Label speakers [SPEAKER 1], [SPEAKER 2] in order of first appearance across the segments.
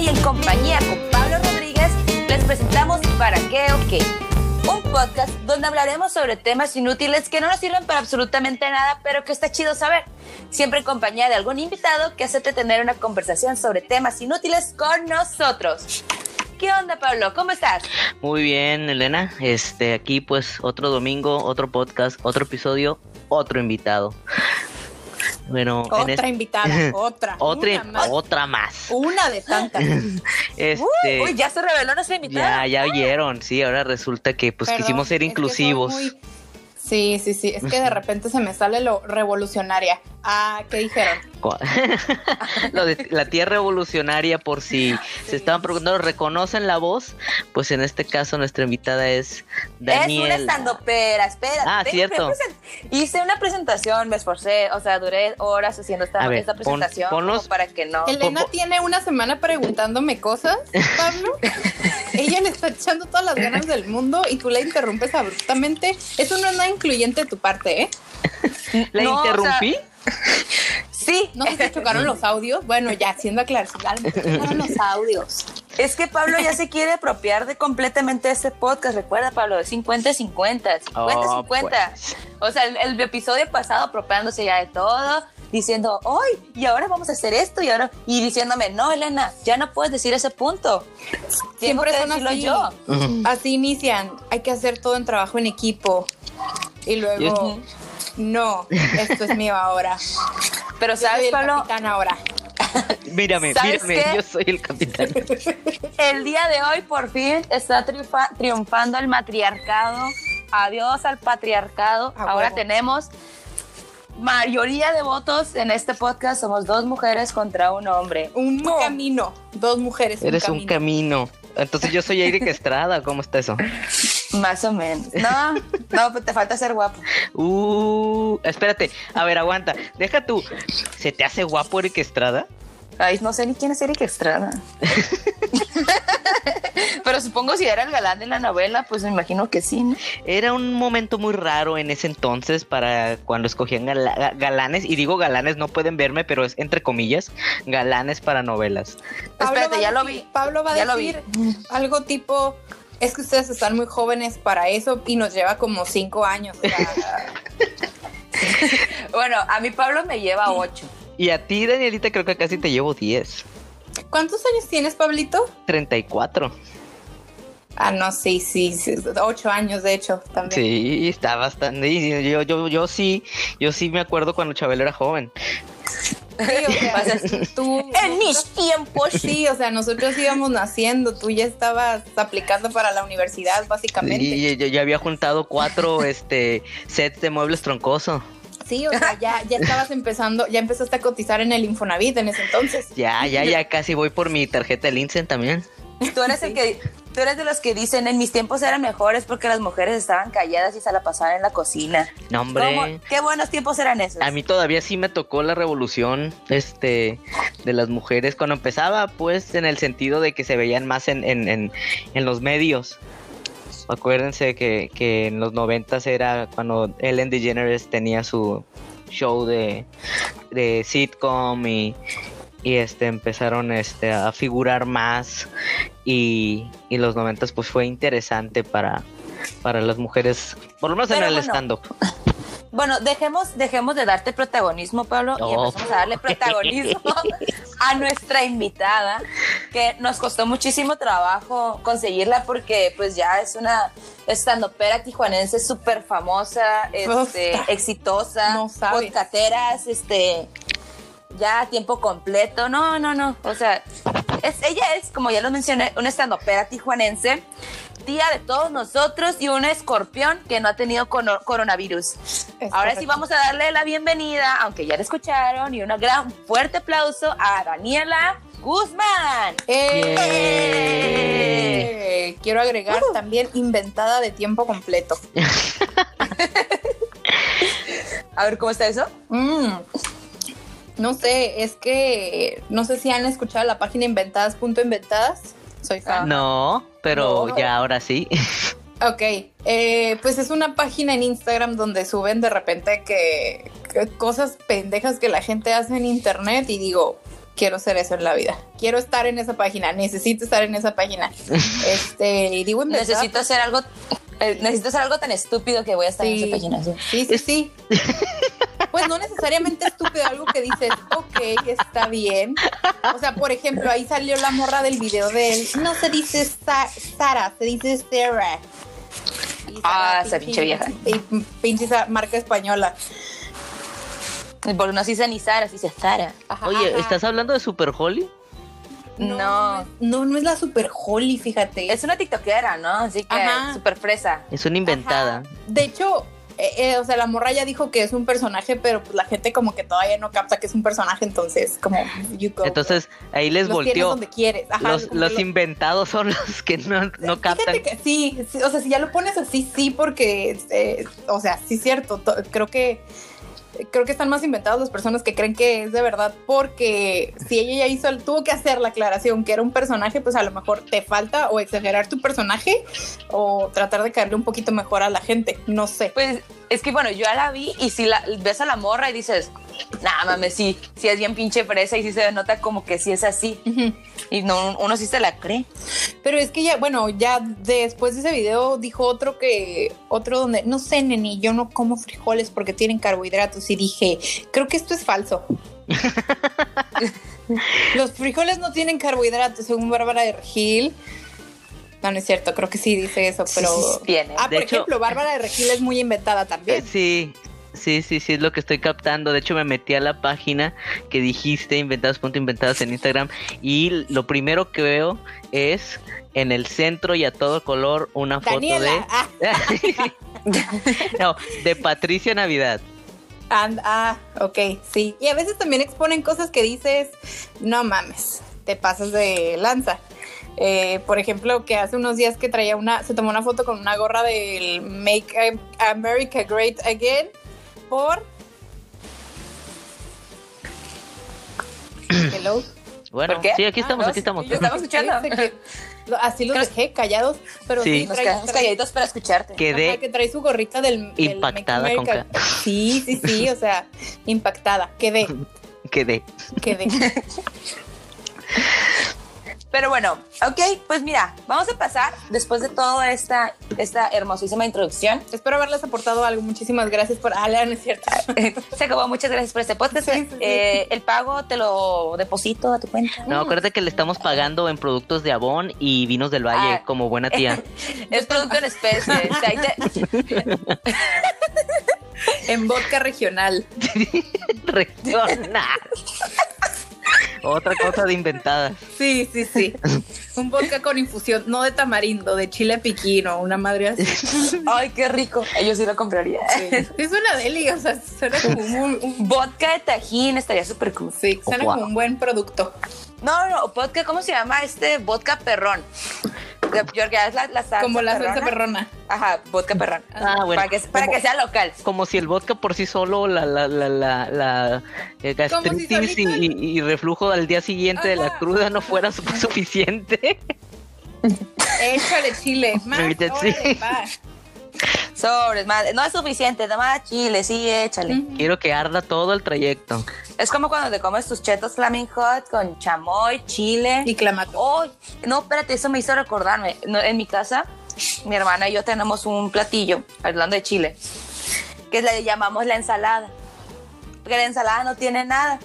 [SPEAKER 1] y en compañía con Pablo Rodríguez les presentamos Para qué o okay? qué. Un podcast donde hablaremos sobre temas inútiles que no nos sirven para absolutamente nada, pero que está chido saber. Siempre en compañía de algún invitado que acepte tener una conversación sobre temas inútiles con nosotros. ¿Qué onda, Pablo? ¿Cómo estás?
[SPEAKER 2] Muy bien, Elena. Este, aquí pues otro domingo, otro podcast, otro episodio, otro invitado.
[SPEAKER 3] Bueno, otra este... invitada, otra.
[SPEAKER 2] otra, más. otra más.
[SPEAKER 3] Una de tantas.
[SPEAKER 1] Este... Uy, uy, ya se reveló nuestra invitada.
[SPEAKER 2] Ya, ya vieron, sí, ahora resulta que pues Perdón, quisimos ser inclusivos. Muy...
[SPEAKER 3] Sí, sí, sí, es que de repente se me sale lo revolucionaria. Ah, ¿qué dijeron?
[SPEAKER 2] lo de la tierra revolucionaria, por si sí. se estaban preguntando, ¿reconocen la voz? Pues en este caso nuestra invitada es
[SPEAKER 1] Es
[SPEAKER 2] Daniela.
[SPEAKER 1] una estandopera, espera.
[SPEAKER 2] Ah, cierto.
[SPEAKER 1] Hice una presentación, me esforcé, o sea, duré horas haciendo esta, ver, esta presentación pon, ponlos, para que no...
[SPEAKER 3] Elena pon, tiene una semana preguntándome cosas, Pablo. Ella le está echando todas las ganas del mundo y tú la interrumpes abruptamente. Eso no es nada incluyente de tu parte, ¿eh?
[SPEAKER 2] ¿La no, interrumpí? O sea,
[SPEAKER 3] Sí, no sé si chocaron los audios. Bueno, ya haciendo aclaración, chocaron los audios.
[SPEAKER 1] Es que Pablo ya se quiere apropiar de completamente este podcast. Recuerda, Pablo, de 50 50, 50 oh, 50. Pues. O sea, el, el, episodio pasado apropiándose ya de todo, diciendo, "Hoy y ahora vamos a hacer esto" y ahora y diciéndome, "No, Elena, ya no puedes decir ese punto." Tengo Siempre que son así. yo.
[SPEAKER 3] Así inician. Hay que hacer todo en trabajo en equipo. Y luego no, esto es mío ahora.
[SPEAKER 1] Pero sabes,
[SPEAKER 3] yo soy el
[SPEAKER 1] Pablo?
[SPEAKER 3] capitán ahora.
[SPEAKER 2] Mírame, mírame, qué? yo soy el capitán.
[SPEAKER 1] El día de hoy por fin está triunfa triunfando el matriarcado. Adiós al patriarcado. Ah, ahora huevo. tenemos mayoría de votos en este podcast. Somos dos mujeres contra un hombre.
[SPEAKER 3] Un ¡Pum! camino, dos mujeres.
[SPEAKER 2] Eres un camino. Un camino. Entonces yo soy Eric Estrada, ¿cómo está eso?
[SPEAKER 1] Más o menos. No, no, pues te falta ser guapo.
[SPEAKER 2] Uh, espérate, a ver, aguanta. Deja tú. ¿Se te hace guapo Eric Estrada?
[SPEAKER 1] Ay, no sé ni quién es Eric Estrada. Pero supongo si era el galán de la novela, pues me imagino que sí. ¿no?
[SPEAKER 2] Era un momento muy raro en ese entonces para cuando escogían gal galanes, y digo galanes, no pueden verme, pero es entre comillas, galanes para novelas.
[SPEAKER 3] Pablo Espérate, ya decir, lo vi. Pablo va a ya decir algo tipo, es que ustedes están muy jóvenes para eso y nos lleva como cinco años. O sea.
[SPEAKER 1] bueno, a mí Pablo me lleva ocho.
[SPEAKER 2] Y a ti, Danielita, creo que casi te llevo diez.
[SPEAKER 3] ¿Cuántos años tienes, Pablito?
[SPEAKER 2] 34.
[SPEAKER 3] Ah, no, sí, sí, sí, ocho años de hecho también.
[SPEAKER 2] Sí, está bastante. Yo, yo, yo sí, yo sí me acuerdo cuando Chabelo era joven.
[SPEAKER 3] Sí, o sea, tú,
[SPEAKER 1] en mis tiempos.
[SPEAKER 3] Pues Sí, o sea, nosotros íbamos naciendo, tú ya estabas aplicando para la universidad, básicamente.
[SPEAKER 2] Y yo ya había juntado cuatro este sets de muebles troncoso.
[SPEAKER 3] Sí, o sea, ya, ya estabas empezando, ya empezaste a cotizar en el Infonavit en ese entonces.
[SPEAKER 2] Ya, ya, ya casi voy por mi tarjeta del INSEN también.
[SPEAKER 1] Tú eres sí. el que tú eres de los que dicen en mis tiempos eran mejores porque las mujeres estaban calladas y se la pasaban en la cocina.
[SPEAKER 2] No, hombre. ¿Cómo?
[SPEAKER 1] Qué buenos tiempos eran esos.
[SPEAKER 2] A mí todavía sí me tocó la revolución este de las mujeres cuando empezaba, pues, en el sentido de que se veían más en, en, en, en los medios. Acuérdense que, que en los noventas era cuando Ellen DeGeneres tenía su show de, de sitcom y, y este empezaron este a figurar más y, y los noventas pues fue interesante para, para las mujeres, por lo menos Pero en el bueno, stand up.
[SPEAKER 1] Bueno, dejemos, dejemos de darte protagonismo, Pablo, oh. y empezamos a darle protagonismo a nuestra invitada, que nos costó muchísimo trabajo conseguirla porque pues ya es una estandopera tijuanense súper famosa, este, oh, exitosa, no podcateras, este, ya a tiempo completo. No, no, no. O sea, es, ella es, como ya lo mencioné, una estandopera tijuanense, tía de todos nosotros y un escorpión que no ha tenido coronavirus. Es Ahora perfecto. sí vamos a darle la bienvenida, aunque ya la escucharon, y un gran fuerte aplauso a Daniela. Guzmán.
[SPEAKER 3] ¡Eh! Yeah. Quiero agregar uh. también inventada de tiempo completo.
[SPEAKER 1] a ver cómo está eso.
[SPEAKER 3] Mm. No sé, es que no sé si han escuchado la página inventadas.inventadas. Soy fan.
[SPEAKER 2] No, pero no. ya ahora sí.
[SPEAKER 3] Ok, eh, pues es una página en Instagram donde suben de repente que, que, cosas pendejas que la gente hace en internet y digo, quiero ser eso en la vida. Quiero estar en esa página, necesito estar en esa página. Este, y digo en verdad,
[SPEAKER 1] Necesito hacer algo. eh, necesito hacer algo tan estúpido que voy a estar en
[SPEAKER 3] Sí.
[SPEAKER 1] esa página. sí.
[SPEAKER 3] Sí, sí, sí. Pues no necesariamente estúpido, algo que dices, ok, está bien. O sea, por ejemplo, ahí salió la morra del video de él. No se dice Sa- Sara, se dice Sarah. Y
[SPEAKER 1] Ah,
[SPEAKER 3] Sarah,
[SPEAKER 1] esa pinche vieja.
[SPEAKER 3] Y pinche esa marca española.
[SPEAKER 1] Porque no se dice ni Sara, se dice Sara.
[SPEAKER 3] Ajá,
[SPEAKER 2] Oye,
[SPEAKER 3] ajá.
[SPEAKER 2] ¿estás hablando de Super Holly?
[SPEAKER 1] No.
[SPEAKER 3] No, no, no es la super Holly, fíjate.
[SPEAKER 1] Es una tiktokera, ¿no? Así que
[SPEAKER 3] Ajá.
[SPEAKER 1] súper fresa.
[SPEAKER 2] Es una inventada.
[SPEAKER 3] Ajá. De hecho, eh, eh, o sea, la morra ya dijo que es un personaje, pero pues la gente como que todavía no capta que es un personaje, entonces como you go.
[SPEAKER 2] Entonces ahí les
[SPEAKER 3] los tienes
[SPEAKER 2] volteó.
[SPEAKER 3] donde quieres. Ajá,
[SPEAKER 2] Los,
[SPEAKER 3] como
[SPEAKER 2] los
[SPEAKER 3] lo-
[SPEAKER 2] inventados son los que no, no captan.
[SPEAKER 3] Fíjate que sí, sí, o sea, si ya lo pones así, sí, porque, eh, o sea, sí es cierto, to- creo que creo que están más inventados las personas que creen que es de verdad, porque si ella ya hizo, el- tuvo que hacer la aclaración que era un personaje, pues a lo mejor te falta o exagerar tu personaje o tratar de caerle un poquito mejor a la gente, no sé.
[SPEAKER 1] Pues es que bueno, yo ya la vi y si la ves a la morra y dices, nah, mames, sí, sí es bien pinche fresa y sí se nota como que sí es así.
[SPEAKER 3] Ujú.
[SPEAKER 1] Y no, uno sí se la cree.
[SPEAKER 3] Pero es que ya, bueno, ya después de ese video dijo otro que, otro donde, no sé, neni, yo no como frijoles porque tienen carbohidratos y dije, creo que esto es falso. Los frijoles no tienen carbohidratos, según Bárbara de Regil. No, no es cierto, creo que sí dice eso, pero...
[SPEAKER 1] Sí, sí, sí, tiene.
[SPEAKER 3] Ah,
[SPEAKER 2] De
[SPEAKER 3] por
[SPEAKER 2] hecho-
[SPEAKER 3] ejemplo, Bárbara de Regil es muy inventada
[SPEAKER 2] Eh,
[SPEAKER 3] también.
[SPEAKER 2] Sí, sí, sí, sí, es lo que estoy captando. De hecho, me metí a la página que dijiste, inventados.inventados en Instagram, y lo primero que veo es en el centro y a todo color una foto
[SPEAKER 3] Daniela, ah,
[SPEAKER 2] de... no, de Patricia Navidad.
[SPEAKER 3] and- ah, ok, sí. Y a veces también exponen cosas que dices, no mames, te pasas de lanza. Eh, por ejemplo, que hace unos días que traía una, se tomó una foto con una gorra del Make America Great Again por. Hello.
[SPEAKER 2] Bueno,
[SPEAKER 1] ¿Por qué?
[SPEAKER 2] sí, aquí
[SPEAKER 3] Ah,
[SPEAKER 2] estamos,
[SPEAKER 1] no,
[SPEAKER 2] aquí estamos.
[SPEAKER 1] yo estaba- Estamos escuchando.
[SPEAKER 3] Fíjense que- Así los dejé callados, pero
[SPEAKER 2] Sí.
[SPEAKER 3] sí,
[SPEAKER 1] Nos
[SPEAKER 3] trae-
[SPEAKER 1] quedamos
[SPEAKER 3] trae-
[SPEAKER 1] calladitos para escucharte.
[SPEAKER 2] Quedé
[SPEAKER 3] Ajá, que trae su gorrita del. del
[SPEAKER 2] Impactada
[SPEAKER 3] Make
[SPEAKER 2] con
[SPEAKER 3] America- Sí, sí, sí, o sea, impactada. Quedé,
[SPEAKER 2] Quedé.
[SPEAKER 3] quedé.
[SPEAKER 1] Pero bueno, ok, pues mira, vamos a pasar después de toda esta, esta hermosísima introducción.
[SPEAKER 3] Espero haberles aportado algo. Muchísimas gracias por. Ah, no es cierto.
[SPEAKER 1] Se acabó, muchas gracias por este podcast.
[SPEAKER 3] Sí, sí, sí.
[SPEAKER 1] Eh, el pago te lo deposito a tu cuenta.
[SPEAKER 2] No, acuérdate que le estamos pagando en productos de Avon y vinos del Valle,
[SPEAKER 1] Ah.
[SPEAKER 2] como buena tía.
[SPEAKER 1] Es producto en especie. O sea, ahí te-
[SPEAKER 3] En vodka regional.
[SPEAKER 2] Regional. Otra cosa de inventadas.
[SPEAKER 3] Sí, sí, sí. Un vodka con infusión, no de tamarindo, de chile piquino, una madre así.
[SPEAKER 1] Ay, qué rico. Eh, Yo sí lo compraría.
[SPEAKER 3] Es una deli, o sea, suena como un, un-
[SPEAKER 1] Vodka de tajín estaría súper cool.
[SPEAKER 3] sí, suena como un buen producto.
[SPEAKER 1] No, no, no, vodka, ¿cómo se llama este? Vodka perrón. De- Porque es la, la salsa
[SPEAKER 3] Como la salsa
[SPEAKER 1] perrona.
[SPEAKER 3] perrona.
[SPEAKER 1] Ajá, vodka perrón.
[SPEAKER 2] Ah, bueno.
[SPEAKER 1] Para que, para
[SPEAKER 2] Como-
[SPEAKER 1] que sea local.
[SPEAKER 2] como si el vodka por sí solo, la, la, la, la, la eh, gastritis
[SPEAKER 3] solito
[SPEAKER 2] y, y- y reflujo al día siguiente de la
[SPEAKER 3] Ajá.
[SPEAKER 2] cruda no fuera su- suficiente.
[SPEAKER 3] Échale chile, más,
[SPEAKER 2] Ahorita sí.
[SPEAKER 3] órale, va.
[SPEAKER 1] Sobres, madre. No es suficiente, nada más chile, sí, échale.
[SPEAKER 2] Quiero que arda todo el trayecto.
[SPEAKER 1] Es como cuando te comes tus chetos flaming hot con chamoy, chile.
[SPEAKER 3] Y clamato.
[SPEAKER 1] Oh, no, espérate, eso me hizo recordarme. No, en mi casa, mi hermana y yo tenemos un platillo, hablando de chile, que le llamamos la ensalada. Porque la ensalada no tiene nada.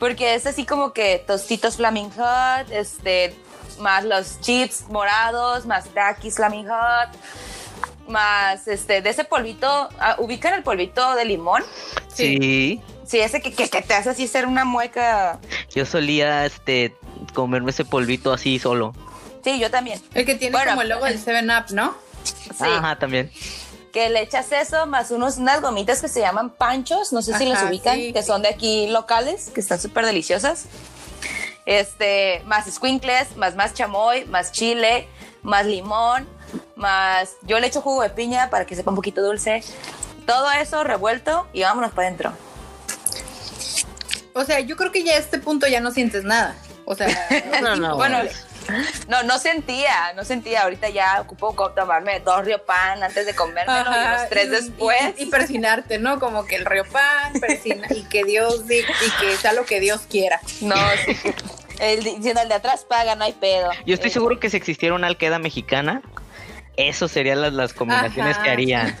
[SPEAKER 1] Porque es así como que tostitos flaming hot, este, más los chips morados, más takis flaming hot, más este, de ese polvito, ah, ubican el polvito de limón.
[SPEAKER 2] Sí.
[SPEAKER 1] Sí, ese que, que- que te hace así hacer una mueca.
[SPEAKER 2] Yo solía este comerme ese polvito así solo.
[SPEAKER 1] Sí, yo también.
[SPEAKER 3] El que tiene
[SPEAKER 1] Bueno,
[SPEAKER 3] como el logo del 7-Up, ¿no?
[SPEAKER 1] Sí.
[SPEAKER 2] Ajá, también.
[SPEAKER 1] que le echas eso más unos, unas gomitas que se llaman panchos, no sé si
[SPEAKER 3] Ajá,
[SPEAKER 1] las ubican,
[SPEAKER 3] sí,
[SPEAKER 1] que
[SPEAKER 3] sí.
[SPEAKER 1] son de aquí locales, que están súper deliciosas. Este, más squinkles, más más chamoy, más chile, más limón, más yo le echo jugo de piña para que sepa un poquito dulce. Todo eso revuelto y vámonos para adentro.
[SPEAKER 3] O sea, yo creo que ya a este punto ya no sientes nada. O sea,
[SPEAKER 2] No, no,
[SPEAKER 3] bueno,
[SPEAKER 2] no.
[SPEAKER 1] No, no sentía, no sentía. Ahorita ya ocupo co- tomarme dos río pan antes de comérmelo y
[SPEAKER 3] Ajá,
[SPEAKER 1] los tres
[SPEAKER 3] y-
[SPEAKER 1] después.
[SPEAKER 3] Y, y persinarte, ¿no? Como que el río pan, persina, y que Dios diga, y que sea lo que Dios quiera.
[SPEAKER 1] no, sí. El, diciendo al de atrás paga, no hay pedo.
[SPEAKER 2] Yo estoy
[SPEAKER 1] Eh,
[SPEAKER 2] seguro que si existiera una alqueda mexicana, eso serían las, las combinaciones
[SPEAKER 3] Ajá.
[SPEAKER 2] que harían.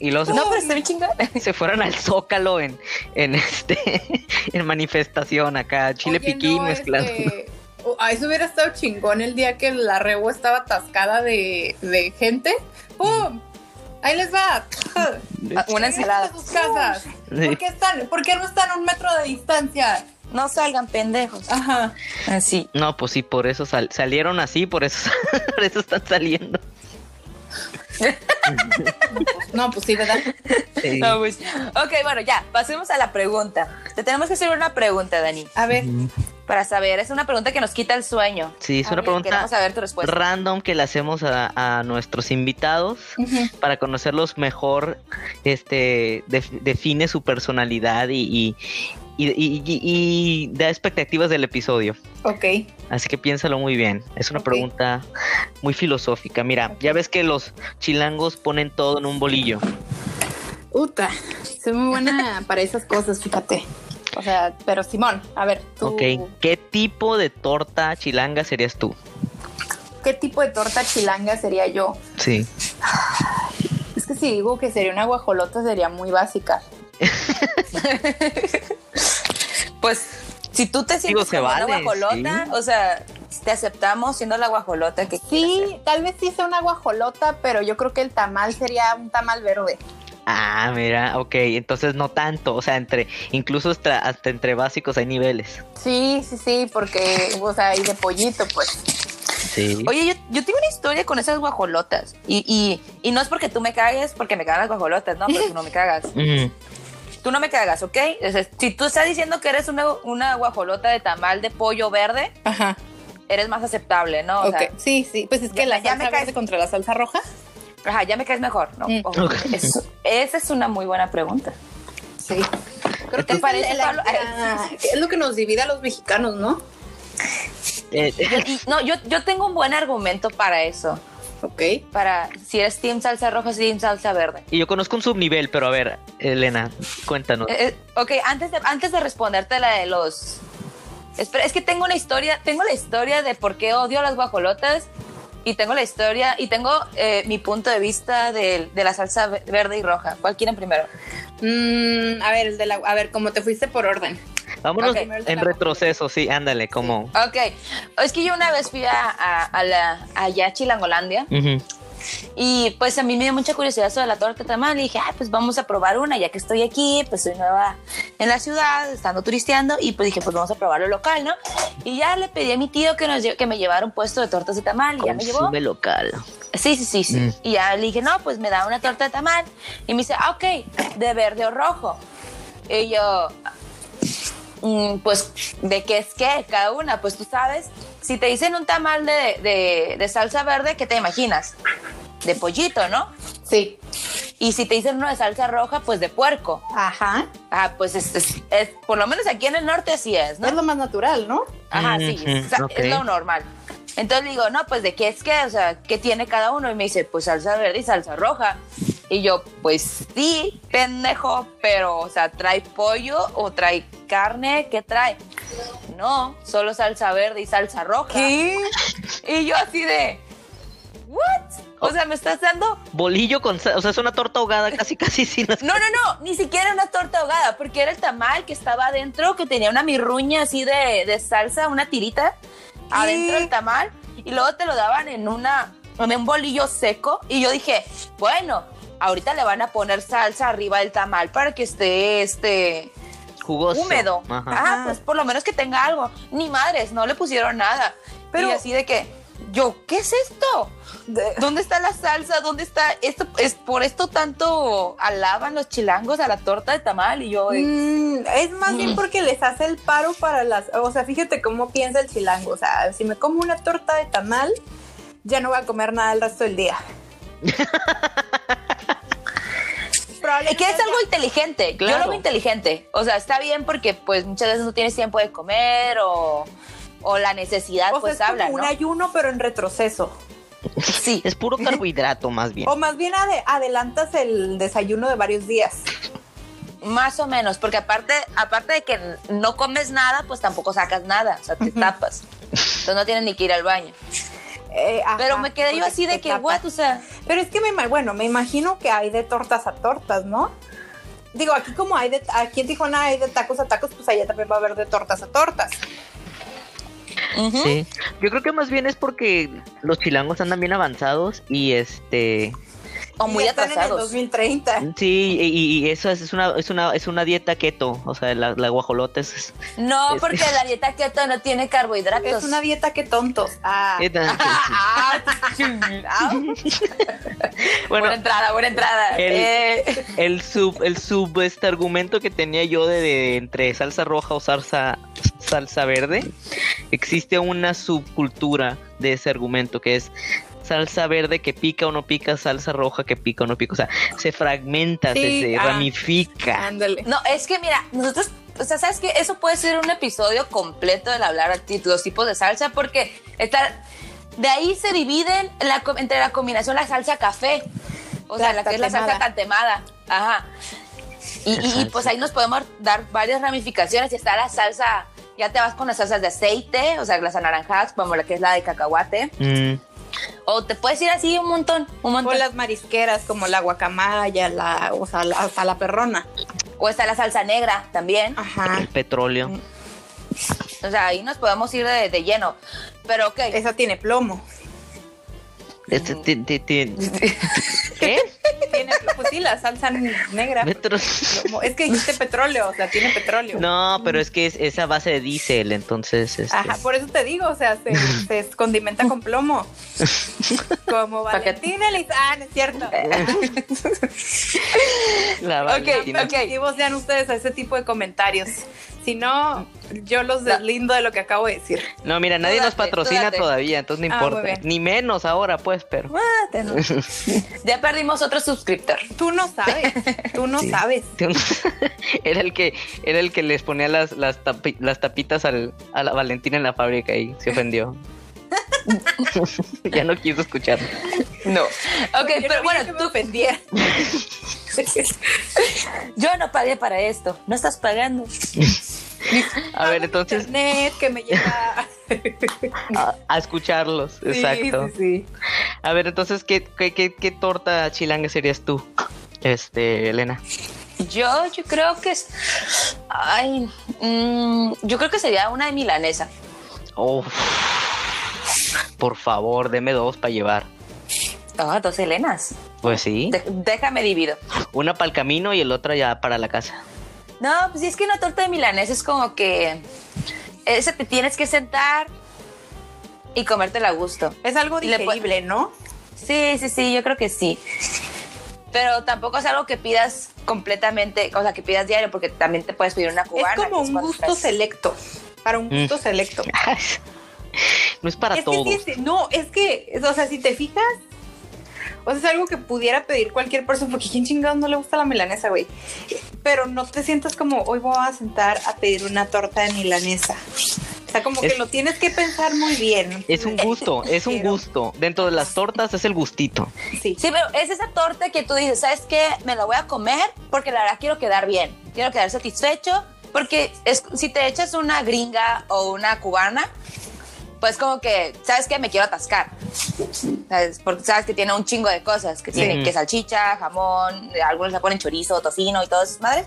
[SPEAKER 2] Y los
[SPEAKER 1] No, pero está bien chingada.
[SPEAKER 3] pues,
[SPEAKER 2] se fueran al Zócalo en, en este en manifestación acá, chile
[SPEAKER 3] Oye,
[SPEAKER 2] piquín
[SPEAKER 3] no,
[SPEAKER 2] mezclando.
[SPEAKER 3] este, o- A eso hubiera estado chingón el día que la rebo estaba atascada de, de gente. ¡Pum! Ahí les va.
[SPEAKER 1] Una
[SPEAKER 3] Regresen
[SPEAKER 1] ensalada.
[SPEAKER 3] a sus casas.
[SPEAKER 2] Sí.
[SPEAKER 3] ah, ¿Por qué, están, ¿Por qué no están a un metro de distancia?
[SPEAKER 1] No salgan pendejos.
[SPEAKER 3] Ajá.
[SPEAKER 1] Así.
[SPEAKER 2] No, pues sí, por eso sal- salieron así, por eso, por eso están saliendo.
[SPEAKER 3] No, pues sí, ¿verdad?
[SPEAKER 2] Sí.
[SPEAKER 1] No, pues. Ok, bueno, ya, pasemos a la pregunta. Te tenemos que hacer una pregunta, Dani,
[SPEAKER 3] A ver.
[SPEAKER 1] para saber. Es una pregunta que nos quita el sueño.
[SPEAKER 2] Sí, es
[SPEAKER 3] A
[SPEAKER 2] una
[SPEAKER 3] ver, pues.
[SPEAKER 2] pregunta
[SPEAKER 1] Queremos saber tu respuesta.
[SPEAKER 2] random que le hacemos a, a nuestros invitados
[SPEAKER 3] Ujú.
[SPEAKER 2] para conocerlos mejor, este def- define su personalidad y, y, y- y- y- y da expectativas del episodio.
[SPEAKER 3] Ok.
[SPEAKER 2] Así que piénsalo muy bien. Es una
[SPEAKER 3] Ok.
[SPEAKER 2] pregunta muy filosófica. Mira, ya ves que los chilangos ponen todo en un bolillo.
[SPEAKER 3] Uta, soy muy buena para esas cosas, fíjate. O sea, pero Simón, a ver, tú,
[SPEAKER 2] Ok. ¿Qué tipo de torta chilanga serías tú?
[SPEAKER 3] ¿qué tipo de torta chilanga sería yo?
[SPEAKER 2] Sí.
[SPEAKER 3] Es que si digo que sería una guajolota sería muy básica.
[SPEAKER 1] Pues, si tú te
[SPEAKER 2] Digo,
[SPEAKER 1] sientes
[SPEAKER 2] se
[SPEAKER 1] como una
[SPEAKER 2] vale,
[SPEAKER 1] guajolota,
[SPEAKER 2] sí.
[SPEAKER 1] o sea, te aceptamos siendo la guajolota que quieras ser.
[SPEAKER 3] Sí, tal vez sí sea una guajolota, pero yo creo que el tamal sería un tamal verde.
[SPEAKER 2] Ah, mira, ok. Entonces no tanto. O sea, entre, incluso hasta, hasta entre básicos hay niveles.
[SPEAKER 3] Sí, sí, sí, porque, o sea, y de pollito, pues.
[SPEAKER 2] Sí.
[SPEAKER 1] Oye, yo, yo tengo una historia con esas guajolotas. Y, y, y no es porque tú me cagues, porque me cagan las guajolotas, no, pero tú no me cagas.
[SPEAKER 2] Mm,
[SPEAKER 1] Tú no me cagas, ¿ok? O sea, si tú estás diciendo que eres una, una guajolota de tamal de pollo verde,
[SPEAKER 3] Ajá,
[SPEAKER 1] eres más aceptable, ¿no? O sea,
[SPEAKER 3] sí, sí, pues es
[SPEAKER 1] que la salsa verde
[SPEAKER 3] contra la salsa roja.
[SPEAKER 1] ajá, ya me caes mejor, ¿no?
[SPEAKER 3] Mm.
[SPEAKER 1] Ojo,
[SPEAKER 2] Ok.
[SPEAKER 1] eso- esa es una muy buena pregunta.
[SPEAKER 3] Sí. Creo
[SPEAKER 1] ¿Te
[SPEAKER 3] que Ah.
[SPEAKER 1] parece,
[SPEAKER 3] parece,
[SPEAKER 1] Pablo?
[SPEAKER 3] es lo que nos divide a los mexicanos, ¿no?
[SPEAKER 2] eh,
[SPEAKER 1] Yo- y- no, yo, yo tengo un buen argumento para eso.
[SPEAKER 3] Ok.
[SPEAKER 1] Para si eres team salsa roja, si team salsa verde.
[SPEAKER 2] y yo conozco un subnivel, pero a ver, Elena, cuéntanos.
[SPEAKER 1] Eh, eh, ok, antes de, antes de responderte la de los... Espera, es que tengo una historia, tengo la historia de por qué odio a las guajolotas y tengo la historia y tengo eh, mi punto de vista de, de la salsa ve- verde y roja. ¿Cuál quieren primero?
[SPEAKER 3] Mm, a ver, el de la, a ver, como te fuiste por orden.
[SPEAKER 2] Vámonos
[SPEAKER 1] ok.
[SPEAKER 2] en retroceso, sí, ándale, como.
[SPEAKER 1] Ok, es que yo una vez fui a, a, a la, allá a Chilangolandia
[SPEAKER 2] Ujú.
[SPEAKER 1] Y pues a mí me dio mucha curiosidad sobre la torta tamal y dije, ah, pues vamos a probar una, ya que estoy aquí, pues soy nueva en la ciudad, estando turisteando, y pues dije, pues vamos a probar lo local, ¿no? Y ya le pedí a mi tío que, nos lle- que me llevara un puesto de tortas de tamal, y ya me llevó.
[SPEAKER 2] Consume local.
[SPEAKER 1] Sí, sí, sí, sí.
[SPEAKER 2] Mm.
[SPEAKER 1] Y ya le dije, no, pues me da una torta de tamal. Y me dice, ah, ok, de verde o rojo. Y yo, mm, pues, ¿de qué es qué? Cada una, pues tú sabes, si te dicen un tamal de, de- de salsa verde, ¿qué te imaginas? De pollito, ¿no?
[SPEAKER 3] Sí.
[SPEAKER 1] Y si te dicen uno de salsa roja, pues de puerco.
[SPEAKER 3] Ajá.
[SPEAKER 1] Ah, pues es, es- es- por lo menos aquí en el norte así es, ¿no?
[SPEAKER 3] Es lo más natural, ¿no?
[SPEAKER 1] Ajá, sí,
[SPEAKER 2] Ujú,
[SPEAKER 1] o sea,
[SPEAKER 2] ok.
[SPEAKER 1] es lo normal. Entonces le digo, no, pues de qué es qué, o sea, ¿qué tiene cada uno? Y me dice, pues salsa verde y salsa roja. Y yo, pues sí, pendejo, pero, o sea, ¿trae pollo o trae carne? ¿Qué trae? No, solo salsa verde y salsa roja. Y yo así de, ¿what? O sea, me estás dando
[SPEAKER 2] Bolillo con sal- o sea, es una torta ahogada casi casi sin las-
[SPEAKER 1] No, no, no, ni siquiera una torta ahogada, porque era el tamal que estaba adentro, que tenía una mirruña así de, de salsa, una tirita adentro del tamal, y luego te lo daban en una en un bolillo seco, y yo dije, bueno, ahorita le van a poner salsa arriba del tamal para que esté este
[SPEAKER 2] jugoso.
[SPEAKER 1] húmedo.
[SPEAKER 2] Ajá.
[SPEAKER 1] Ah, pues por lo menos que tenga algo. Ni madres, no le pusieron nada. Pero
[SPEAKER 3] Pero-
[SPEAKER 1] y así de que, yo, ¿qué es esto? ¿Dónde está la salsa? ¿Dónde está esto? Es por esto tanto alaban los chilangos a la torta de tamal y yo. eh,
[SPEAKER 3] Mm, es más bien porque les hace el paro para las. O sea, fíjate cómo piensa el chilango. O sea, si me como una torta de tamal, ya no voy a comer nada el resto del día.
[SPEAKER 1] eh,
[SPEAKER 3] Probablemente
[SPEAKER 1] Que es algo inteligente, yo
[SPEAKER 2] Claro.
[SPEAKER 1] lo veo inteligente. O sea, está bien porque pues muchas veces no tienes tiempo de comer o, o la necesidad,
[SPEAKER 3] O sea,
[SPEAKER 1] pues
[SPEAKER 3] es como
[SPEAKER 1] habla,
[SPEAKER 3] un
[SPEAKER 1] ¿no?
[SPEAKER 3] ayuno, pero en retroceso.
[SPEAKER 1] Sí,
[SPEAKER 2] Es puro carbohidrato más bien.
[SPEAKER 3] O más bien ade- adelantas el desayuno de varios días.
[SPEAKER 1] más o menos, porque aparte, aparte de que no comes nada, pues tampoco sacas nada, o sea, te
[SPEAKER 3] Ujú.
[SPEAKER 1] tapas. Entonces no tienes ni que ir al baño.
[SPEAKER 3] Eh, ajá,
[SPEAKER 1] Pero me quedé yo
[SPEAKER 3] porque
[SPEAKER 1] así de
[SPEAKER 3] te
[SPEAKER 1] que,
[SPEAKER 3] tapa.
[SPEAKER 1] what, o sea,
[SPEAKER 3] Pero es que me, ima- bueno, me imagino que hay de tortas a tortas, ¿no? Digo, aquí como hay de, aquí en Tijuana hay de tacos a tacos, pues allá también va a haber de tortas a tortas.
[SPEAKER 1] ujú.
[SPEAKER 2] Sí. Yo creo que más bien es porque los chilangos andan bien avanzados y este
[SPEAKER 1] o
[SPEAKER 3] Y
[SPEAKER 1] muy
[SPEAKER 3] ya están
[SPEAKER 1] atrasados.
[SPEAKER 3] En el 2030.
[SPEAKER 2] sí, y, y eso es, es una es una es una dieta keto, o sea, la, la guajolota es,
[SPEAKER 1] No,
[SPEAKER 2] Es-
[SPEAKER 1] porque la dieta keto no tiene carbohidratos.
[SPEAKER 3] Es una dieta que tontos. Ah.
[SPEAKER 1] Ah, ah, buena
[SPEAKER 2] Bueno,
[SPEAKER 1] entrada, buena entrada.
[SPEAKER 2] El-
[SPEAKER 1] Eh,
[SPEAKER 2] el sub el sub este argumento que tenía yo de, de entre salsa roja o salsa salsa verde, existe una subcultura de ese argumento que es salsa verde que pica o no pica, salsa roja que pica o no pica, o sea, se fragmenta, se-
[SPEAKER 3] Sí,
[SPEAKER 2] se,
[SPEAKER 3] ah.
[SPEAKER 2] ramifica.
[SPEAKER 3] Ándale.
[SPEAKER 1] no, es que mira, nosotros, o sea, ¿sabes qué? Eso puede ser un episodio completo del hablar de los tipos de salsa, porque está, de ahí se dividen la co- entre la combinación la salsa café, o sea,
[SPEAKER 3] La
[SPEAKER 1] la que es la salsa cantemada. Ajá. Y, y- y, pues ahí nos podemos dar varias ramificaciones. Y está la salsa, ya te vas con las salsas de aceite, o sea, las anaranjadas, como la que es la de cacahuate.
[SPEAKER 2] Mm.
[SPEAKER 1] O te puedes ir así un montón, un
[SPEAKER 3] O
[SPEAKER 1] montón.
[SPEAKER 3] las marisqueras como la guacamaya, la, o sea, la, hasta la perrona.
[SPEAKER 1] O está la salsa negra también.
[SPEAKER 3] Ajá.
[SPEAKER 2] el
[SPEAKER 1] Mm.
[SPEAKER 2] petróleo.
[SPEAKER 1] O sea, ahí nos podemos ir de, de lleno. Pero ok,
[SPEAKER 3] Esa tiene plomo.
[SPEAKER 2] Este, ti- ti- ti- ¿Qué?
[SPEAKER 3] Tiene plomo. Pues sí, la salsa negra.
[SPEAKER 2] Petro-
[SPEAKER 3] Plomo. Es que dijiste petróleo, o sea, tiene petróleo.
[SPEAKER 2] No, pero es que es esa base de diésel, entonces. este,
[SPEAKER 1] Ah,
[SPEAKER 3] Ajá, por eso te digo, o sea, se, se condimenta con plomo. Como
[SPEAKER 1] Pa' que-
[SPEAKER 3] Valentina Eliz- Ah, no es cierto.
[SPEAKER 2] la Valentina.
[SPEAKER 1] ok.
[SPEAKER 3] Positivos sean ustedes a ese tipo de comentarios. Si no, yo los deslindo de lo que acabo de decir.
[SPEAKER 2] No, mira, nadie
[SPEAKER 1] Tú
[SPEAKER 2] nos
[SPEAKER 1] date,
[SPEAKER 2] patrocina
[SPEAKER 1] tú date.
[SPEAKER 2] todavía, entonces no
[SPEAKER 3] Ah, muy
[SPEAKER 2] importa.
[SPEAKER 3] bien.
[SPEAKER 2] Ni menos ahora, pues, pero.
[SPEAKER 1] ya perdimos otro suscriptor.
[SPEAKER 3] Tú no sabes, tú no
[SPEAKER 2] Sí.
[SPEAKER 3] sabes.
[SPEAKER 2] era el que era el que les ponía las las, tapi- las tapitas al, a la Valentina en la fábrica y se ofendió. ya no quiso escuchar.
[SPEAKER 1] No. Ok,
[SPEAKER 3] Yo no
[SPEAKER 1] pero
[SPEAKER 3] vi que
[SPEAKER 1] bueno,
[SPEAKER 3] me
[SPEAKER 1] tú
[SPEAKER 3] ofendiera.
[SPEAKER 1] Yo no pagué para esto. No estás pagando.
[SPEAKER 3] Ah,
[SPEAKER 2] A ver, entonces,
[SPEAKER 3] Internet que me lleva.
[SPEAKER 2] a, a escucharlos. Exacto.
[SPEAKER 3] Sí, sí, sí.
[SPEAKER 2] A ver, entonces, ¿qué, qué, qué, qué torta chilanga serías tú? Este, Elena.
[SPEAKER 1] Yo, yo creo que es. Ay, mm, yo creo que sería una de milanesa.
[SPEAKER 2] Oh, por favor, deme dos para llevar.
[SPEAKER 1] Ah, dos Helenas.
[SPEAKER 2] Pues sí,
[SPEAKER 1] De- déjame divido.
[SPEAKER 2] una para el camino y el otra ya para la casa.
[SPEAKER 1] No, pues es que una torta de milanesa es como que. Esa te tienes que sentar y comértela a gusto.
[SPEAKER 3] Es algo
[SPEAKER 1] Le pon-
[SPEAKER 3] digerible, ¿no?
[SPEAKER 1] Sí, sí, sí, yo creo que sí. Pero tampoco es algo que pidas completamente, o sea, que pidas diario, porque también te puedes pedir una cubana.
[SPEAKER 3] es como
[SPEAKER 1] que
[SPEAKER 3] un
[SPEAKER 1] cuando
[SPEAKER 3] gusto
[SPEAKER 1] estás-
[SPEAKER 3] selecto. Para un gusto selecto.
[SPEAKER 2] No es para
[SPEAKER 3] es
[SPEAKER 2] todos.
[SPEAKER 3] Que sí, sí, no, es que, o sea, si te fijas, o sea, es algo que pudiera pedir cualquier persona, porque quién chingados no le gusta la milanesa, güey. Pero no te sientas como, hoy voy a sentar a pedir una torta de milanesa. O sea, como
[SPEAKER 2] Es-
[SPEAKER 3] que lo tienes que pensar muy bien.
[SPEAKER 2] Es un gusto, es un
[SPEAKER 3] Quiero.
[SPEAKER 2] gusto. Dentro de las tortas es el gustito.
[SPEAKER 3] Sí.
[SPEAKER 1] Sí, pero es esa torta que tú dices, ¿sabes qué? Me la voy a comer porque la verdad quiero quedar bien, quiero quedar satisfecho, porque es, si te echas una gringa o una cubana, pues como que, ¿sabes qué? Me quiero atascar. ¿Sabes? Porque sabes que tiene un chingo de cosas, que tiene
[SPEAKER 2] Ujú.
[SPEAKER 1] que salchicha, jamón, eh, algunos la ponen chorizo, tocino y todas esas madres.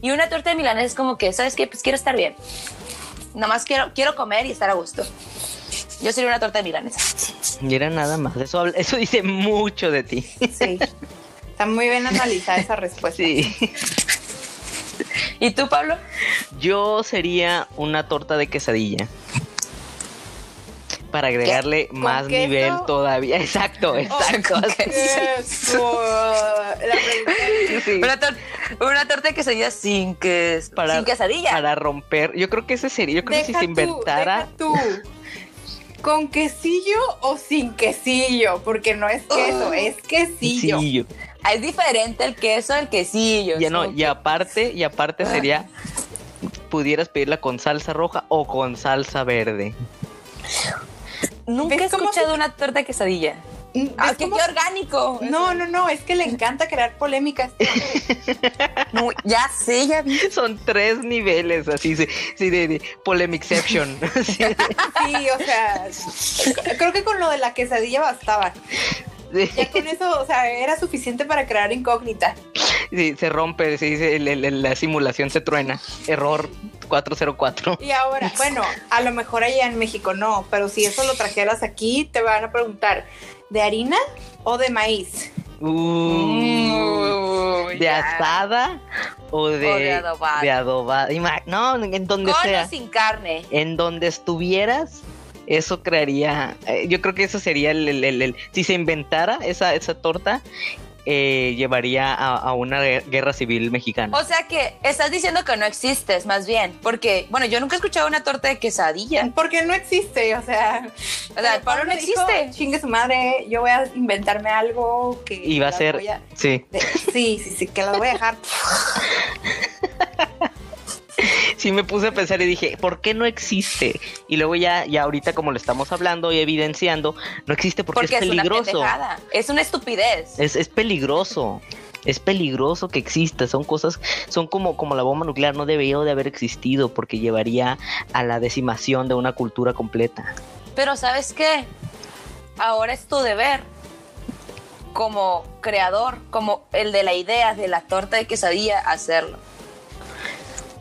[SPEAKER 1] Y una torta de milanés es como que, ¿sabes qué? Pues quiero estar bien. Nada más quiero, quiero comer y estar a gusto. Yo sería una torta de milanesa.
[SPEAKER 2] Y era nada más. Eso, habla- eso dice mucho de ti.
[SPEAKER 3] sí. Está muy bien analizada esa respuesta.
[SPEAKER 2] Sí.
[SPEAKER 1] ¿Y tú, Pablo?
[SPEAKER 2] Yo sería una torta de quesadilla. Para agregarle más
[SPEAKER 3] queso?
[SPEAKER 2] nivel todavía. Exacto, exacto.
[SPEAKER 1] ¿con
[SPEAKER 2] así.
[SPEAKER 3] Eso, la pregunta-
[SPEAKER 2] Sí.
[SPEAKER 1] Una, tor- una torta de quesadilla sin, que
[SPEAKER 2] para,
[SPEAKER 1] sin quesadilla.
[SPEAKER 2] Para romper. Yo creo que ese sería. Yo creo que si
[SPEAKER 3] Deja
[SPEAKER 2] se
[SPEAKER 3] tú,
[SPEAKER 2] inventara.
[SPEAKER 3] deja tú. ¿Con quesillo o sin quesillo? Porque no es queso, es quesillo.
[SPEAKER 2] Sí,
[SPEAKER 1] Ah, Es diferente el queso del quesillo.
[SPEAKER 2] ya
[SPEAKER 1] es
[SPEAKER 2] no,
[SPEAKER 1] como
[SPEAKER 3] Ah.
[SPEAKER 2] y aparte, y aparte sería pudieras pedirla con salsa roja o con salsa verde.
[SPEAKER 1] Nunca he
[SPEAKER 3] ¿Ves cómo
[SPEAKER 1] escuchado
[SPEAKER 3] se-
[SPEAKER 1] una torta de quesadilla.
[SPEAKER 3] ¿Ves
[SPEAKER 1] Ah, qué,
[SPEAKER 3] cómo-
[SPEAKER 1] qué orgánico.
[SPEAKER 3] No, no, no, es que le encanta crear polémicas.
[SPEAKER 1] No, ya sé, ya vi.
[SPEAKER 2] Son tres niveles, así, sí, sí, de, de polemicception. Sí,
[SPEAKER 3] Sí, o sea, creo que con lo de la quesadilla bastaba.
[SPEAKER 2] sí,
[SPEAKER 3] Ya con eso, o sea, era suficiente para crear incógnita.
[SPEAKER 2] sí, se rompe, sí, sí, el- el- el- la simulación se truena. Error 404.
[SPEAKER 3] Y ahora, bueno, a lo mejor allá en México no, pero si eso lo trajeras aquí, te van a preguntar, ¿de harina o de maíz?
[SPEAKER 2] Uh,
[SPEAKER 1] Uy,
[SPEAKER 2] ¿De
[SPEAKER 1] ya.
[SPEAKER 2] asada o de,
[SPEAKER 1] de adobada.
[SPEAKER 2] de adobada? Ima- No, en donde
[SPEAKER 1] Con
[SPEAKER 2] sea.
[SPEAKER 1] o sin carne.
[SPEAKER 2] en donde estuvieras, eso crearía, eh, yo creo que eso sería el, el- el- el- si se inventara esa, esa torta, eh, llevaría a, a una gue- guerra civil mexicana.
[SPEAKER 1] O sea que estás diciendo que no existes, más bien. Porque, bueno, yo nunca he escuchado una torta de quesadilla.
[SPEAKER 3] Porque no existe, o sea,
[SPEAKER 1] O sea, el Pablo no
[SPEAKER 3] dijo,
[SPEAKER 1] existe.
[SPEAKER 3] Chingue su madre, yo voy a inventarme algo que
[SPEAKER 2] Y va a
[SPEAKER 3] las
[SPEAKER 2] ser,
[SPEAKER 3] voy a-
[SPEAKER 2] sí,
[SPEAKER 3] de- sí, sí, sí, que las voy a dejar.
[SPEAKER 2] sí me puse a pensar y dije, ¿por qué no existe? Y luego ya, ya ahorita como lo estamos hablando y evidenciando, no existe porque,
[SPEAKER 1] Porque
[SPEAKER 2] es
[SPEAKER 1] es, una
[SPEAKER 2] peligroso.
[SPEAKER 1] pendejada. Es una estupidez.
[SPEAKER 2] Es, es peligroso. Es peligroso que exista. Son cosas, son como, como la bomba nuclear. No debió de haber existido porque llevaría a la decimación de una cultura completa.
[SPEAKER 1] Pero ¿sabes qué? Ahora es tu deber como creador, como el de la idea de la torta de quesadilla, hacerlo.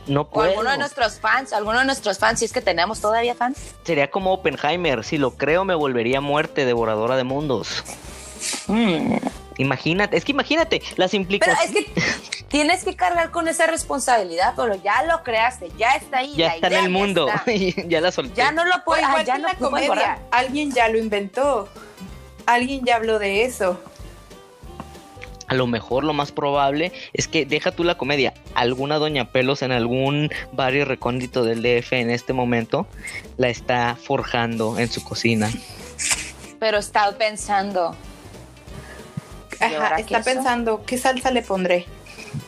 [SPEAKER 2] No
[SPEAKER 1] O
[SPEAKER 2] puedo.
[SPEAKER 1] alguno de nuestros fans, alguno de nuestros fans, si es que tenemos todavía fans.
[SPEAKER 2] Sería como Oppenheimer. Si lo creo, me volvería muerte, devoradora de mundos. Mm, Imagínate, es que imagínate las
[SPEAKER 1] Pero
[SPEAKER 2] implicaciones.
[SPEAKER 1] es que tienes que cargar con esa responsabilidad, pero ya lo creaste, ya está ahí.
[SPEAKER 2] ya
[SPEAKER 1] la
[SPEAKER 2] está en
[SPEAKER 1] idea
[SPEAKER 2] el mundo.
[SPEAKER 1] Ya, está.
[SPEAKER 2] ya la solté.
[SPEAKER 1] Ya no lo
[SPEAKER 3] O
[SPEAKER 1] puedo, ah,
[SPEAKER 3] Pues, igual
[SPEAKER 1] ya
[SPEAKER 3] que
[SPEAKER 1] no
[SPEAKER 3] en la
[SPEAKER 1] puedo
[SPEAKER 3] comedia,
[SPEAKER 1] borrar.
[SPEAKER 3] alguien ya lo inventó, alguien ya habló de eso.
[SPEAKER 2] A lo mejor lo más probable es que deja tú la comedia. Alguna doña pelos en algún barrio recóndito del DF en este momento la está forjando en su cocina.
[SPEAKER 1] Pero estaba pensando,
[SPEAKER 3] Ajá,
[SPEAKER 1] ¿Llevará
[SPEAKER 3] está
[SPEAKER 1] queso?
[SPEAKER 3] pensando, ¿qué salsa le pondré?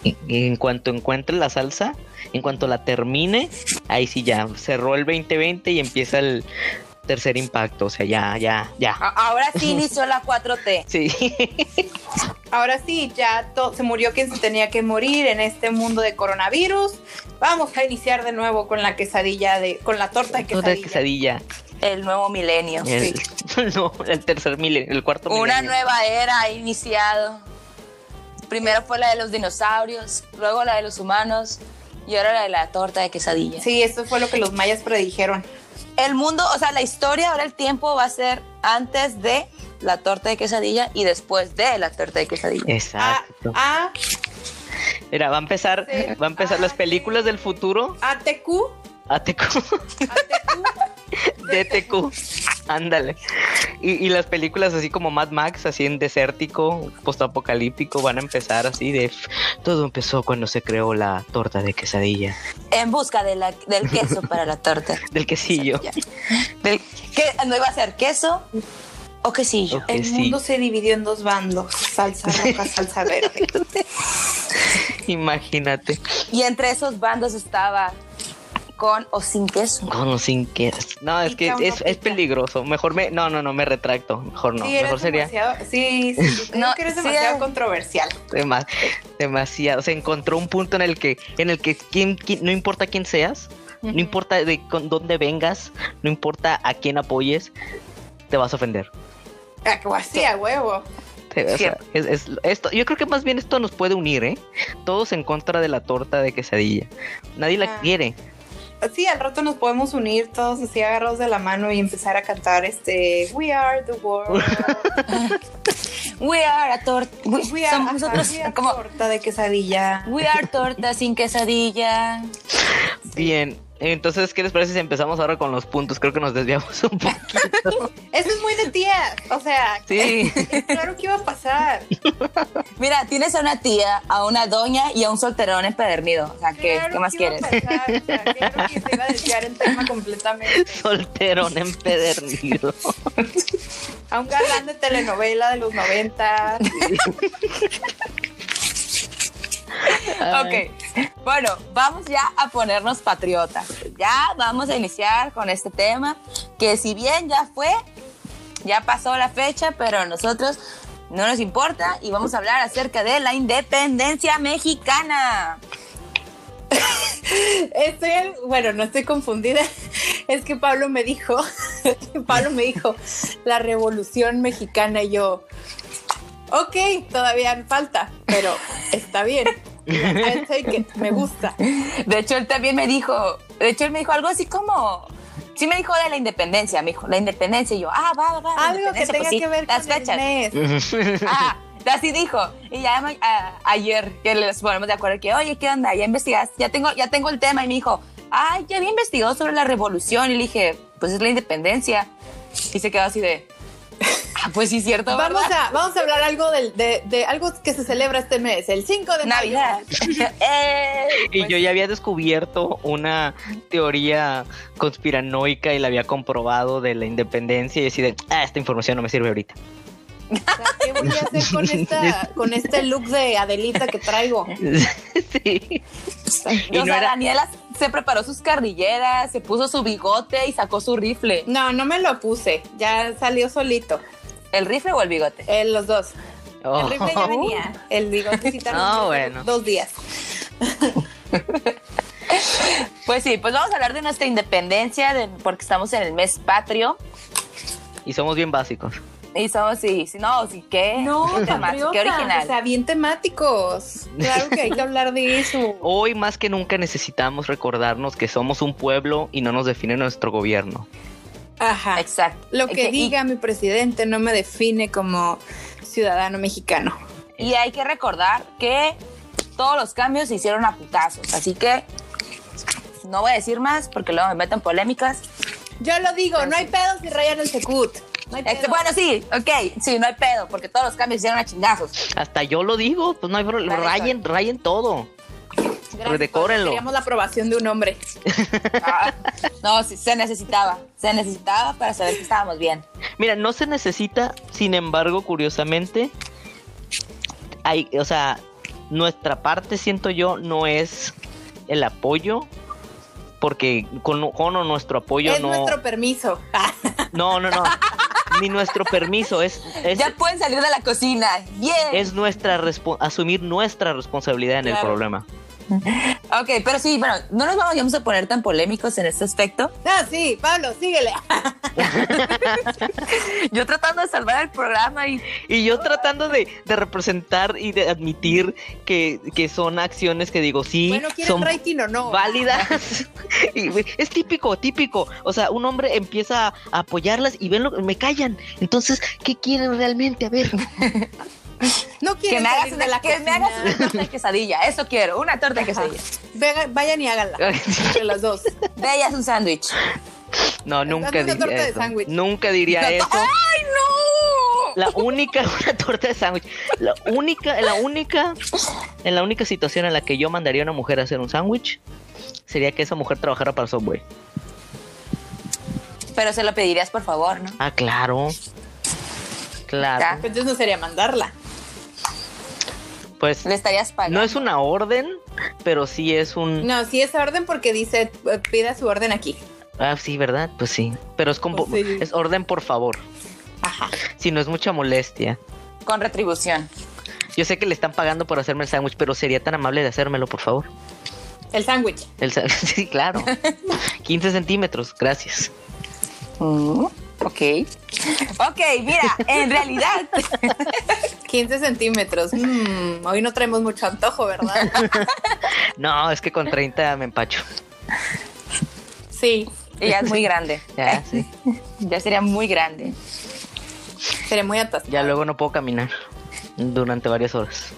[SPEAKER 2] Y, y en cuanto encuentre la salsa, en cuanto la termine, ahí sí ya cerró el 2020 y empieza el tercer impacto. O sea, ya, ya, ya.
[SPEAKER 1] a- ahora sí inició la 4T.
[SPEAKER 2] Sí.
[SPEAKER 3] Ahora sí, ya to- se murió quien se tenía que morir en este mundo de coronavirus. Vamos a iniciar de nuevo con la quesadilla de, con la torta de
[SPEAKER 2] Una
[SPEAKER 3] quesadilla.
[SPEAKER 2] quesadilla.
[SPEAKER 1] El nuevo milenio.
[SPEAKER 2] El, no, el tercer milenio, el cuarto
[SPEAKER 1] Una
[SPEAKER 2] milenio.
[SPEAKER 1] nueva era ha iniciado. Primero fue la de los dinosaurios, luego la de los humanos y ahora la de la torta de quesadilla.
[SPEAKER 3] Sí, eso fue lo que los mayas predijeron.
[SPEAKER 1] El mundo, o sea, la historia, ahora el tiempo va a ser antes de la torta de quesadilla y después de la torta de quesadilla.
[SPEAKER 3] A,
[SPEAKER 2] Exacto.
[SPEAKER 3] a,
[SPEAKER 2] Mira, va a empezar,
[SPEAKER 3] Ah. Sí.
[SPEAKER 2] va a empezar las
[SPEAKER 3] Ah,
[SPEAKER 2] películas del futuro.
[SPEAKER 3] ATQ,
[SPEAKER 2] ATQ.
[SPEAKER 3] ATQ,
[SPEAKER 2] DTQ. Ándale. Y, y las películas así como Mad Max, así en desértico, postapocalíptico, van a empezar así de. Todo empezó cuando se creó la torta de quesadilla.
[SPEAKER 1] En busca de la- del queso para la torta.
[SPEAKER 2] Del quesillo.
[SPEAKER 1] Ya. Del- ¿qué? ¿No iba a ser queso o quesillo?
[SPEAKER 2] Ok.
[SPEAKER 3] el
[SPEAKER 2] Sí.
[SPEAKER 3] mundo se dividió en dos bandos, salsa roja, salsa verde.
[SPEAKER 2] Imagínate.
[SPEAKER 1] Y entre esos bandos estaba con o sin queso.
[SPEAKER 2] Con o sin queso. No, es que
[SPEAKER 3] Pica o no
[SPEAKER 2] es, es
[SPEAKER 3] pica.
[SPEAKER 2] peligroso. Mejor me. No, no, no, me retracto. Mejor no.
[SPEAKER 3] sí,
[SPEAKER 2] Mejor
[SPEAKER 3] eres
[SPEAKER 2] sería
[SPEAKER 3] demasiado, sí, sí, sí, creo
[SPEAKER 1] No,
[SPEAKER 3] que eres
[SPEAKER 1] sí,
[SPEAKER 3] demasiado
[SPEAKER 1] eh.
[SPEAKER 3] controversial.
[SPEAKER 2] dema- demasiado. Se encontró un punto en el que, en el que quién- quién- no importa quién seas, no importa de con dónde vengas, no importa a quién apoyes, te vas a ofender.
[SPEAKER 3] Ah, que- Sí, a huevo.
[SPEAKER 2] Sí, o sea,
[SPEAKER 1] Cierto.
[SPEAKER 2] es- es- esto, yo creo que más bien esto nos puede unir, ¿eh? Todos en contra de la torta de quesadilla. Nadie la
[SPEAKER 3] Ah.
[SPEAKER 2] quiere.
[SPEAKER 3] Sí, al rato nos podemos unir todos así agarrados de la mano y empezar a cantar este We are the world.
[SPEAKER 1] We are a torta.
[SPEAKER 3] We are,
[SPEAKER 1] Somos
[SPEAKER 3] ajá,
[SPEAKER 1] nosotros
[SPEAKER 3] we are
[SPEAKER 1] como
[SPEAKER 3] torta de quesadilla.
[SPEAKER 1] We are torta sin quesadilla.
[SPEAKER 2] Bien. Entonces, ¿qué les parece si empezamos ahora con los puntos? Creo que nos desviamos un poco.
[SPEAKER 3] Eso es muy de tía. O sea,
[SPEAKER 2] Sí.
[SPEAKER 3] claro que iba a pasar.
[SPEAKER 1] Mira, tienes a una tía, a una doña y a un solterón empedernido. O sea, ¿qué,
[SPEAKER 3] Claro
[SPEAKER 1] qué más
[SPEAKER 3] que iba
[SPEAKER 1] quieres?
[SPEAKER 3] a pasar, o sea, claro que se iba a desviar el tema completamente.
[SPEAKER 2] Solterón empedernido.
[SPEAKER 3] A un galán de telenovela de los 90.
[SPEAKER 1] ok, bueno, vamos ya a ponernos patriotas. Ya vamos a iniciar con este tema, que si bien ya fue, ya pasó la fecha, pero a nosotros no nos importa y vamos a hablar acerca de la independencia mexicana.
[SPEAKER 3] Estoy, bueno, no estoy confundida. Es que Pablo me dijo, Pablo me dijo, la revolución mexicana y yo, ok, todavía falta, pero está bien. I'll take it, me gusta.
[SPEAKER 1] De hecho, él también me dijo, de hecho, él me dijo algo así como, sí me dijo de la independencia, me dijo, la independencia, y yo, ah, va, va, va. la
[SPEAKER 3] Algo que
[SPEAKER 1] independencia, pues
[SPEAKER 3] tenga
[SPEAKER 1] sí,
[SPEAKER 3] que ver
[SPEAKER 1] las
[SPEAKER 3] con el
[SPEAKER 1] fechas.
[SPEAKER 3] mes.
[SPEAKER 1] Ah, así dijo. Y ya ma- a- ayer que les ponemos de acuerdo que, oye, ¿qué onda? Ya investigaste, ya tengo, ya tengo el tema. Y me dijo, ay, ya había investigado sobre la revolución. Y le dije, pues es la independencia. Y se quedó así de, ah, pues sí, cierto,
[SPEAKER 3] Vamos
[SPEAKER 1] ¿verdad?
[SPEAKER 3] a, vamos a hablar algo del- de, de algo que se celebra este mes, el 5 de mayo.
[SPEAKER 1] Navidad. ¡Eh!
[SPEAKER 2] Y
[SPEAKER 1] Pues,
[SPEAKER 2] yo ya había descubierto una teoría conspiranoica y la había comprobado de la independencia y así de, ah, esta información no me sirve ahorita.
[SPEAKER 3] O sea, ¿Qué voy a hacer con, esta, con este look de Adelita que traigo?
[SPEAKER 2] sí. Y
[SPEAKER 1] o
[SPEAKER 2] no
[SPEAKER 1] sea,
[SPEAKER 2] era-
[SPEAKER 1] Daniela se preparó sus carrilleras, se puso su bigote y sacó su rifle.
[SPEAKER 3] No, no me lo puse, ya salió solito,
[SPEAKER 1] ¿El rifle o el bigote?
[SPEAKER 3] eh, los dos.
[SPEAKER 2] Oh.
[SPEAKER 3] El rifle ya venía, el bigote sí tardó
[SPEAKER 1] Ah,
[SPEAKER 2] No,
[SPEAKER 3] dos-
[SPEAKER 2] bueno.
[SPEAKER 3] dos días.
[SPEAKER 1] Pues sí, pues vamos a hablar de nuestra independencia, de- porque estamos en el mes patrio.
[SPEAKER 2] Y somos bien básicos.
[SPEAKER 1] Y somos, sí, sí, no, sí, ¿qué?
[SPEAKER 3] No,
[SPEAKER 1] Qué tema-
[SPEAKER 3] patriotas,
[SPEAKER 1] qué original.
[SPEAKER 3] O sea, bien temáticos. Claro que hay que hablar de
[SPEAKER 1] Oh.
[SPEAKER 3] eso.
[SPEAKER 2] Hoy más que nunca necesitamos recordarnos que somos un pueblo y no nos define nuestro gobierno.
[SPEAKER 3] Ajá.
[SPEAKER 1] Exacto.
[SPEAKER 3] Lo que
[SPEAKER 1] Y-
[SPEAKER 3] diga mi presidente no me define como ciudadano mexicano.
[SPEAKER 1] Y, hay que recordar que todos los cambios se hicieron a putazos, así que no voy a decir más porque luego me meten polémicas.
[SPEAKER 3] Yo lo digo, no hay pedos si rayan el secut. No hay
[SPEAKER 1] Este,
[SPEAKER 3] pedo.
[SPEAKER 1] bueno, sí, ok, sí, no hay pedo, porque todos los cambios se hicieron a chingazos.
[SPEAKER 2] Hasta yo lo digo, pues no hay problema.
[SPEAKER 1] Vale,
[SPEAKER 2] Rayen, rayen todo.
[SPEAKER 1] pues,
[SPEAKER 3] Gracias,
[SPEAKER 2] redecórenlo.
[SPEAKER 3] Queríamos la aprobación de un hombre.
[SPEAKER 1] Ah, no, sí, se necesitaba, se necesitaba para saber que estábamos bien.
[SPEAKER 2] Mira, no se necesita, sin embargo, curiosamente, hay, o sea, nuestra parte, siento yo, no es el apoyo, porque con, con o nuestro apoyo
[SPEAKER 3] es
[SPEAKER 2] no,
[SPEAKER 3] nuestro permiso.
[SPEAKER 2] no, no, no, ni nuestro permiso, es, es,
[SPEAKER 1] Ya pueden salir de la cocina, bien.
[SPEAKER 2] es nuestra respo- asumir nuestra responsabilidad en
[SPEAKER 1] Claro.
[SPEAKER 2] el problema.
[SPEAKER 1] Ok, pero sí, bueno, no nos vamos, vamos a poner tan polémicos en este aspecto.
[SPEAKER 3] Ah, sí, Pablo, síguele.
[SPEAKER 1] Yo tratando de salvar el programa y
[SPEAKER 2] Y yo tratando de, de representar y de admitir que, que son acciones que digo, sí,
[SPEAKER 3] bueno, ¿quieren
[SPEAKER 2] son
[SPEAKER 3] rating o no?
[SPEAKER 2] válidas. Y es típico, típico. O sea, un hombre empieza a apoyarlas y ven lo me callan. Entonces, ¿qué quieren realmente? A ver.
[SPEAKER 3] No
[SPEAKER 1] que
[SPEAKER 3] quieren
[SPEAKER 1] me hagas
[SPEAKER 3] salir de
[SPEAKER 1] una,
[SPEAKER 3] la
[SPEAKER 1] que me
[SPEAKER 3] cocina.
[SPEAKER 1] hagas una torta de quesadilla. Eso quiero, una torta de quesadilla.
[SPEAKER 3] Venga, Vayan y háganla. Entre las dos.
[SPEAKER 1] De ellas un sándwich.
[SPEAKER 2] No, nunca
[SPEAKER 3] una torta
[SPEAKER 2] diría
[SPEAKER 3] de
[SPEAKER 2] eso.
[SPEAKER 3] sándwich.
[SPEAKER 2] Nunca diría eso.
[SPEAKER 1] ¡Ay, no!
[SPEAKER 2] La única, una torta de sándwich. La única, la única, en la única situación en la que yo mandaría a una mujer a hacer un sándwich sería que esa mujer trabajara para Subway.
[SPEAKER 1] Pero se lo pedirías, por favor, ¿no?
[SPEAKER 2] Ah, claro. Claro.
[SPEAKER 3] Entonces no sería mandarla.
[SPEAKER 2] Pues
[SPEAKER 1] Le estarías pagando.
[SPEAKER 2] no es una orden, pero sí es un.
[SPEAKER 3] No, sí es orden porque dice, eh, pida su orden aquí.
[SPEAKER 2] Ah, sí, ¿verdad? Pues sí. Pero es, con po-
[SPEAKER 3] Pues sí.
[SPEAKER 2] es orden, por favor.
[SPEAKER 3] Ajá.
[SPEAKER 2] Si no es mucha molestia.
[SPEAKER 1] Con retribución.
[SPEAKER 2] Yo sé que le están pagando por hacerme el sándwich, pero sería tan amable de hacérmelo, por favor.
[SPEAKER 3] El sándwich.
[SPEAKER 2] El sá- sí, claro. 15 centímetros, gracias.
[SPEAKER 1] Mm, ok. Ok, mira, en realidad,
[SPEAKER 3] 15 centímetros. Mm, hoy no traemos mucho antojo, ¿verdad?
[SPEAKER 2] No, es que con 30 me empacho.
[SPEAKER 3] Sí.
[SPEAKER 1] ella es muy grande.
[SPEAKER 2] Ya, sí.
[SPEAKER 1] Ya sería muy grande.
[SPEAKER 3] Sería muy atascado.
[SPEAKER 2] Ya luego no puedo caminar durante varias horas.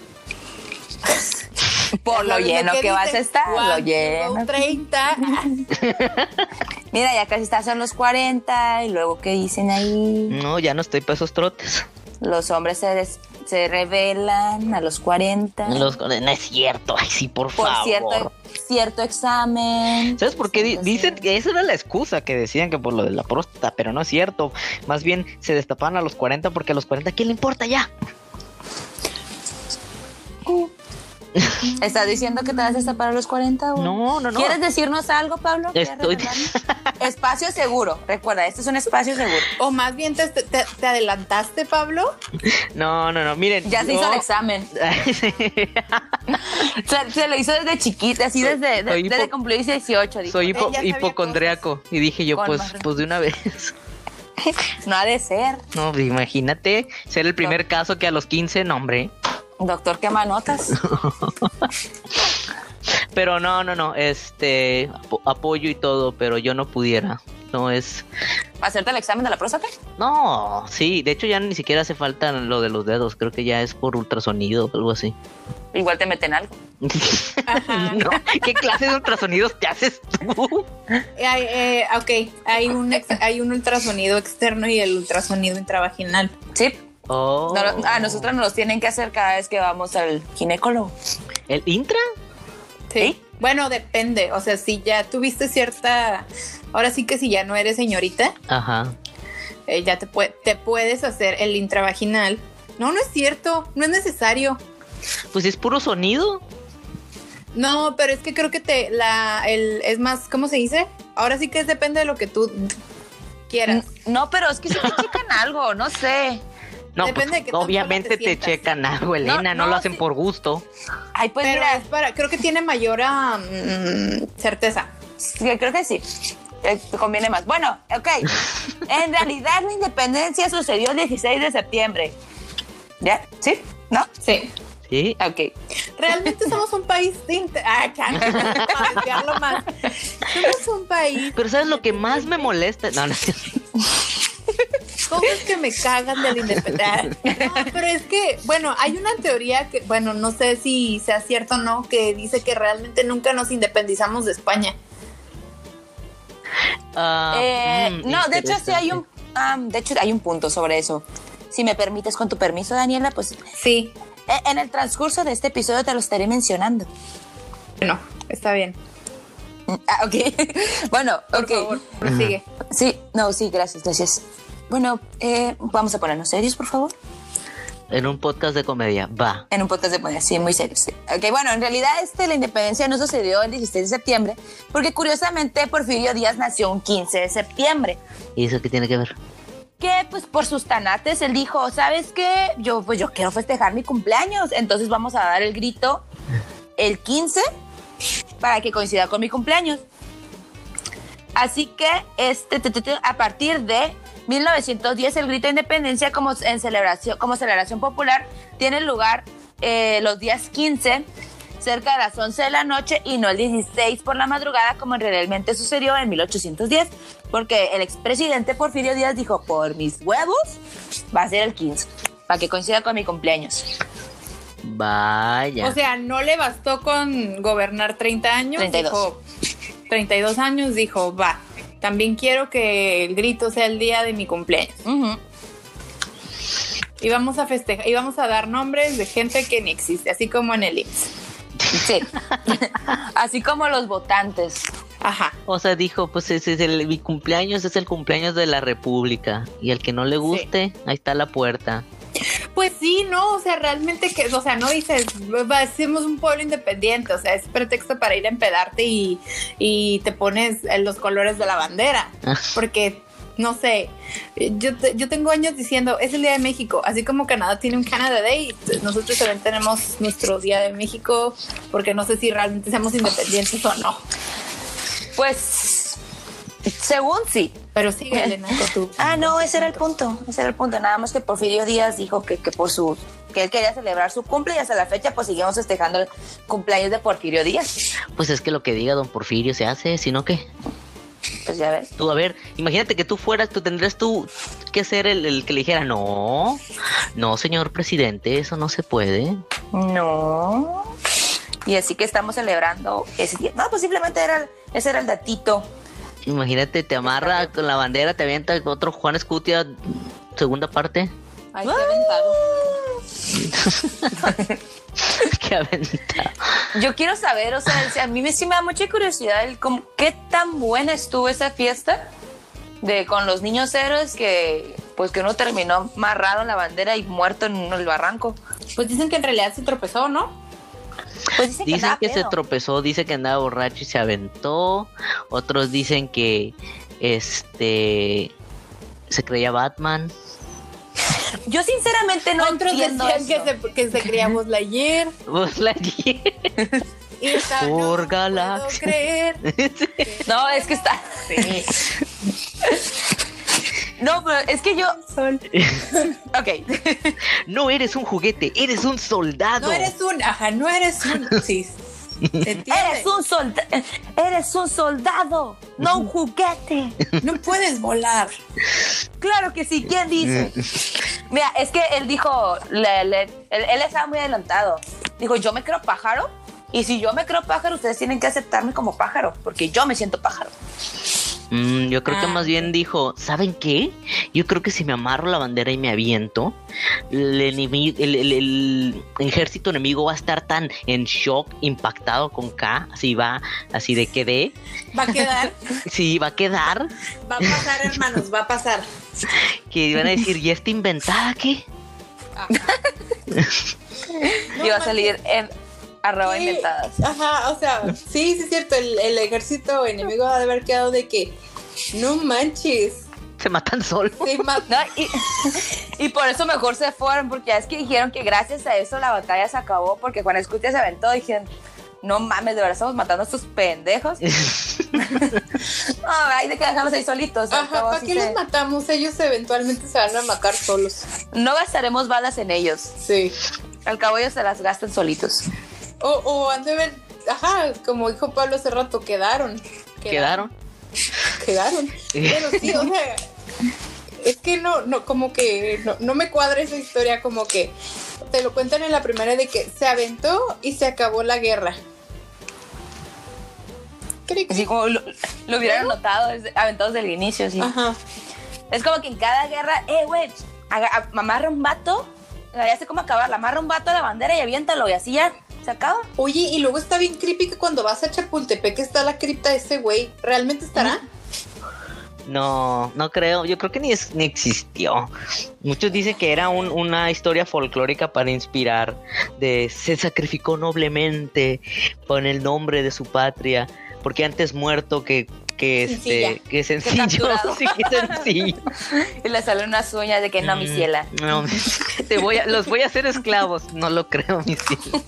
[SPEAKER 1] Por lo
[SPEAKER 3] Lo
[SPEAKER 1] lleno que vas a
[SPEAKER 3] dicen,
[SPEAKER 1] estar,
[SPEAKER 3] "Guau,
[SPEAKER 1] lo lleno.
[SPEAKER 3] guau, 30.
[SPEAKER 1] Mira, ya casi estás en los 40 y luego, ¿qué dicen ahí?
[SPEAKER 2] No, ya no estoy para esos trotes.
[SPEAKER 1] Los hombres se, des- se revelan a los 40.
[SPEAKER 2] Los- no es cierto. Ay, sí, por,
[SPEAKER 1] por
[SPEAKER 2] favor.
[SPEAKER 1] cierto, cierto examen.
[SPEAKER 2] ¿Sabes por qué? Di-
[SPEAKER 1] Cierto
[SPEAKER 2] Dicen
[SPEAKER 1] examen.
[SPEAKER 2] que esa era la excusa que decían que por lo de la próstata, pero no es cierto. Más bien se destapaban a los 40 porque a los 40, ¿quién le importa ya?
[SPEAKER 1] ¿Estás diciendo que te vas a estar para los 40? o-
[SPEAKER 2] No, no, no.
[SPEAKER 1] ¿Quieres decirnos algo, Pablo? ¿Quieres
[SPEAKER 2] Estoy-
[SPEAKER 1] revelarnos? espacio seguro. Recuerda, este es un espacio seguro.
[SPEAKER 3] O más bien te, te- te adelantaste, Pablo.
[SPEAKER 2] No, no, no. Miren.
[SPEAKER 1] Ya se
[SPEAKER 2] yo-
[SPEAKER 1] hizo el examen. Se, se lo hizo desde chiquita, así desde, de-
[SPEAKER 2] Soy hipo-
[SPEAKER 1] desde cumplir 18. dijo.
[SPEAKER 2] Soy hipo-
[SPEAKER 3] Ella sabía
[SPEAKER 2] hipocondriaco. Y dije yo,
[SPEAKER 1] Con
[SPEAKER 2] pues,
[SPEAKER 1] más razón.
[SPEAKER 2] pues de una vez.
[SPEAKER 1] No ha de ser.
[SPEAKER 2] No, pues, imagínate ser el primer caso que a los 15, no, hombre.
[SPEAKER 1] Doctor, quema notas.
[SPEAKER 2] Pero no, no, no. Este, apo- apoyo y todo, pero yo no pudiera. No es.
[SPEAKER 1] ¿Hacerte el examen de la próstata?
[SPEAKER 2] No, sí. De hecho, ya ni siquiera hace falta lo de los dedos. Creo que ya es por ultrasonido o algo así.
[SPEAKER 1] Igual te meten algo.
[SPEAKER 3] Ajá.
[SPEAKER 2] No, ¿Qué clase de ultrasonidos te haces tú?
[SPEAKER 3] Eh, eh, ok, hay un, ex- hay un ultrasonido externo y el ultrasonido intravaginal.
[SPEAKER 1] Sí.
[SPEAKER 2] Oh.
[SPEAKER 1] No ah, lo- a nosotros nos los tienen que hacer cada vez que vamos al ginecólogo.
[SPEAKER 2] ¿El intra?
[SPEAKER 3] Sí. Bueno, depende. O sea, si ya tuviste cierta. Ahora sí que si ya no eres señorita,
[SPEAKER 2] Ajá.
[SPEAKER 3] eh, ya te, pue- te puedes hacer el intravaginal. No, no es cierto. No es necesario.
[SPEAKER 2] Pues es puro sonido.
[SPEAKER 3] No, pero es que creo que te la el es más, ¿cómo se dice? Ahora sí que es depende de lo que tú quieras.
[SPEAKER 1] No, pero es que si te checan algo, no sé.
[SPEAKER 2] No,
[SPEAKER 3] Depende
[SPEAKER 2] pues,
[SPEAKER 3] de qué tan
[SPEAKER 2] obviamente te,
[SPEAKER 3] sola te sientas.
[SPEAKER 2] checan algo, Elena, no,
[SPEAKER 1] no,
[SPEAKER 2] lo hacen
[SPEAKER 1] sí.
[SPEAKER 2] por gusto.
[SPEAKER 1] Ay, pues
[SPEAKER 3] pero
[SPEAKER 1] mira,
[SPEAKER 3] es para, creo que tiene mayor ah, mm, certeza.
[SPEAKER 1] Sí, creo que sí. Eh, te conviene más. Bueno, ok. En realidad la independencia sucedió el 16 de septiembre. ¿Ya? ¿Sí? ¿No?
[SPEAKER 3] Sí.
[SPEAKER 2] Sí,
[SPEAKER 1] Ok. Eh,
[SPEAKER 3] Realmente somos un país de inter- ah, ya, para desviarlo más. Somos un país.
[SPEAKER 2] pero ¿sabes lo que más me molesta? No, no,
[SPEAKER 3] Cosas que me cagan de la independencia. Ah, No, pero es que, bueno, hay una teoría que, bueno, no sé si sea cierto o no, que dice que realmente nunca nos independizamos de España.
[SPEAKER 2] Ah,
[SPEAKER 1] Eh,
[SPEAKER 2] mm,
[SPEAKER 1] no, de hecho sí hay un,
[SPEAKER 2] interesante.
[SPEAKER 1] ah, de hecho hay un punto sobre eso. Si me permites, con tu permiso, Daniela, pues eh,
[SPEAKER 3] Sí.
[SPEAKER 1] en el transcurso de este episodio te lo estaré mencionando.
[SPEAKER 3] Bueno, está bien.
[SPEAKER 1] Ah, ok. bueno,
[SPEAKER 3] Por
[SPEAKER 1] ok.
[SPEAKER 3] favor, prosigue.
[SPEAKER 1] Sí, no, sí, gracias, gracias. Bueno, eh, vamos a ponernos serios, por favor.
[SPEAKER 2] En un podcast de comedia, va.
[SPEAKER 1] En un podcast de poner, sí, muy serio. sí. Ok, bueno, en realidad este, la independencia no sucedió el 16 de septiembre, porque curiosamente Porfirio Díaz nació un 15 de septiembre,
[SPEAKER 2] ¿Y eso qué tiene que ver?
[SPEAKER 1] que pues por sus tanates él dijo, ¿sabes qué? Yo pues yo quiero festejar mi cumpleaños, entonces vamos a dar el grito el 15 para que coincida con mi cumpleaños. Así que este, tu, tu, tu, a partir de 1910 el grito de independencia como, en celebración, como celebración popular tiene lugar eh, los días 15 cerca de las 11 de la noche y no el 16 por la madrugada como realmente sucedió en 1810 porque el expresidente Porfirio Díaz dijo por mis huevos va a ser el 15 para que coincida con mi cumpleaños.
[SPEAKER 2] Vaya.
[SPEAKER 3] O sea, no le bastó con gobernar 30 años.
[SPEAKER 1] 32.
[SPEAKER 3] Dijo, 32 años dijo, va, también quiero que el grito sea el día de mi cumpleaños.
[SPEAKER 1] Ujú.
[SPEAKER 3] Y vamos a festejar, y vamos a dar nombres de gente que ni existe, así como en el IMSS.
[SPEAKER 1] Sí. Así como los votantes.
[SPEAKER 3] Ajá.
[SPEAKER 2] O sea, dijo, pues ese es el, mi cumpleaños es el cumpleaños de la República. Y al que no le guste, ahí está la puerta.
[SPEAKER 3] Pues sí, no, o sea, realmente que, o sea, no dices, "Va, somos un pueblo independiente, o sea, es pretexto para ir a empedarte y, y te pones eh, los colores de la bandera,
[SPEAKER 2] Ah.
[SPEAKER 3] porque, no sé, eh, yo, te- yo tengo años diciendo, es el Día de México, así como Canadá tiene un Canada Day, nosotros también tenemos nuestro Día de México, porque no sé si realmente seamos independientes o no,
[SPEAKER 1] Pues, según sí.
[SPEAKER 3] pero sí, Elena, con tu...
[SPEAKER 1] Ah, no, ese era el punto. Ese era el punto. Nada más que Porfirio Díaz dijo que, que por su que él quería celebrar su cumple y hasta la fecha pues seguimos festejando el cumpleaños de Porfirio Díaz.
[SPEAKER 2] Pues es que lo que diga don Porfirio se hace, sino que...
[SPEAKER 1] Pues ya ves.
[SPEAKER 2] Tú, a ver, imagínate que tú fueras, tú tendrías tú que ser el, el que le dijera, no, no, señor presidente, eso no se puede.
[SPEAKER 1] No. Y así que estamos celebrando ese día. No, pues simplemente era, ese era el datito.
[SPEAKER 2] Imagínate, te amarra con la bandera, te avienta otro Juan Escutia, segunda parte.
[SPEAKER 3] Ay,
[SPEAKER 1] Ah.
[SPEAKER 3] qué aventado.
[SPEAKER 2] Qué aventa.
[SPEAKER 1] Yo quiero saber, o sea, si a mí me- sí me da mucha curiosidad el cómo- qué tan buena estuvo esa fiesta de con los niños héroes que pues que uno terminó amarrado en la bandera y muerto en el barranco.
[SPEAKER 3] Pues dicen que en realidad se tropezó, ¿no?
[SPEAKER 1] Pues dicen,
[SPEAKER 2] Dicen
[SPEAKER 1] andaba
[SPEAKER 2] que se
[SPEAKER 1] pedo.
[SPEAKER 2] tropezó, dice que andaba borracho y se aventó. Otros dicen que este se creía Batman.
[SPEAKER 1] Yo sinceramente no
[SPEAKER 3] Otros
[SPEAKER 1] entiendo
[SPEAKER 3] decían que,
[SPEAKER 1] eso.
[SPEAKER 3] se, que se creíamos la ayer.
[SPEAKER 2] Pues la G-
[SPEAKER 3] Y está,
[SPEAKER 2] Por
[SPEAKER 3] no puedo
[SPEAKER 2] galaxia.
[SPEAKER 3] creer.
[SPEAKER 1] No, es que está... No, pero es que yo...
[SPEAKER 3] Sol.
[SPEAKER 1] Ok.
[SPEAKER 2] no eres un juguete, eres un soldado.
[SPEAKER 3] No eres un, ajá, no eres un. Sí. ¿se entiende?
[SPEAKER 1] Eres un soldado. Eres un soldado, no un juguete.
[SPEAKER 3] No puedes volar.
[SPEAKER 1] Claro que sí, ¿quién dice? Mira, es que él dijo, le- le- él, él estaba muy adelantado. Dijo, yo me creo pájaro y si yo me creo pájaro, ustedes tienen que aceptarme como pájaro, porque yo me siento pájaro.
[SPEAKER 2] Mm, yo creo que
[SPEAKER 3] Ah,
[SPEAKER 2] más bien dijo, ¿saben qué? Yo creo que si me amarro la bandera y me aviento, el, enemi- el- el- el ejército enemigo va a estar tan en shock, impactado con K, así va, así de que de,
[SPEAKER 3] Va a quedar,
[SPEAKER 2] sí, va a quedar,
[SPEAKER 3] va a pasar, hermanos, va a pasar.
[SPEAKER 2] que van a decir, ¿y esta inventada qué?
[SPEAKER 1] y va a salir en arroba
[SPEAKER 3] Sí.
[SPEAKER 1] inventadas.
[SPEAKER 3] Ajá, o sea, sí, sí es cierto, el, el ejército enemigo ha de haber quedado de que no manches,
[SPEAKER 2] Se matan solos.
[SPEAKER 3] se mató.
[SPEAKER 1] No, y, y por eso mejor se fueron, porque ya es que dijeron que gracias a eso la batalla se acabó, porque Juan Escutia se aventó y dijeron, no mames, de verdad estamos matando a estos pendejos. No, hay de que dejarlos ahí solitos. al
[SPEAKER 3] Ajá,
[SPEAKER 1] cabo,
[SPEAKER 3] ¿para
[SPEAKER 1] sí
[SPEAKER 3] qué
[SPEAKER 1] se-
[SPEAKER 3] los matamos? Ellos eventualmente se van a matar solos.
[SPEAKER 1] no gastaremos balas en ellos.
[SPEAKER 3] Sí.
[SPEAKER 1] Al cabo ellos se las gastan solitos.
[SPEAKER 3] O, o han de ver, ajá, como dijo Pablo hace rato, quedaron.
[SPEAKER 2] Quedaron.
[SPEAKER 3] Quedaron. Pero sí, o sea, es que no, no, como que no, no me cuadra esa historia, como que te lo cuentan en la primera de que se aventó y se acabó la guerra. Cri, cri.
[SPEAKER 1] Así como lo, lo hubieran notado desde, aventados desde el inicio. así.
[SPEAKER 3] Ajá.
[SPEAKER 1] Es como que en cada guerra, eh, güey, aga- a- amarra un vato. Ya sé cómo acabarla. Amarra un vato a la bandera y aviéntalo. Y así ya se acaba.
[SPEAKER 3] Oye, y luego está bien creepy que cuando vas a Chapultepec está la cripta de ese güey. ¿Realmente estará?
[SPEAKER 2] No, no creo. Yo creo que ni, es- ni existió. Muchos dicen que era un- una historia folclórica para inspirar. De se sacrificó noblemente con el nombre de su patria. Porque antes muerto que, que
[SPEAKER 3] Sencilla.
[SPEAKER 2] este que sencillo.
[SPEAKER 1] capturado.
[SPEAKER 2] sí, que sencillo.
[SPEAKER 1] Y le salen unas uñas de que no, mi
[SPEAKER 2] Mm,
[SPEAKER 1] ciela.
[SPEAKER 2] No, mi- te voy a- los voy a hacer esclavos. No lo creo, mi ciela.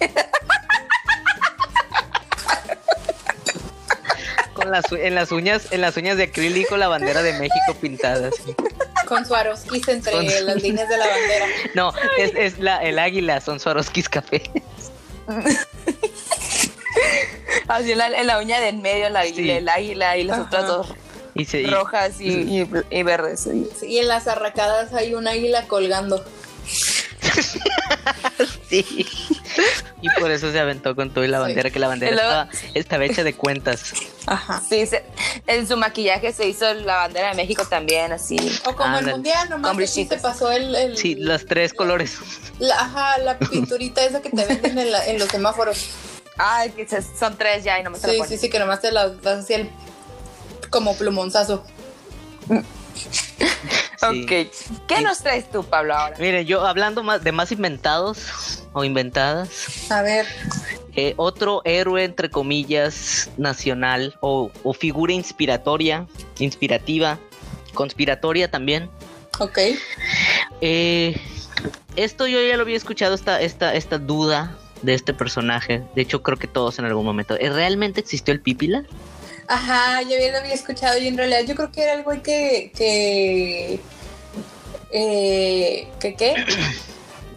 [SPEAKER 2] Con las, u- en las uñas, en las uñas de acrílico la bandera de México pintada. así.
[SPEAKER 3] Con Swarovskis entre
[SPEAKER 2] Con-
[SPEAKER 3] las líneas de la bandera.
[SPEAKER 2] No, es, es la, el águila, son Swarovskis café.
[SPEAKER 1] Así Ah, en la, en la uña de en medio, la,
[SPEAKER 2] Sí.
[SPEAKER 1] el águila y las
[SPEAKER 3] Ajá.
[SPEAKER 1] otras dos
[SPEAKER 2] Y se, y-
[SPEAKER 1] rojas y, y- y verdes. sí.
[SPEAKER 3] Sí, Y en las arracadas hay un águila colgando.
[SPEAKER 2] sí. Y por eso se aventó con todo y la
[SPEAKER 3] Sí.
[SPEAKER 2] bandera, que la bandera
[SPEAKER 1] Y luego-
[SPEAKER 2] estaba, estaba hecha de cuentas.
[SPEAKER 3] Ajá.
[SPEAKER 1] Sí, se- en su maquillaje se hizo la bandera de México también, así.
[SPEAKER 3] O como el
[SPEAKER 2] Ándale.
[SPEAKER 3] mundial, nomás
[SPEAKER 1] Con
[SPEAKER 3] que sí
[SPEAKER 1] brillitos.
[SPEAKER 3] te pasó el, el-
[SPEAKER 2] Sí, los tres colores.
[SPEAKER 3] la, ajá, la pinturita esa que te venden en, la- en los semáforos.
[SPEAKER 1] Ay, que se- son tres ya y no me se la
[SPEAKER 3] Sí,
[SPEAKER 1] ponen.
[SPEAKER 3] sí, sí, que nomás te la das así el- como plumonzazo.
[SPEAKER 2] Sí.
[SPEAKER 1] Ok. ¿Qué
[SPEAKER 2] Sí.
[SPEAKER 1] nos traes tú, Pablo, ahora?
[SPEAKER 2] Miren, yo hablando más de más inventados o inventadas,
[SPEAKER 3] A ver,
[SPEAKER 2] eh, otro héroe entre comillas nacional o, o figura inspiratoria, inspirativa, conspiratoria también.
[SPEAKER 3] ok.
[SPEAKER 2] Eh, esto yo ya lo había escuchado, esta, esta, esta duda de este personaje. De hecho, creo que todos en algún momento. ¿Eh, ¿Realmente existió el Pípila?
[SPEAKER 3] Ajá, yo bien lo había escuchado y en realidad yo creo que era el güey que. que. eh, ¿que qué?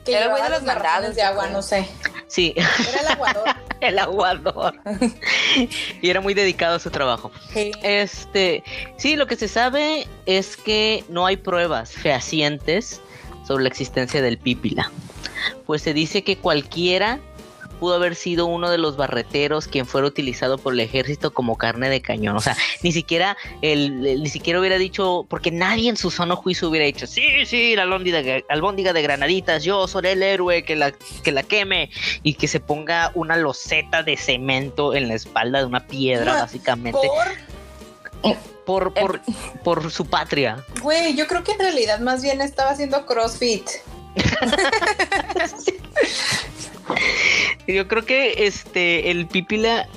[SPEAKER 3] Que
[SPEAKER 1] Era el güey
[SPEAKER 3] llevaba
[SPEAKER 1] de los
[SPEAKER 3] los garrafones
[SPEAKER 1] mandados,
[SPEAKER 3] de agua,
[SPEAKER 1] ¿no?
[SPEAKER 3] no sé.
[SPEAKER 2] Sí,
[SPEAKER 3] Era el aguador.
[SPEAKER 2] el aguador. y era muy dedicado a su trabajo.
[SPEAKER 3] Sí.
[SPEAKER 2] Este, sí, lo que se sabe es que no hay pruebas fehacientes sobre la existencia del Pípila. Pues se dice que cualquiera pudo haber sido uno de los barreteros quien fuera utilizado por el ejército como carne de cañón. O sea, ni siquiera el, el- ni siquiera hubiera dicho, porque nadie en su sano juicio hubiera dicho, sí, sí, la albóndiga, de- albóndiga de granaditas, yo soy el héroe que la, que la queme y que se ponga una loseta de cemento en la espalda de una piedra,
[SPEAKER 3] Ah,
[SPEAKER 2] básicamente
[SPEAKER 3] Por
[SPEAKER 2] por, por, por su patria.
[SPEAKER 3] Güey, yo creo que en realidad más bien estaba haciendo CrossFit.
[SPEAKER 2] Yo creo que este el Pipila,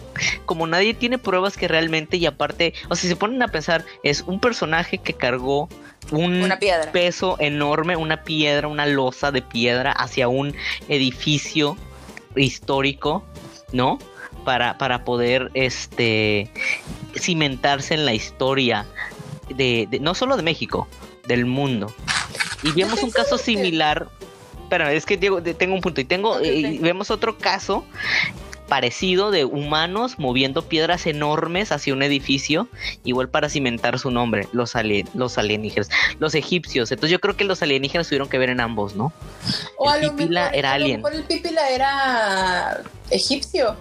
[SPEAKER 2] como nadie tiene pruebas que realmente, y aparte, o sea, si se ponen a pensar, es un personaje que cargó un
[SPEAKER 1] Una piedra.
[SPEAKER 2] peso enorme, una piedra, una losa de piedra hacia un edificio histórico, ¿no? Para, para poder este cimentarse en la historia de, de- no solo de México, del mundo. Y vemos un caso similar. Pero es que Diego, de- tengo un punto y tengo eh,
[SPEAKER 1] Ok,
[SPEAKER 2] y-
[SPEAKER 1] ok.
[SPEAKER 2] y vemos otro caso parecido de humanos moviendo piedras enormes hacia un edificio igual para cimentar su nombre, los alien- los alienígenas, los egipcios. Entonces yo creo que los alienígenas tuvieron que ver en ambos, ¿no?
[SPEAKER 3] O
[SPEAKER 2] El Pipila era
[SPEAKER 3] a lo
[SPEAKER 2] alien.
[SPEAKER 3] mejor el Pipila era egipcio.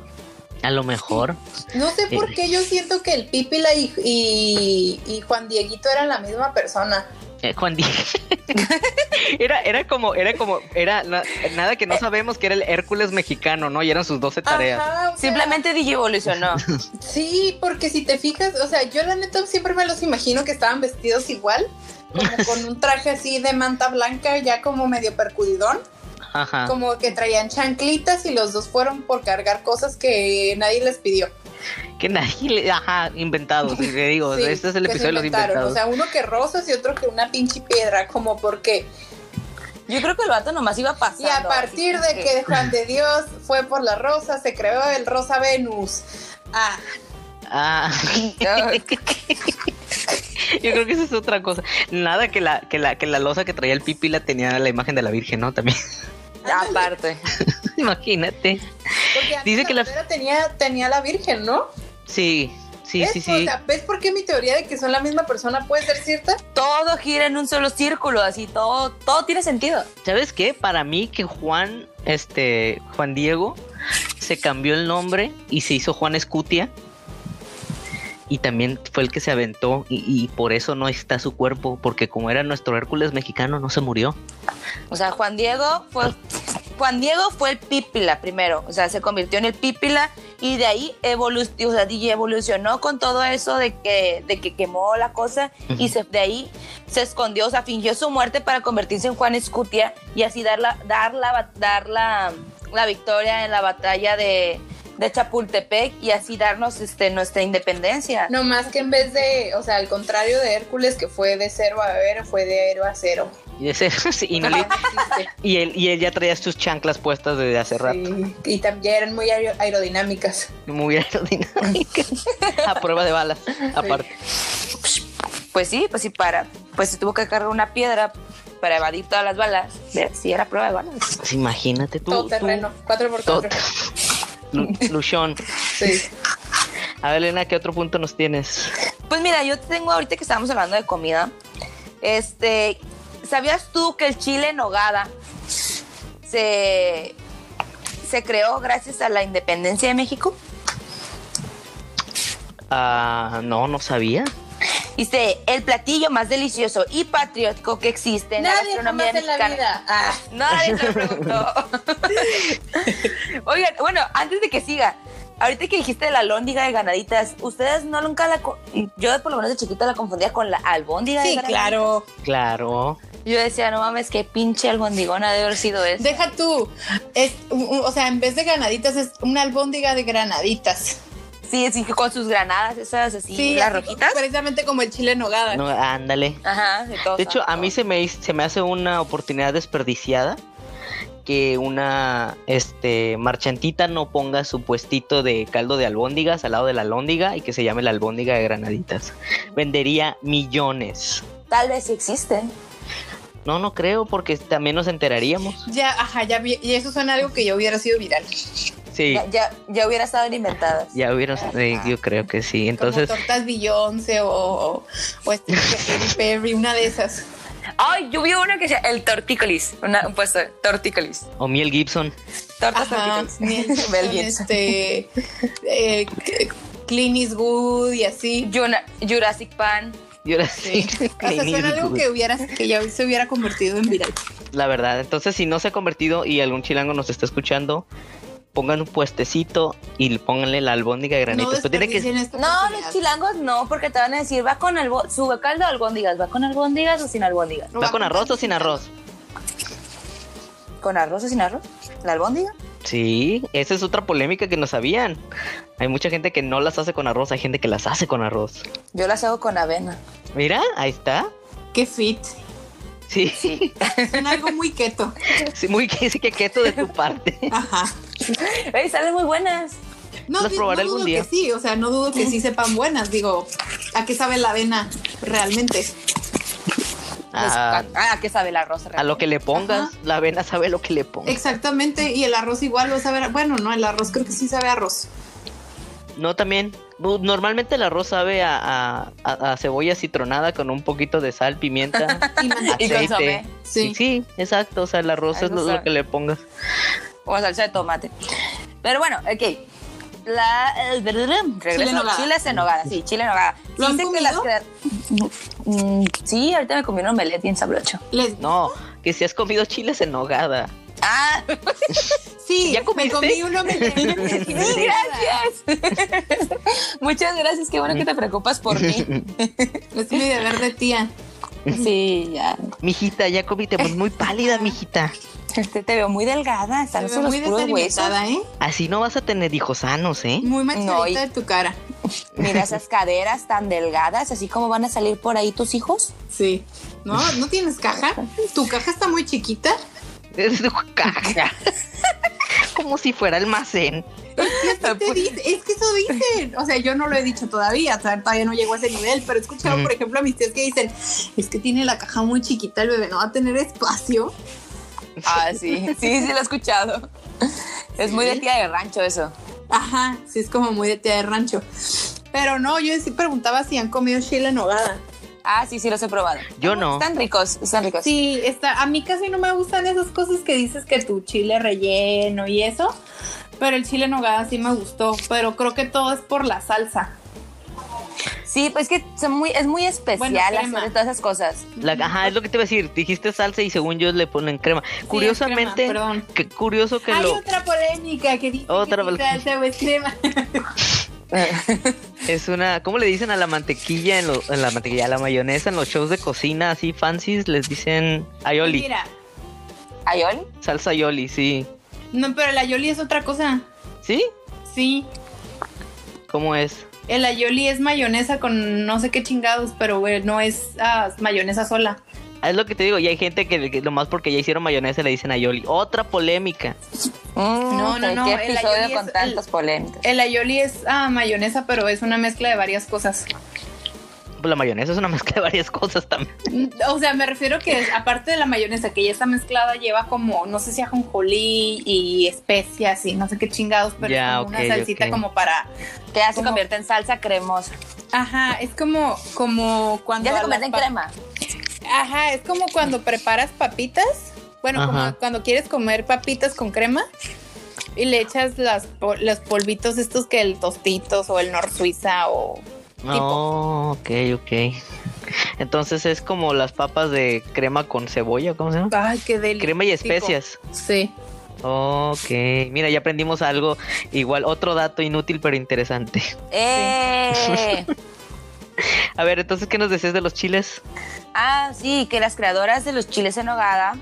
[SPEAKER 2] A lo mejor.
[SPEAKER 3] No sé por
[SPEAKER 2] Eh.
[SPEAKER 3] qué yo siento que el Pipila y, y- y Juan Dieguito eran la misma persona.
[SPEAKER 2] Eh, Juan Di- era, era como, era como, era na- nada que no sabemos que era el Hércules mexicano, ¿no? Y eran sus 12 tareas.
[SPEAKER 3] Ajá, o sea,
[SPEAKER 1] Simplemente digievolucionó.
[SPEAKER 3] Sí, porque si te fijas, o sea, yo la neta siempre me los imagino que estaban vestidos igual, como con un traje así de manta blanca, ya como medio percudidón,
[SPEAKER 2] Ajá.
[SPEAKER 3] como que traían chanclitas y los dos fueron por cargar cosas que nadie les pidió.
[SPEAKER 2] Que nadie le- ajá, inventados, y te digo,
[SPEAKER 3] Sí,
[SPEAKER 2] este es el
[SPEAKER 3] que se
[SPEAKER 2] episodio de los
[SPEAKER 3] inventaron,
[SPEAKER 2] inventados.
[SPEAKER 3] O sea, uno que rosas y otro que una pinche piedra, como porque.
[SPEAKER 1] Yo creo que el vato nomás iba
[SPEAKER 3] Y
[SPEAKER 1] pasando.
[SPEAKER 3] a partir
[SPEAKER 1] así
[SPEAKER 3] de que Juan de Dios fue por la rosa, se creó el Rosa Venus.
[SPEAKER 2] Ah,
[SPEAKER 3] Ah,
[SPEAKER 2] yo creo que esa es otra cosa. Nada que la, que la, que la losa que traía el pipi la tenía la imagen de la Virgen, ¿no? También.
[SPEAKER 1] Aparte.
[SPEAKER 2] Imagínate.
[SPEAKER 3] porque antes
[SPEAKER 2] Dice
[SPEAKER 3] la
[SPEAKER 2] que la-
[SPEAKER 3] bandera tenía, tenía la Virgen, ¿no?
[SPEAKER 2] Sí, sí,
[SPEAKER 3] ¿Ves?
[SPEAKER 2] sí,
[SPEAKER 3] O
[SPEAKER 2] sí.
[SPEAKER 3] sea, ¿ves por qué mi teoría de que son la misma persona puede ser cierta?
[SPEAKER 1] Todo gira en un solo círculo, así todo, todo tiene sentido.
[SPEAKER 2] ¿Sabes qué? Para mí que Juan, este, Juan Diego se cambió el nombre y se hizo Juan Escutia. Y también fue el que se aventó y, y por eso no está su cuerpo, porque como era nuestro Hércules mexicano, no se murió.
[SPEAKER 1] O sea, Juan Diego fue. Juan Diego fue el pípila primero, o sea, se convirtió en el pípila y de ahí evolu- o sea, y evolucionó con todo eso de que, de que quemó la cosa y se, de ahí se escondió, o sea, fingió su muerte para convertirse en Juan Escutia y así dar la, dar la, ba- dar la, la victoria en la batalla de, de Chapultepec y así darnos este, nuestra independencia.
[SPEAKER 3] No más que en vez de, o sea, al contrario de Hércules, que fue de cero a ver, fue de héroe a cero.
[SPEAKER 2] Y, ese- sí, y no le-
[SPEAKER 3] Ya no existe.
[SPEAKER 2] y él, y él ya traía sus chanclas puestas desde hace rato.
[SPEAKER 3] Sí, Y también eran muy aer- aerodinámicas.
[SPEAKER 2] Muy aerodinámica. A prueba de balas, aparte.
[SPEAKER 1] Pues sí, pues sí, para, pues se tuvo que cargar una piedra para evadir todas las balas, si era prueba de balas.
[SPEAKER 2] Pues imagínate tú.
[SPEAKER 3] Todo terreno, 4x4.
[SPEAKER 2] tú- Lu- Luchón.
[SPEAKER 3] Sí.
[SPEAKER 2] A ver, Elena, ¿qué otro punto nos tienes?
[SPEAKER 1] Pues mira, yo tengo ahorita que estábamos hablando de comida. Este, ¿sabías tú que el chile en nogada se, se creó gracias a la independencia de México?
[SPEAKER 2] Ah, no, no sabía.
[SPEAKER 1] Dice, el platillo más delicioso y patriótico que existe en la
[SPEAKER 3] Nadie
[SPEAKER 1] gastronomía
[SPEAKER 3] jamás en
[SPEAKER 1] mexicana.
[SPEAKER 3] la vida. Ah,
[SPEAKER 1] Nadie se lo preguntó. Oigan, bueno, antes de que siga, ahorita que dijiste de la lóndiga de ganaditas, ustedes no nunca la... co- Yo por lo menos de chiquita la confundía con la albóndiga de
[SPEAKER 3] sí,
[SPEAKER 1] ganaditas.
[SPEAKER 3] claro.
[SPEAKER 2] Claro.
[SPEAKER 1] Yo decía, no mames, qué pinche albondigona debe haber sido eso.
[SPEAKER 3] Deja tú. Es, u- u- o sea, en vez de granaditas, es una albóndiga de granaditas.
[SPEAKER 1] Sí, sí, con sus granadas, esas así, las
[SPEAKER 3] así
[SPEAKER 1] rojitas.
[SPEAKER 3] Precisamente como el chile en nogada.
[SPEAKER 2] No, ándale.
[SPEAKER 1] Ajá, de todo.
[SPEAKER 2] De hecho, a mí se me, hiz- se me hace una oportunidad desperdiciada que una este, marchantita no ponga su puestito de caldo de albóndigas al lado de la albóndiga y que se llame la albóndiga de granaditas. Vendería millones.
[SPEAKER 1] Tal vez sí existe.
[SPEAKER 2] No, no creo, porque también nos enteraríamos.
[SPEAKER 3] Ya, ajá, ya vi- y eso suena a algo que yo hubiera sido viral.
[SPEAKER 2] Sí,
[SPEAKER 1] Ya, ya, ya hubiera estado inventadas.
[SPEAKER 2] ya hubieran. sí, yo creo que sí. Entonces,
[SPEAKER 3] Ah, como tortas Beyoncé o, o, o este Katy Perry, una de esas.
[SPEAKER 1] Ay, yo vi una que se llama el tortícolis. Una, un puesto de tortícolis.
[SPEAKER 2] o Miel Gibson.
[SPEAKER 1] Tortas
[SPEAKER 3] Ajá,
[SPEAKER 1] tortícolis. Mel
[SPEAKER 3] con
[SPEAKER 1] Gibson.
[SPEAKER 3] este eh, Clint Eastwood y así.
[SPEAKER 1] Yuna- Jurassic Pan.
[SPEAKER 2] Y ahora
[SPEAKER 3] Sí.
[SPEAKER 2] sí.
[SPEAKER 3] O sea, suena algo que hubiera, que ya se hubiera convertido en viral.
[SPEAKER 2] La verdad, entonces si no se ha convertido y algún chilango nos está escuchando, pongan un puestecito y le- pónganle la albóndiga de
[SPEAKER 3] No
[SPEAKER 2] granito. Pero pues, tiene que,
[SPEAKER 3] desperdicien esta
[SPEAKER 1] No,
[SPEAKER 3] oportunidad.
[SPEAKER 1] los chilangos no, porque te van a decir, va con albo su caldo de albóndigas, va con albóndigas o sin albóndigas.
[SPEAKER 3] No
[SPEAKER 2] ¿Va con arroz o sin arroz?
[SPEAKER 1] ¿Con arroz o sin arroz? ¿La albóndiga?
[SPEAKER 2] Sí, esa es otra polémica que no sabían. Hay mucha gente que no las hace con arroz, hay gente que las hace con arroz.
[SPEAKER 1] Yo las hago con avena.
[SPEAKER 2] Mira, ahí está.
[SPEAKER 3] Qué fit.
[SPEAKER 2] Sí,
[SPEAKER 1] Sí.
[SPEAKER 3] Es algo muy keto.
[SPEAKER 2] sí, muy que, sí que keto de tu parte.
[SPEAKER 3] Ajá.
[SPEAKER 1] Ey, salen muy buenas.
[SPEAKER 3] No,
[SPEAKER 2] Las
[SPEAKER 3] di-
[SPEAKER 2] probaré
[SPEAKER 3] no dudo
[SPEAKER 2] algún día.
[SPEAKER 3] que sí, o sea, no dudo que sí sepan buenas. Digo, ¿a qué sabe la avena realmente?
[SPEAKER 1] Pues,
[SPEAKER 2] A,
[SPEAKER 1] ah, ¿a qué sabe el arroz?
[SPEAKER 2] a lo que le pongas,
[SPEAKER 3] Ajá.
[SPEAKER 2] la avena sabe lo que le pongas.
[SPEAKER 3] Exactamente, y el arroz igual va a saber. Bueno, no, el arroz creo que sí sabe a arroz.
[SPEAKER 2] No, también. no, Normalmente el arroz sabe a, a- a- a cebolla citronada con un poquito de sal, pimienta.
[SPEAKER 3] Y manda-
[SPEAKER 1] Y
[SPEAKER 2] aceite.
[SPEAKER 1] consomé.
[SPEAKER 3] Sí.
[SPEAKER 2] Y exacto. O sea, el arroz
[SPEAKER 1] Algo
[SPEAKER 2] es lo, lo
[SPEAKER 1] sabe.
[SPEAKER 2] que le pongas.
[SPEAKER 1] o salsa de tomate. Pero bueno, ok. La, eh, regreso,
[SPEAKER 3] en nogada.
[SPEAKER 1] chiles en nogada, sí, chile en nogada.
[SPEAKER 3] ¿Lo han
[SPEAKER 1] Dicen que
[SPEAKER 3] comido?
[SPEAKER 1] las crea- Mm, sí, ahorita me comí un omelette bien sabrocho.
[SPEAKER 3] Les-
[SPEAKER 2] No, que si has comido chiles en nogada.
[SPEAKER 1] Ah,
[SPEAKER 3] sí,
[SPEAKER 2] ¿Ya
[SPEAKER 3] me
[SPEAKER 2] comiste?
[SPEAKER 3] comí uno
[SPEAKER 1] sí, gracias. Muchas gracias, qué bueno que te preocupas por mí.
[SPEAKER 3] Es mi deber de tía.
[SPEAKER 1] Sí, ya.
[SPEAKER 2] Mijita, ya comiste, pues muy pálida, mijita.
[SPEAKER 1] Te, te veo muy delgada,
[SPEAKER 3] Te
[SPEAKER 1] están
[SPEAKER 3] veo
[SPEAKER 1] solo los
[SPEAKER 3] muy
[SPEAKER 1] puros huesos.
[SPEAKER 3] desalimentada, ¿eh?
[SPEAKER 2] Así no vas a tener hijos sanos, ¿eh?
[SPEAKER 3] Muy manchadita
[SPEAKER 1] No, y-
[SPEAKER 3] de tu cara.
[SPEAKER 1] Mira esas caderas tan delgadas, así como van a salir por ahí tus hijos.
[SPEAKER 3] Sí. ¿No? ¿No tienes caja? ¿Tu caja está muy chiquita?
[SPEAKER 2] Es tu caja. Como si fuera almacén.
[SPEAKER 3] Te dice- es que eso dicen. O sea, yo no lo he dicho todavía, o sea, todavía no llego a ese nivel, pero he escuchado,
[SPEAKER 2] Ujú.
[SPEAKER 3] por ejemplo, a mis tías que dicen, es que tiene la caja muy chiquita, el bebé no va a tener espacio.
[SPEAKER 1] Ah, sí, sí, sí, lo he escuchado. Es muy de
[SPEAKER 3] Sí.
[SPEAKER 1] tía de rancho eso.
[SPEAKER 3] Ajá, sí, es como muy de tía de rancho. Pero no, yo sí preguntaba si han comido chile en hogada.
[SPEAKER 1] Ah, sí, sí, los he probado.
[SPEAKER 2] Yo no.
[SPEAKER 1] Están ricos, están ricos.
[SPEAKER 3] Sí, está, a mí casi no me gustan esas cosas que dices que tu chile relleno y eso, pero el chile en hogada sí me gustó, pero creo que todo es por la salsa.
[SPEAKER 1] Sí, pues es que son muy, es muy especial
[SPEAKER 3] Bueno, crema.
[SPEAKER 1] hacer todas esas cosas.
[SPEAKER 2] La, ajá, es lo que te iba a decir. Dijiste salsa y según yo le ponen crema.
[SPEAKER 3] Sí,
[SPEAKER 2] Curiosamente,
[SPEAKER 3] es crema, perdón.
[SPEAKER 2] qué curioso que
[SPEAKER 3] Hay
[SPEAKER 2] lo.
[SPEAKER 3] otra polémica que dice
[SPEAKER 2] Otra
[SPEAKER 3] que si
[SPEAKER 2] polémica.
[SPEAKER 3] salsa o es crema.
[SPEAKER 2] Es una, ¿cómo le dicen a la mantequilla en, lo- en la mantequilla, a la mayonesa en los shows de cocina así fancies? Les dicen aioli,
[SPEAKER 3] Mira,
[SPEAKER 1] ¿Ayol?
[SPEAKER 2] salsa aioli, sí.
[SPEAKER 3] no, pero el ayoli es otra cosa.
[SPEAKER 2] ¿Sí?
[SPEAKER 3] Sí,
[SPEAKER 2] ¿Cómo es?
[SPEAKER 3] el ayoli es mayonesa con no sé qué chingados, pero güey, no es ah, mayonesa sola.
[SPEAKER 2] Ah, Es lo que te digo, y hay gente que, que nomás porque ya hicieron mayonesa le dicen aioli. Otra polémica.
[SPEAKER 1] no,
[SPEAKER 3] no, no,
[SPEAKER 1] Mm, Qué
[SPEAKER 3] el
[SPEAKER 1] episodio
[SPEAKER 3] aioli
[SPEAKER 1] con
[SPEAKER 3] es
[SPEAKER 1] tantas polémicas.
[SPEAKER 3] El ayoli es ah, mayonesa, pero es una mezcla de varias cosas.
[SPEAKER 2] Pues la mayonesa es una mezcla de varias cosas también.
[SPEAKER 3] Mm, O sea, me refiero que es- aparte de la mayonesa que ya está mezclada, lleva como, no sé si ajonjolí y especias y no sé qué chingados, pero
[SPEAKER 2] Ya,
[SPEAKER 3] es
[SPEAKER 2] ok,
[SPEAKER 3] como una salsita
[SPEAKER 2] ok.
[SPEAKER 3] como para...
[SPEAKER 1] Que ya se
[SPEAKER 3] ¿Cómo?
[SPEAKER 1] convierte en salsa cremosa.
[SPEAKER 3] Ajá, es como, como cuando...
[SPEAKER 1] Ya se
[SPEAKER 3] a las
[SPEAKER 1] convierte en
[SPEAKER 3] pap-
[SPEAKER 1] crema.
[SPEAKER 3] Ajá, es como cuando preparas papitas. Bueno,
[SPEAKER 2] Ajá.
[SPEAKER 3] como cuando quieres comer papitas con crema y le echas las pol- los polvitos estos que el tostitos o el nor suiza o
[SPEAKER 2] No, ok, ok. Entonces es como las papas de crema con cebolla, ¿cómo se llama?
[SPEAKER 3] ay, qué delicioso.
[SPEAKER 2] Crema y especias.
[SPEAKER 3] Sí.
[SPEAKER 2] Ok, mira, ya aprendimos algo. Igual otro dato inútil pero interesante.
[SPEAKER 1] ¡Eh!
[SPEAKER 2] A ver, entonces, ¿qué nos decías de los chiles?
[SPEAKER 1] Ah, sí, que las creadoras de los chiles en hogada.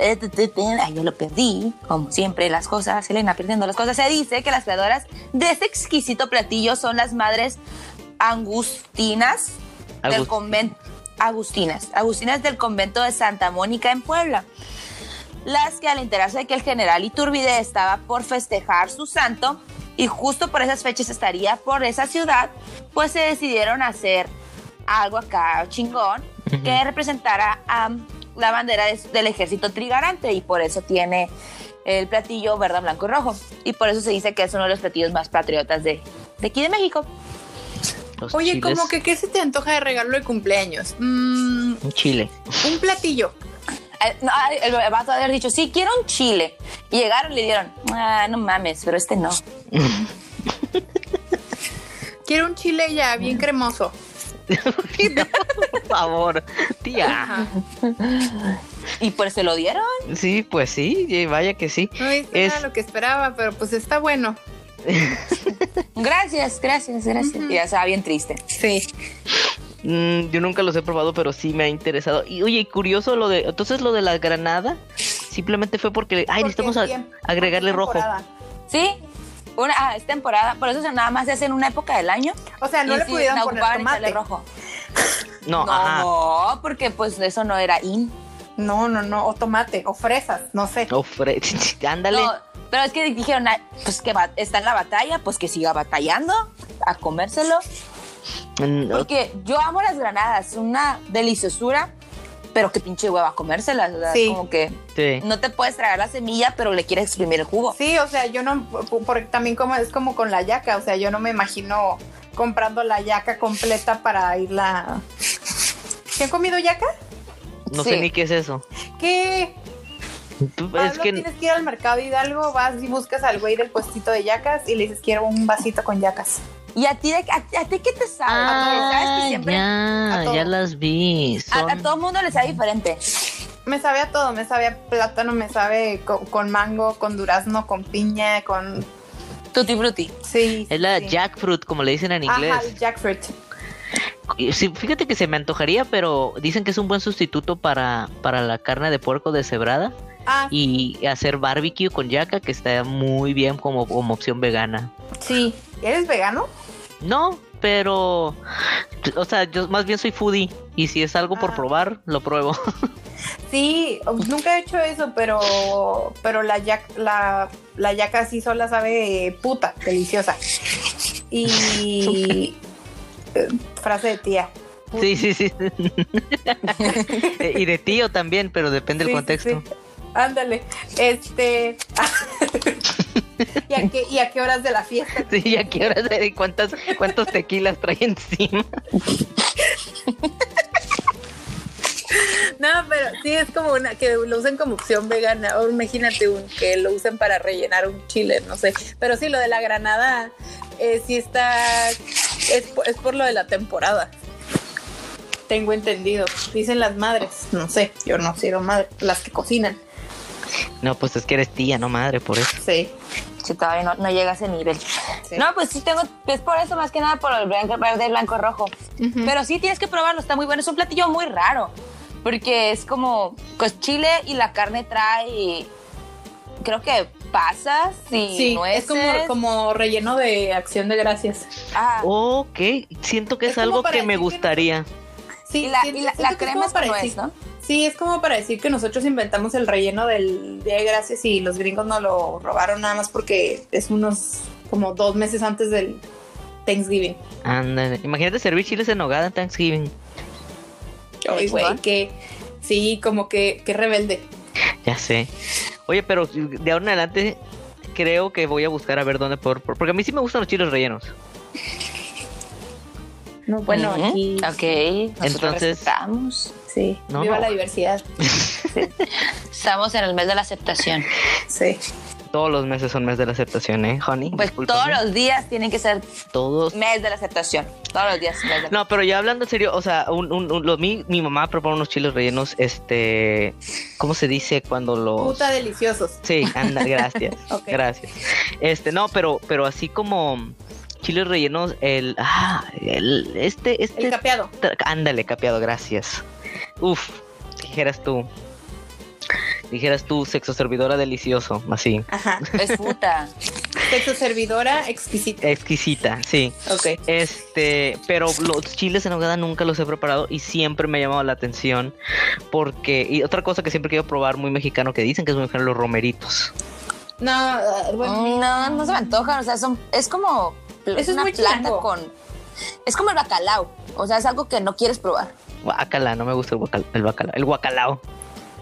[SPEAKER 1] eh, te, te, te, Ay, yo lo perdí. Como siempre, las cosas, Elena perdiendo las cosas. Se dice que las creadoras de este exquisito platillo son las madres angustinas del
[SPEAKER 2] Agus-
[SPEAKER 1] convento. Agustinas. Agustinas del convento de Santa Mónica en Puebla. Las que al enterarse de que el general Iturbide estaba por festejar su santo y justo por esas fechas estaría por esa ciudad, pues se decidieron hacer algo acá chingón
[SPEAKER 2] Ujú.
[SPEAKER 1] que representara am, la bandera de- del ejército trigarante y por eso tiene el platillo verde, blanco y rojo. Y por eso se dice que es uno de los platillos más patriotas de, de aquí de México.
[SPEAKER 2] Los
[SPEAKER 3] Oye,
[SPEAKER 2] chiles.
[SPEAKER 3] como que qué se te antoja de regalo de cumpleaños? Mm,
[SPEAKER 2] Un chile.
[SPEAKER 3] un platillo.
[SPEAKER 1] Eh, no, ah, el vato ha de haber dicho, sí, quiero un chile. Y llegaron y le dieron, ah, no mames, pero este no.
[SPEAKER 3] Quiero un chile ya bien cremoso.
[SPEAKER 2] Por favor, tía.
[SPEAKER 1] Y pues se lo dieron.
[SPEAKER 2] Sí, pues sí, y vaya que sí.
[SPEAKER 3] No es,
[SPEAKER 2] Es-
[SPEAKER 3] nada lo que esperaba, pero pues está bueno.
[SPEAKER 1] Gracias, gracias, gracias.
[SPEAKER 3] Ujú.
[SPEAKER 1] Y ya estaba bien triste.
[SPEAKER 3] Sí.
[SPEAKER 2] Mm, yo nunca los he probado, pero sí me ha interesado. Y oye, curioso lo de. Entonces, lo de la granada Simplemente fue porque, ay, necesitamos a- agregarle rojo.
[SPEAKER 1] Sí, una, ah, es temporada, por eso o sea, nada más se hace en una época del año.
[SPEAKER 3] O sea, no
[SPEAKER 1] y
[SPEAKER 3] le
[SPEAKER 1] sí,
[SPEAKER 3] pudieron
[SPEAKER 1] la
[SPEAKER 3] poner
[SPEAKER 1] ocupaban y
[SPEAKER 3] tomate.
[SPEAKER 1] sale rojo.
[SPEAKER 2] No,
[SPEAKER 1] No,
[SPEAKER 2] ajá.
[SPEAKER 1] no, porque pues eso no era in.
[SPEAKER 3] No, no, no. O tomate, o fresas, no sé.
[SPEAKER 2] Ofre- ándale.
[SPEAKER 1] No, pero es que dijeron, ah, pues que va- está en la batalla, pues que siga batallando a comérselo.
[SPEAKER 2] Mm, o-
[SPEAKER 1] Porque yo amo las granadas, una deliciosura, pero qué pinche hueva comérselas. o sea,
[SPEAKER 3] Sí.
[SPEAKER 1] Como que
[SPEAKER 2] sí.
[SPEAKER 1] no te puedes tragar la semilla, pero le quieres exprimir el jugo.
[SPEAKER 3] Sí, o sea, yo no, porque también como es como con la yaca, o sea, yo no me imagino comprando la yaca completa para irla. ¿Se han comido yaca?
[SPEAKER 2] No
[SPEAKER 1] Sí.
[SPEAKER 2] sé ni qué es eso.
[SPEAKER 3] ¿Qué?
[SPEAKER 2] Tú-
[SPEAKER 3] Pablo,
[SPEAKER 2] Pues es que
[SPEAKER 3] tienes que ir al mercado Hidalgo, vas y buscas al güey del puestito de yacas y le dices quiero un vasito con yacas.
[SPEAKER 1] ¿Y a ti, de- a, a ti qué te sabe?
[SPEAKER 3] Ah,
[SPEAKER 1] Porque sabes que siempre
[SPEAKER 2] Ah, ya,
[SPEAKER 3] a todo.
[SPEAKER 2] ya las vi.
[SPEAKER 1] a,
[SPEAKER 2] Son-
[SPEAKER 1] a todo mundo le sabe diferente.
[SPEAKER 3] Me sabe a todo, me sabe a plátano, me sabe co- con, mango, con durazno, con piña, con
[SPEAKER 1] Tutti frutti.
[SPEAKER 3] sí.
[SPEAKER 2] es la
[SPEAKER 3] sí.
[SPEAKER 2] jackfruit, como le dicen en inglés.
[SPEAKER 3] Ajá, el jackfruit.
[SPEAKER 2] Y sí, fíjate que se me antojaría, pero dicen que es un buen sustituto para, para la carne de puerco deshebrada
[SPEAKER 3] Ah,
[SPEAKER 2] y hacer barbecue con yaca, que está muy bien como, como opción vegana.
[SPEAKER 3] sí. ¿Eres vegano?
[SPEAKER 2] No, pero, o sea, yo más bien soy foodie y si es algo por
[SPEAKER 3] Ah.
[SPEAKER 2] probar, lo pruebo.
[SPEAKER 3] Sí, nunca he hecho eso, pero pero la yac- la la yaca sí sola sabe puta, deliciosa. Y eh, frase de tía.
[SPEAKER 2] sí, sí, sí. y de tío también, pero depende del
[SPEAKER 3] Sí, sí,
[SPEAKER 2] contexto.
[SPEAKER 3] sí. Ándale, este. ¿Y, a qué, y a qué horas de la fiesta?
[SPEAKER 2] Sí, ya quiero saber cuántas, cuántos tequilas trae encima.
[SPEAKER 3] No, pero sí es como una que lo usen como opción vegana. O imagínate un que lo usen para rellenar un chile, no sé. Pero sí, lo de la granada eh, sí está. Es, po- es por lo de la temporada. Tengo entendido. Dicen las madres. No sé, yo no he sido madre. Las que cocinan.
[SPEAKER 2] No, pues es que eres tía, no madre, por eso.
[SPEAKER 3] Sí.
[SPEAKER 1] Si todavía no, no llega a ese nivel.
[SPEAKER 3] Sí.
[SPEAKER 1] No, pues sí tengo, es por eso más que nada por el blanco, verde, blanco, rojo.
[SPEAKER 3] Ujú.
[SPEAKER 1] Pero sí tienes que probarlo, está muy bueno. Es un platillo muy raro. Porque es como, pues chile y la carne trae, creo que pasas y
[SPEAKER 3] Sí,
[SPEAKER 1] nueces.
[SPEAKER 3] es como, Oh, como relleno de acción de gracias.
[SPEAKER 1] Ajá.
[SPEAKER 2] Ok, siento que es,
[SPEAKER 3] Ah. Es como
[SPEAKER 2] algo
[SPEAKER 3] para
[SPEAKER 2] que me
[SPEAKER 3] decir que no-
[SPEAKER 2] gustaría.
[SPEAKER 3] Sí,
[SPEAKER 1] y la,
[SPEAKER 3] siento-
[SPEAKER 1] y la-
[SPEAKER 3] siento
[SPEAKER 1] la
[SPEAKER 3] que es
[SPEAKER 1] crema
[SPEAKER 3] como
[SPEAKER 1] es como
[SPEAKER 3] decir-
[SPEAKER 1] es, ¿no?
[SPEAKER 3] Sí, es como para decir que nosotros inventamos el relleno del Día de Gracias y los gringos nos lo robaron nada más porque es unos como dos meses antes del Thanksgiving.
[SPEAKER 2] Ándale, imagínate servir chiles en nogada en Thanksgiving.
[SPEAKER 3] Ay, güey, que sí, como que, que rebelde.
[SPEAKER 2] Ya sé. Oye, pero de ahora en adelante creo que voy a buscar a ver dónde por, por- porque a mí sí me gustan los chiles rellenos.
[SPEAKER 3] No, bueno,
[SPEAKER 1] Ujú. Ah.
[SPEAKER 3] aquí
[SPEAKER 1] Ok, nosotros
[SPEAKER 2] Entonces-
[SPEAKER 1] respetamos.
[SPEAKER 3] sí,
[SPEAKER 2] No,
[SPEAKER 3] viva
[SPEAKER 2] no.
[SPEAKER 3] la diversidad.
[SPEAKER 1] Estamos en el mes de la aceptación.
[SPEAKER 3] Sí.
[SPEAKER 2] Todos los meses son mes de la aceptación, ¿eh, honey?
[SPEAKER 1] Pues
[SPEAKER 2] Discúlpame.
[SPEAKER 1] todos los días tienen que ser
[SPEAKER 2] Todos.
[SPEAKER 1] mes de la aceptación. Todos los días mes de la
[SPEAKER 2] No, pero ya hablando en serio, o sea, un, un- un- lo- mi, mi mamá propone unos chiles rellenos, este, ¿cómo se dice cuando los?
[SPEAKER 3] Puta deliciosos.
[SPEAKER 2] Sí, anda, gracias.
[SPEAKER 3] Ok.
[SPEAKER 2] Gracias. Este, no, pero, pero así como chiles rellenos, el, ah, el, este, este,
[SPEAKER 3] El capeado.
[SPEAKER 2] tra- ándale, capeado, gracias. Uf, dijeras tú, dijeras tú, sexo servidora delicioso, así,
[SPEAKER 3] Ajá.
[SPEAKER 1] Es puta.
[SPEAKER 3] Sexo servidora exquisita.
[SPEAKER 2] exquisita, sí.
[SPEAKER 3] Ok.
[SPEAKER 2] Este, pero los chiles en hogada nunca los he preparado y siempre me ha llamado la atención porque y otra cosa que siempre quiero probar muy mexicano que dicen que es muy mexicano los romeritos.
[SPEAKER 3] No, uh,
[SPEAKER 2] Pues
[SPEAKER 3] bueno.
[SPEAKER 1] Mm, No, no se me antojan, o sea, son, es como pl-
[SPEAKER 3] Eso es
[SPEAKER 1] una
[SPEAKER 3] muy
[SPEAKER 1] planta
[SPEAKER 3] chilango.
[SPEAKER 1] con... Es como el bacalao, o sea, es algo que no quieres probar.
[SPEAKER 2] Guacala, no me gusta el guacala, el bacalao, el guacalao,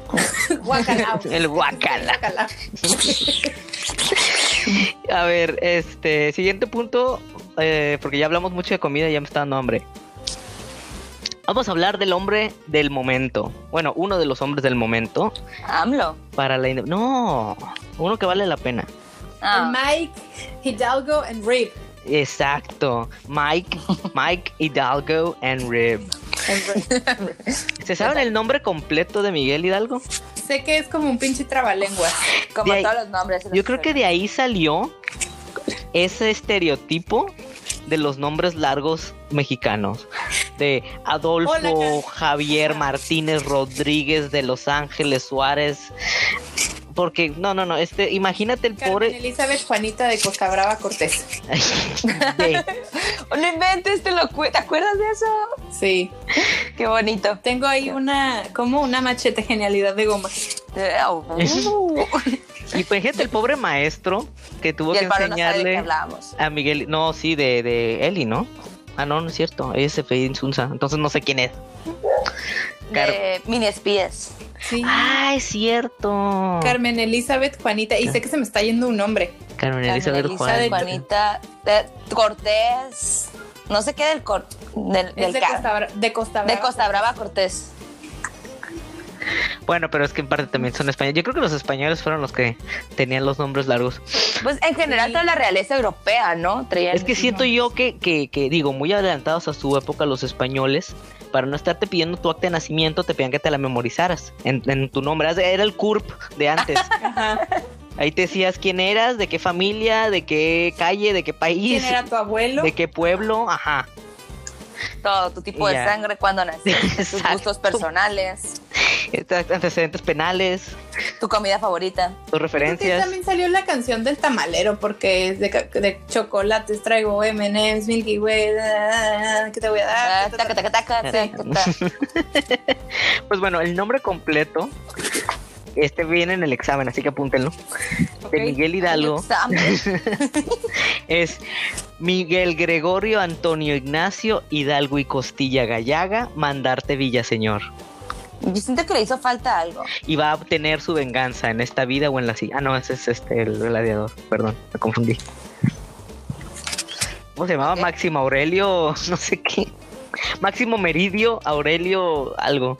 [SPEAKER 3] Guacalao.
[SPEAKER 2] el guacala.
[SPEAKER 3] Guacalao.
[SPEAKER 2] A ver, este, siguiente punto eh, porque ya hablamos mucho de comida y ya me está dando hambre. Vamos a hablar del hombre del momento. Bueno, uno de los hombres del momento
[SPEAKER 1] AMLO.
[SPEAKER 2] para la inde- no, uno que vale la pena.
[SPEAKER 1] Ah,
[SPEAKER 3] Mike, Hidalgo and Rip.
[SPEAKER 2] Exacto. Mike, Mike Hidalgo and Rib. ¿Se saben el nombre completo de Miguel Hidalgo?
[SPEAKER 3] sé que es como un pinche trabalenguas.
[SPEAKER 1] como
[SPEAKER 2] de ahí-
[SPEAKER 1] todos los nombres.
[SPEAKER 2] Yo creo que de ahí salió ese estereotipo de los nombres largos mexicanos. De Adolfo,
[SPEAKER 3] Hola, Karen.
[SPEAKER 2] Javier, Martínez, Rodríguez, de Los Ángeles, Suárez. porque no, no, no, este, imagínate el
[SPEAKER 3] Carmen
[SPEAKER 2] pobre
[SPEAKER 3] Elizabeth Juanita de Costa Brava Cortés.
[SPEAKER 2] Ay, güey.
[SPEAKER 1] No inventes, te, lo cu- ¿te acuerdas de eso?
[SPEAKER 3] Sí.
[SPEAKER 1] Qué bonito.
[SPEAKER 3] Tengo ahí una, como una machete genialidad de goma.
[SPEAKER 1] Eh, uh,
[SPEAKER 2] y pues fíjate el pobre maestro que tuvo
[SPEAKER 1] y
[SPEAKER 2] que
[SPEAKER 1] el paro no sabe de qué
[SPEAKER 2] enseñarle
[SPEAKER 1] hablábamos.
[SPEAKER 2] a Miguel, no, sí, de, de Eli, ¿no? Ah, no, no es cierto, ella se fue Insunza, entonces no sé quién es. Car-
[SPEAKER 1] De mini espías.
[SPEAKER 3] Sí.
[SPEAKER 2] Ah, es cierto.
[SPEAKER 3] Carmen Elizabeth Juanita. Y sé que se me está yendo un nombre.
[SPEAKER 2] Carmen Elizabeth
[SPEAKER 1] Carmen
[SPEAKER 2] Juan.
[SPEAKER 1] Elizabeth, Juanita, eh, Cortés, no sé qué del cor- del,
[SPEAKER 3] Es
[SPEAKER 1] del
[SPEAKER 3] de
[SPEAKER 1] Car-
[SPEAKER 3] Costa, Bra- de Costa Brava.
[SPEAKER 1] de Costa Brava Cortés.
[SPEAKER 2] Bueno, pero es que en parte también son españoles. Yo creo que los españoles fueron los que tenían los nombres largos.
[SPEAKER 1] Pues en general
[SPEAKER 3] Sí.
[SPEAKER 1] toda la realeza europea, ¿no? Traían-
[SPEAKER 2] Es que siento yo que, que, que, digo, muy adelantados a su época los españoles, para no estarte pidiendo tu acta de nacimiento, te pedían que te la memorizaras en, en tu nombre. Haz- Era el CURP de antes.
[SPEAKER 3] Ajá.
[SPEAKER 2] Ahí te decías quién eras, de qué familia, de qué calle, de qué país,
[SPEAKER 3] ¿Quién era tu abuelo?
[SPEAKER 2] de qué pueblo. Ajá.
[SPEAKER 1] todo tu tipo de
[SPEAKER 2] Ya.
[SPEAKER 1] sangre cuando naciste, tus
[SPEAKER 2] Exacto.
[SPEAKER 1] gustos personales,
[SPEAKER 2] Este, Antecedentes penales,
[SPEAKER 1] tu comida favorita.
[SPEAKER 2] tus
[SPEAKER 3] Creo que
[SPEAKER 2] referencias.
[SPEAKER 3] también salió la canción del tamalero porque es de, ca- de chocolates traigo M&M's, Milky Way, da, da, da, ¿qué te voy a
[SPEAKER 1] Ah,
[SPEAKER 3] dar?
[SPEAKER 1] taca, taca, taca, taca, taca.
[SPEAKER 2] Pues bueno, el nombre completo, este viene en el examen, así que apúntenlo.
[SPEAKER 3] Ok.
[SPEAKER 2] De Miguel Hidalgo.
[SPEAKER 1] Examen.
[SPEAKER 2] es Miguel Gregorio Antonio Ignacio Hidalgo y Costilla Gallaga, mandarte Villaseñor.
[SPEAKER 1] Yo siento que le hizo falta algo.
[SPEAKER 2] Y va a obtener su venganza en esta vida o en la siguiente. Ah, no, ese es este, el gladiador, perdón, me confundí. ¿Cómo se llamaba?
[SPEAKER 1] Ok.
[SPEAKER 2] Máximo Aurelio, no sé qué. Máximo Meridio, Aurelio, algo.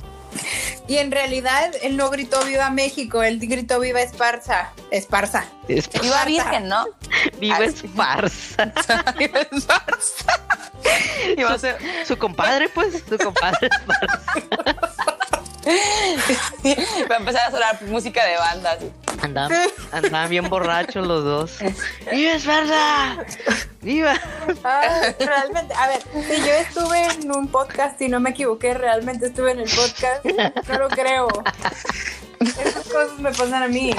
[SPEAKER 3] Y en realidad él no gritó viva México, él gritó viva Esparza, Esparza.
[SPEAKER 2] Es,
[SPEAKER 1] Iba
[SPEAKER 3] Esparza.
[SPEAKER 1] virgen, ¿no?
[SPEAKER 2] viva
[SPEAKER 1] Ah,
[SPEAKER 2] Esparza.
[SPEAKER 1] Iba Esparza. Iba a ser-
[SPEAKER 2] Su compadre, pues, su compadre.
[SPEAKER 1] Va a empezar a sonar música de banda. así.
[SPEAKER 2] Andaban, andaban bien borrachos los dos. ¡Viva Esparza! ¡Viva!
[SPEAKER 3] Ay, Ah, realmente, a ver, si yo estuve en un podcast y no me equivoqué, realmente estuve en el podcast, no lo creo. Esas cosas me pasan a mí.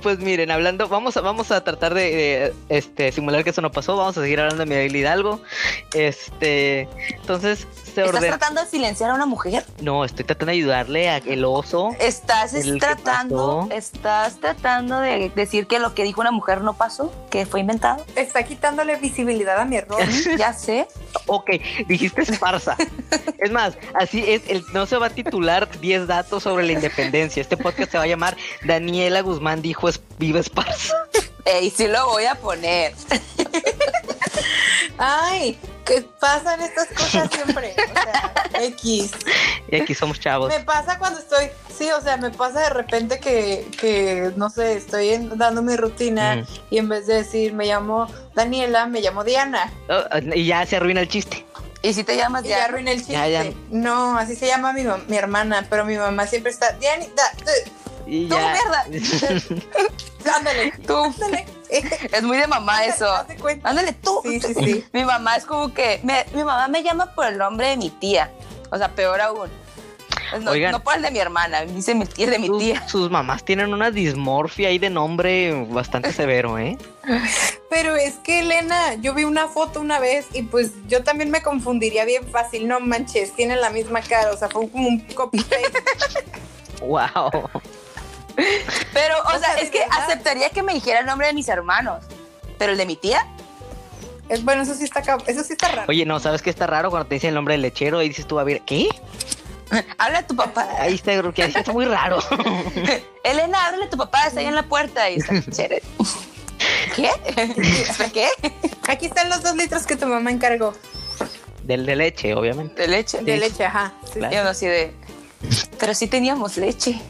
[SPEAKER 2] Pues miren, hablando, vamos a, vamos a tratar de, de, este, simular que eso no pasó, vamos a seguir hablando de Miguel Hidalgo. Este, entonces se
[SPEAKER 1] ¿Estás
[SPEAKER 2] ordena.
[SPEAKER 1] tratando de silenciar a una mujer?
[SPEAKER 2] No, estoy tratando de ayudarle a el oso.
[SPEAKER 1] ¿Estás es
[SPEAKER 2] El que
[SPEAKER 1] tratando,
[SPEAKER 2] pasó.
[SPEAKER 1] estás tratando de decir que lo que dijo una mujer no pasó, que fue inventado?
[SPEAKER 3] Está quitándole visibilidad a mi error.
[SPEAKER 1] Ya sé.
[SPEAKER 2] Ok, dijiste esparza. es más, así es, el, no se va a titular 10 datos sobre la independencia. Este podcast se va a llamar Daniela Guzmán dijo es, viva esparza.
[SPEAKER 1] Ey, Eh, sí lo voy a poner.
[SPEAKER 3] Ay, que pasan estas cosas siempre. O sea, X.
[SPEAKER 2] Y aquí somos chavos.
[SPEAKER 3] Me pasa cuando estoy, sí, o sea, me pasa de repente que, que no sé, estoy en- dando mi rutina
[SPEAKER 2] Mm.
[SPEAKER 3] y en vez de decir me llamo Daniela, me llamo Diana.
[SPEAKER 2] Oh, y ya se arruina el chiste.
[SPEAKER 1] ¿Y si te llamas
[SPEAKER 3] Y ya
[SPEAKER 1] ya?
[SPEAKER 3] arruiné el chiste.
[SPEAKER 2] Ya, ya.
[SPEAKER 3] No, así se llama mi, mam- mi hermana, pero mi mamá siempre está, Dianita, eh,
[SPEAKER 2] Y
[SPEAKER 1] ¡Tú,
[SPEAKER 2] ya.
[SPEAKER 1] mierda!
[SPEAKER 3] ándale,
[SPEAKER 1] Tú.
[SPEAKER 3] ándale. Eh,
[SPEAKER 1] Es muy de mamá eso.
[SPEAKER 3] haz de cuenta.
[SPEAKER 1] Ándale tú.
[SPEAKER 3] Sí, sí,
[SPEAKER 1] tú.
[SPEAKER 3] sí.
[SPEAKER 1] Mi mamá es como que. me- mi mamá me llama por el nombre de mi tía. O sea, peor aún. Pues No,
[SPEAKER 2] Oigan.
[SPEAKER 1] no por el de mi hermana, me dice mi tía de mi
[SPEAKER 2] Sus-
[SPEAKER 1] tía.
[SPEAKER 2] sus mamás tienen una dismorfia ahí de nombre bastante severo, ¿eh?
[SPEAKER 3] Pero es que Elena, yo vi una foto una vez y pues yo también me confundiría bien fácil, no manches, tienen la misma cara, o sea, fue como un copy paste.
[SPEAKER 2] Wow.
[SPEAKER 1] Pero, o,
[SPEAKER 3] O
[SPEAKER 1] sea,
[SPEAKER 3] sea,
[SPEAKER 1] es
[SPEAKER 3] de
[SPEAKER 1] que
[SPEAKER 3] verdad.
[SPEAKER 1] aceptaría que me dijera el nombre de mis hermanos. Pero el de mi tía,
[SPEAKER 3] Es- bueno, eso sí está cab- eso sí está raro.
[SPEAKER 2] Oye, no, ¿sabes qué está raro cuando te dicen el nombre del lechero y dices tú, a ver, ¿qué?
[SPEAKER 1] habla a tu papá.
[SPEAKER 2] Ahí está, creo que ahí está muy raro.
[SPEAKER 1] Elena, háblale a tu papá, está ahí en la puerta. Y está chévere. ¿Qué? ¿Espera, ¿Qué?
[SPEAKER 3] Aquí están los dos litros que tu mamá encargó
[SPEAKER 2] Del de leche, obviamente.
[SPEAKER 1] De leche.
[SPEAKER 3] de
[SPEAKER 2] Sí.
[SPEAKER 3] leche, ajá. Sí,
[SPEAKER 1] Y
[SPEAKER 2] Claro.
[SPEAKER 1] uno así de. Pero sí teníamos leche.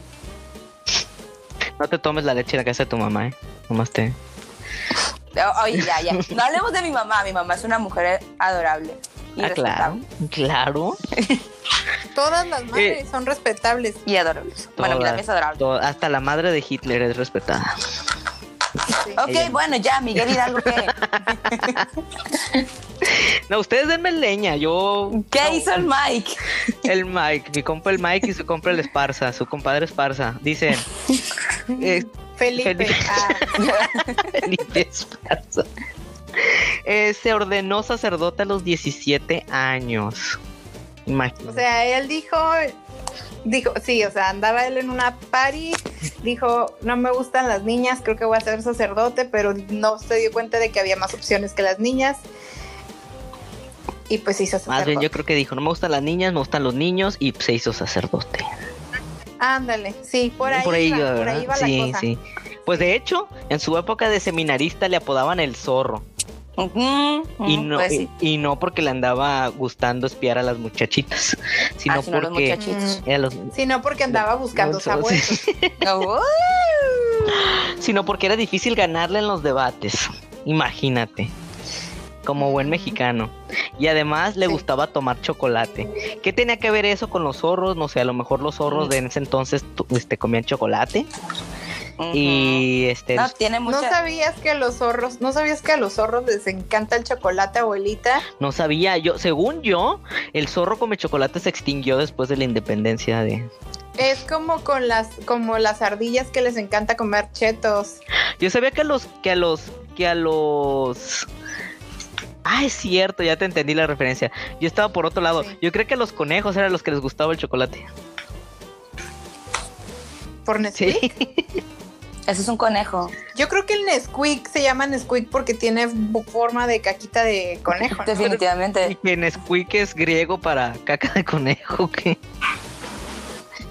[SPEAKER 2] No te tomes la leche en la casa de tu mamá, ¿eh? Nomás te...
[SPEAKER 1] O- Oh, Oye, ya, ya. No hablemos de mi mamá. Mi mamá es una mujer adorable. Y
[SPEAKER 2] Ah, claro.
[SPEAKER 1] respetable.
[SPEAKER 2] Claro.
[SPEAKER 3] Todas las madres son respetables.
[SPEAKER 1] Y adorables. Bueno, mi
[SPEAKER 2] Todas,
[SPEAKER 1] también es adorable.
[SPEAKER 2] to- hasta la madre de Hitler es respetada.
[SPEAKER 1] Ok,
[SPEAKER 2] Ella no.
[SPEAKER 1] bueno, ya, Miguel Hidalgo, ¿qué?
[SPEAKER 2] No, ustedes denme leña, yo...
[SPEAKER 1] ¿Qué
[SPEAKER 2] no.
[SPEAKER 1] hizo el Mike?
[SPEAKER 2] El Mike, mi compa el Mike y su compa el Esparza, su compadre Esparza. Dicen... eh,
[SPEAKER 3] Felipe. ah.
[SPEAKER 2] Felipe Esparza. Eh, se ordenó sacerdote a los 17 años.
[SPEAKER 3] O
[SPEAKER 2] Imagínate.
[SPEAKER 3] sea, él dijo, dijo, sí, o sea, andaba él en una party, dijo, no me gustan las niñas, creo que voy a ser sacerdote, pero no se dio cuenta de que había más opciones que las niñas. Y pues se hizo
[SPEAKER 2] Más bien yo
[SPEAKER 3] sacerdote.
[SPEAKER 2] creo que dijo, no me gustan las niñas, me gustan los niños y se hizo sacerdote.
[SPEAKER 3] Ándale, sí, por ahí, iba,
[SPEAKER 2] iba,
[SPEAKER 3] por
[SPEAKER 2] ¿verdad?
[SPEAKER 3] ahí va
[SPEAKER 2] sí,
[SPEAKER 3] la cosa.
[SPEAKER 2] sí. Pues de hecho, en su época de seminarista le apodaban el zorro.
[SPEAKER 1] Ujú,
[SPEAKER 2] y,
[SPEAKER 3] Mm,
[SPEAKER 1] ujú,
[SPEAKER 2] no,
[SPEAKER 1] pues
[SPEAKER 2] y-
[SPEAKER 1] sí.
[SPEAKER 2] y no porque le andaba gustando espiar a las muchachitas, sino
[SPEAKER 1] Ah, si no, los
[SPEAKER 2] porque...
[SPEAKER 1] muchachitos.
[SPEAKER 2] a los-
[SPEAKER 3] Sino porque andaba buscando
[SPEAKER 2] los-
[SPEAKER 3] sabuesos.
[SPEAKER 1] Uh,
[SPEAKER 2] sino porque era difícil ganarle en los debates. Imagínate. Como buen mexicano. Y además le
[SPEAKER 3] Sí.
[SPEAKER 2] gustaba tomar chocolate. ¿Qué tenía que ver eso con los zorros? No sé, a lo mejor los zorros de en ese entonces tu- este, comían chocolate. Y este.
[SPEAKER 3] Ah.
[SPEAKER 1] No, tiene
[SPEAKER 3] No
[SPEAKER 1] mucha...
[SPEAKER 3] sabías que a los zorros, no sabías que a los zorros les encanta el chocolate, abuelita.
[SPEAKER 2] No sabía, yo, según yo, el zorro come chocolate se extinguió después de la independencia de.
[SPEAKER 3] Es como con las, como las ardillas que les encanta comer chetos.
[SPEAKER 2] Yo sabía que a los, que a los, que a los. Ah, es cierto, ya te entendí la referencia. Yo estaba por otro lado.
[SPEAKER 3] Sí.
[SPEAKER 2] Yo creo que a los conejos eran los que les gustaba el chocolate.
[SPEAKER 3] Por Nesquik.
[SPEAKER 2] Sí.
[SPEAKER 1] Ese es un conejo.
[SPEAKER 3] Yo creo que el Nesquik se llama Nesquik porque tiene bu- forma de caquita de conejo. ¿no?
[SPEAKER 2] Y
[SPEAKER 1] Definitivamente.
[SPEAKER 2] que Nesquik es griego para caca de conejo, que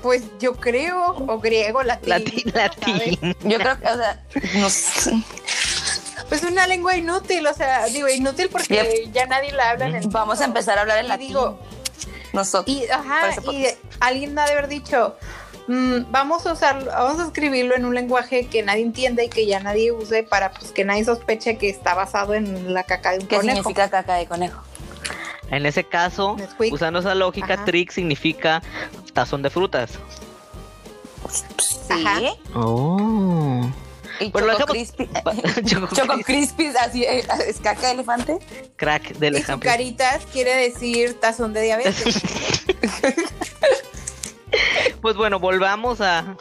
[SPEAKER 3] Pues yo creo, o griego, latín.
[SPEAKER 2] latín,
[SPEAKER 3] ¿no?
[SPEAKER 2] latín.
[SPEAKER 1] Yo creo que, o sea, no sé.
[SPEAKER 3] ¿Sabes? Pues una lengua inútil, o sea, digo inútil porque ya nadie la habla en el
[SPEAKER 1] vamos a
[SPEAKER 3] mundo.
[SPEAKER 1] empezar a hablar en
[SPEAKER 3] Y
[SPEAKER 1] latín.
[SPEAKER 3] digo,
[SPEAKER 1] Nosotros.
[SPEAKER 3] Y, ajá,
[SPEAKER 1] Parece
[SPEAKER 3] y alguien ha de haber dicho, "Mm, vamos a usarlo, vamos a escribirlo en un lenguaje que nadie entienda y que ya nadie use para pues que nadie sospeche que está basado en la caca de un
[SPEAKER 1] ¿Qué
[SPEAKER 3] conejo.
[SPEAKER 1] significa caca de conejo?
[SPEAKER 2] En ese caso,
[SPEAKER 3] Nesquik.
[SPEAKER 2] usando esa lógica,
[SPEAKER 3] Ajá.
[SPEAKER 2] trick significa tazón de frutas.
[SPEAKER 1] Sí.
[SPEAKER 3] Ajá.
[SPEAKER 2] Oh.
[SPEAKER 1] Y
[SPEAKER 2] Bueno, lo
[SPEAKER 1] Choco
[SPEAKER 2] dejamos-
[SPEAKER 1] Crispy.
[SPEAKER 2] Choco
[SPEAKER 1] Choco
[SPEAKER 2] Crisp,
[SPEAKER 1] Crispis, así eh, es caca de elefante.
[SPEAKER 2] crack del
[SPEAKER 3] Y su
[SPEAKER 2] ejemplo.
[SPEAKER 3] caritas quiere decir tazón de diabetes.
[SPEAKER 2] Pues bueno, volvamos a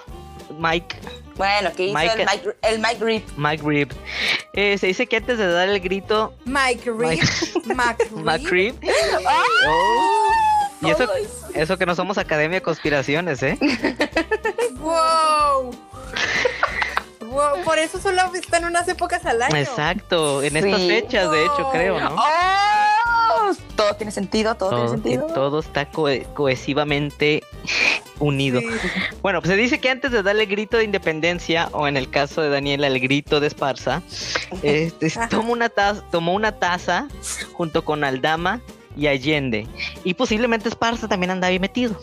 [SPEAKER 2] Mike,
[SPEAKER 1] Bueno, que hizo
[SPEAKER 2] Mike-
[SPEAKER 1] el Mike, el Mike Rip.
[SPEAKER 2] Mike Rip. Eh, se dice que antes de dar el grito,
[SPEAKER 3] Mike Reed, Mac
[SPEAKER 2] Mike
[SPEAKER 3] Reed.
[SPEAKER 2] Rip. Oh. Y eso,
[SPEAKER 1] Ay,
[SPEAKER 2] eso que no somos Academia de Conspiraciones, ¿eh?
[SPEAKER 3] Wow. Wow, por eso solo está en unas épocas al año.
[SPEAKER 2] Exacto, en estas
[SPEAKER 1] Sí.
[SPEAKER 2] fechas, de hecho,
[SPEAKER 3] Wow.
[SPEAKER 2] creo, ¿no?
[SPEAKER 1] ¡Oh! Todo tiene sentido, todo, tiene
[SPEAKER 2] todo,
[SPEAKER 1] sentido.
[SPEAKER 2] que todo está cohe- cohesivamente unido.
[SPEAKER 3] Sí.
[SPEAKER 2] Bueno, pues se dice que antes de darle el grito de independencia, o en el caso de Daniela, el grito de Esparza, este, tomó, una taza, tomó una taza junto con Aldama y Allende. Y posiblemente Esparza también andaba ahí metido.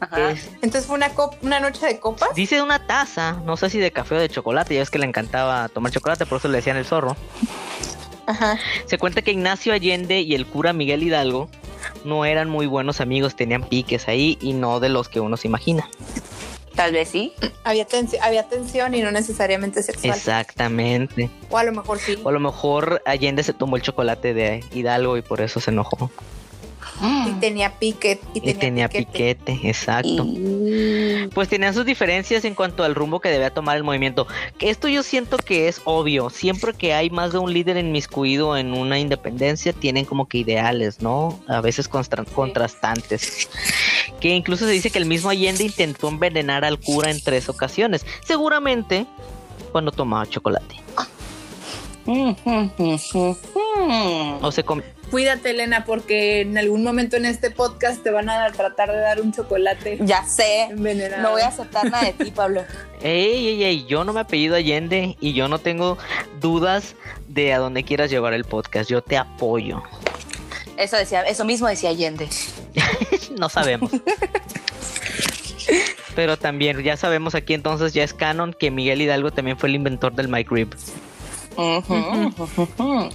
[SPEAKER 1] Ajá.
[SPEAKER 2] Es-
[SPEAKER 3] Entonces fue una, cop- una noche de copas.
[SPEAKER 2] dice una taza, no sé si de café o de chocolate, ya es que le encantaba tomar chocolate, por eso le decían el zorro.
[SPEAKER 3] Ajá.
[SPEAKER 2] Se cuenta que Ignacio Allende y el cura Miguel Hidalgo no eran muy buenos amigos, tenían piques ahí y no de los que uno se imagina.
[SPEAKER 1] Tal vez sí.
[SPEAKER 3] Había, tensi- había tensión y no necesariamente sexual.
[SPEAKER 2] Exactamente.
[SPEAKER 3] O a lo mejor sí.
[SPEAKER 2] O a lo mejor Allende se tomó el chocolate de Hidalgo y por eso se enojó.
[SPEAKER 3] Y tenía piquet. Y
[SPEAKER 2] Y
[SPEAKER 3] tenía,
[SPEAKER 2] tenía
[SPEAKER 3] piquete.
[SPEAKER 2] piquete, exacto.
[SPEAKER 1] Y-
[SPEAKER 2] Pues tenían sus diferencias en cuanto al rumbo que debía tomar el movimiento. Que Esto yo siento que es obvio. Siempre que hay más de un líder inmiscuido en una independencia, tienen como que ideales, ¿no? A veces constra- contrastantes. Que incluso se dice que el mismo Allende intentó envenenar al cura en tres ocasiones. Seguramente cuando tomaba chocolate. O se com-
[SPEAKER 3] Cuídate, Elena, porque en algún momento en este podcast te van a tratar de dar un chocolate
[SPEAKER 1] Ya sé.
[SPEAKER 3] envenenado.
[SPEAKER 1] No voy a aceptar nada de ti, Pablo.
[SPEAKER 2] Ey, ey, ey, yo no me apellido Allende y yo no tengo dudas de a dónde quieras llevar el podcast. Yo te apoyo.
[SPEAKER 1] Eso decía, eso mismo decía Allende.
[SPEAKER 2] No sabemos. Pero también ya sabemos aquí entonces, ya es canon, que Miguel Hidalgo también fue el inventor del Mike Rib.
[SPEAKER 1] Ujú, ujú, ujú.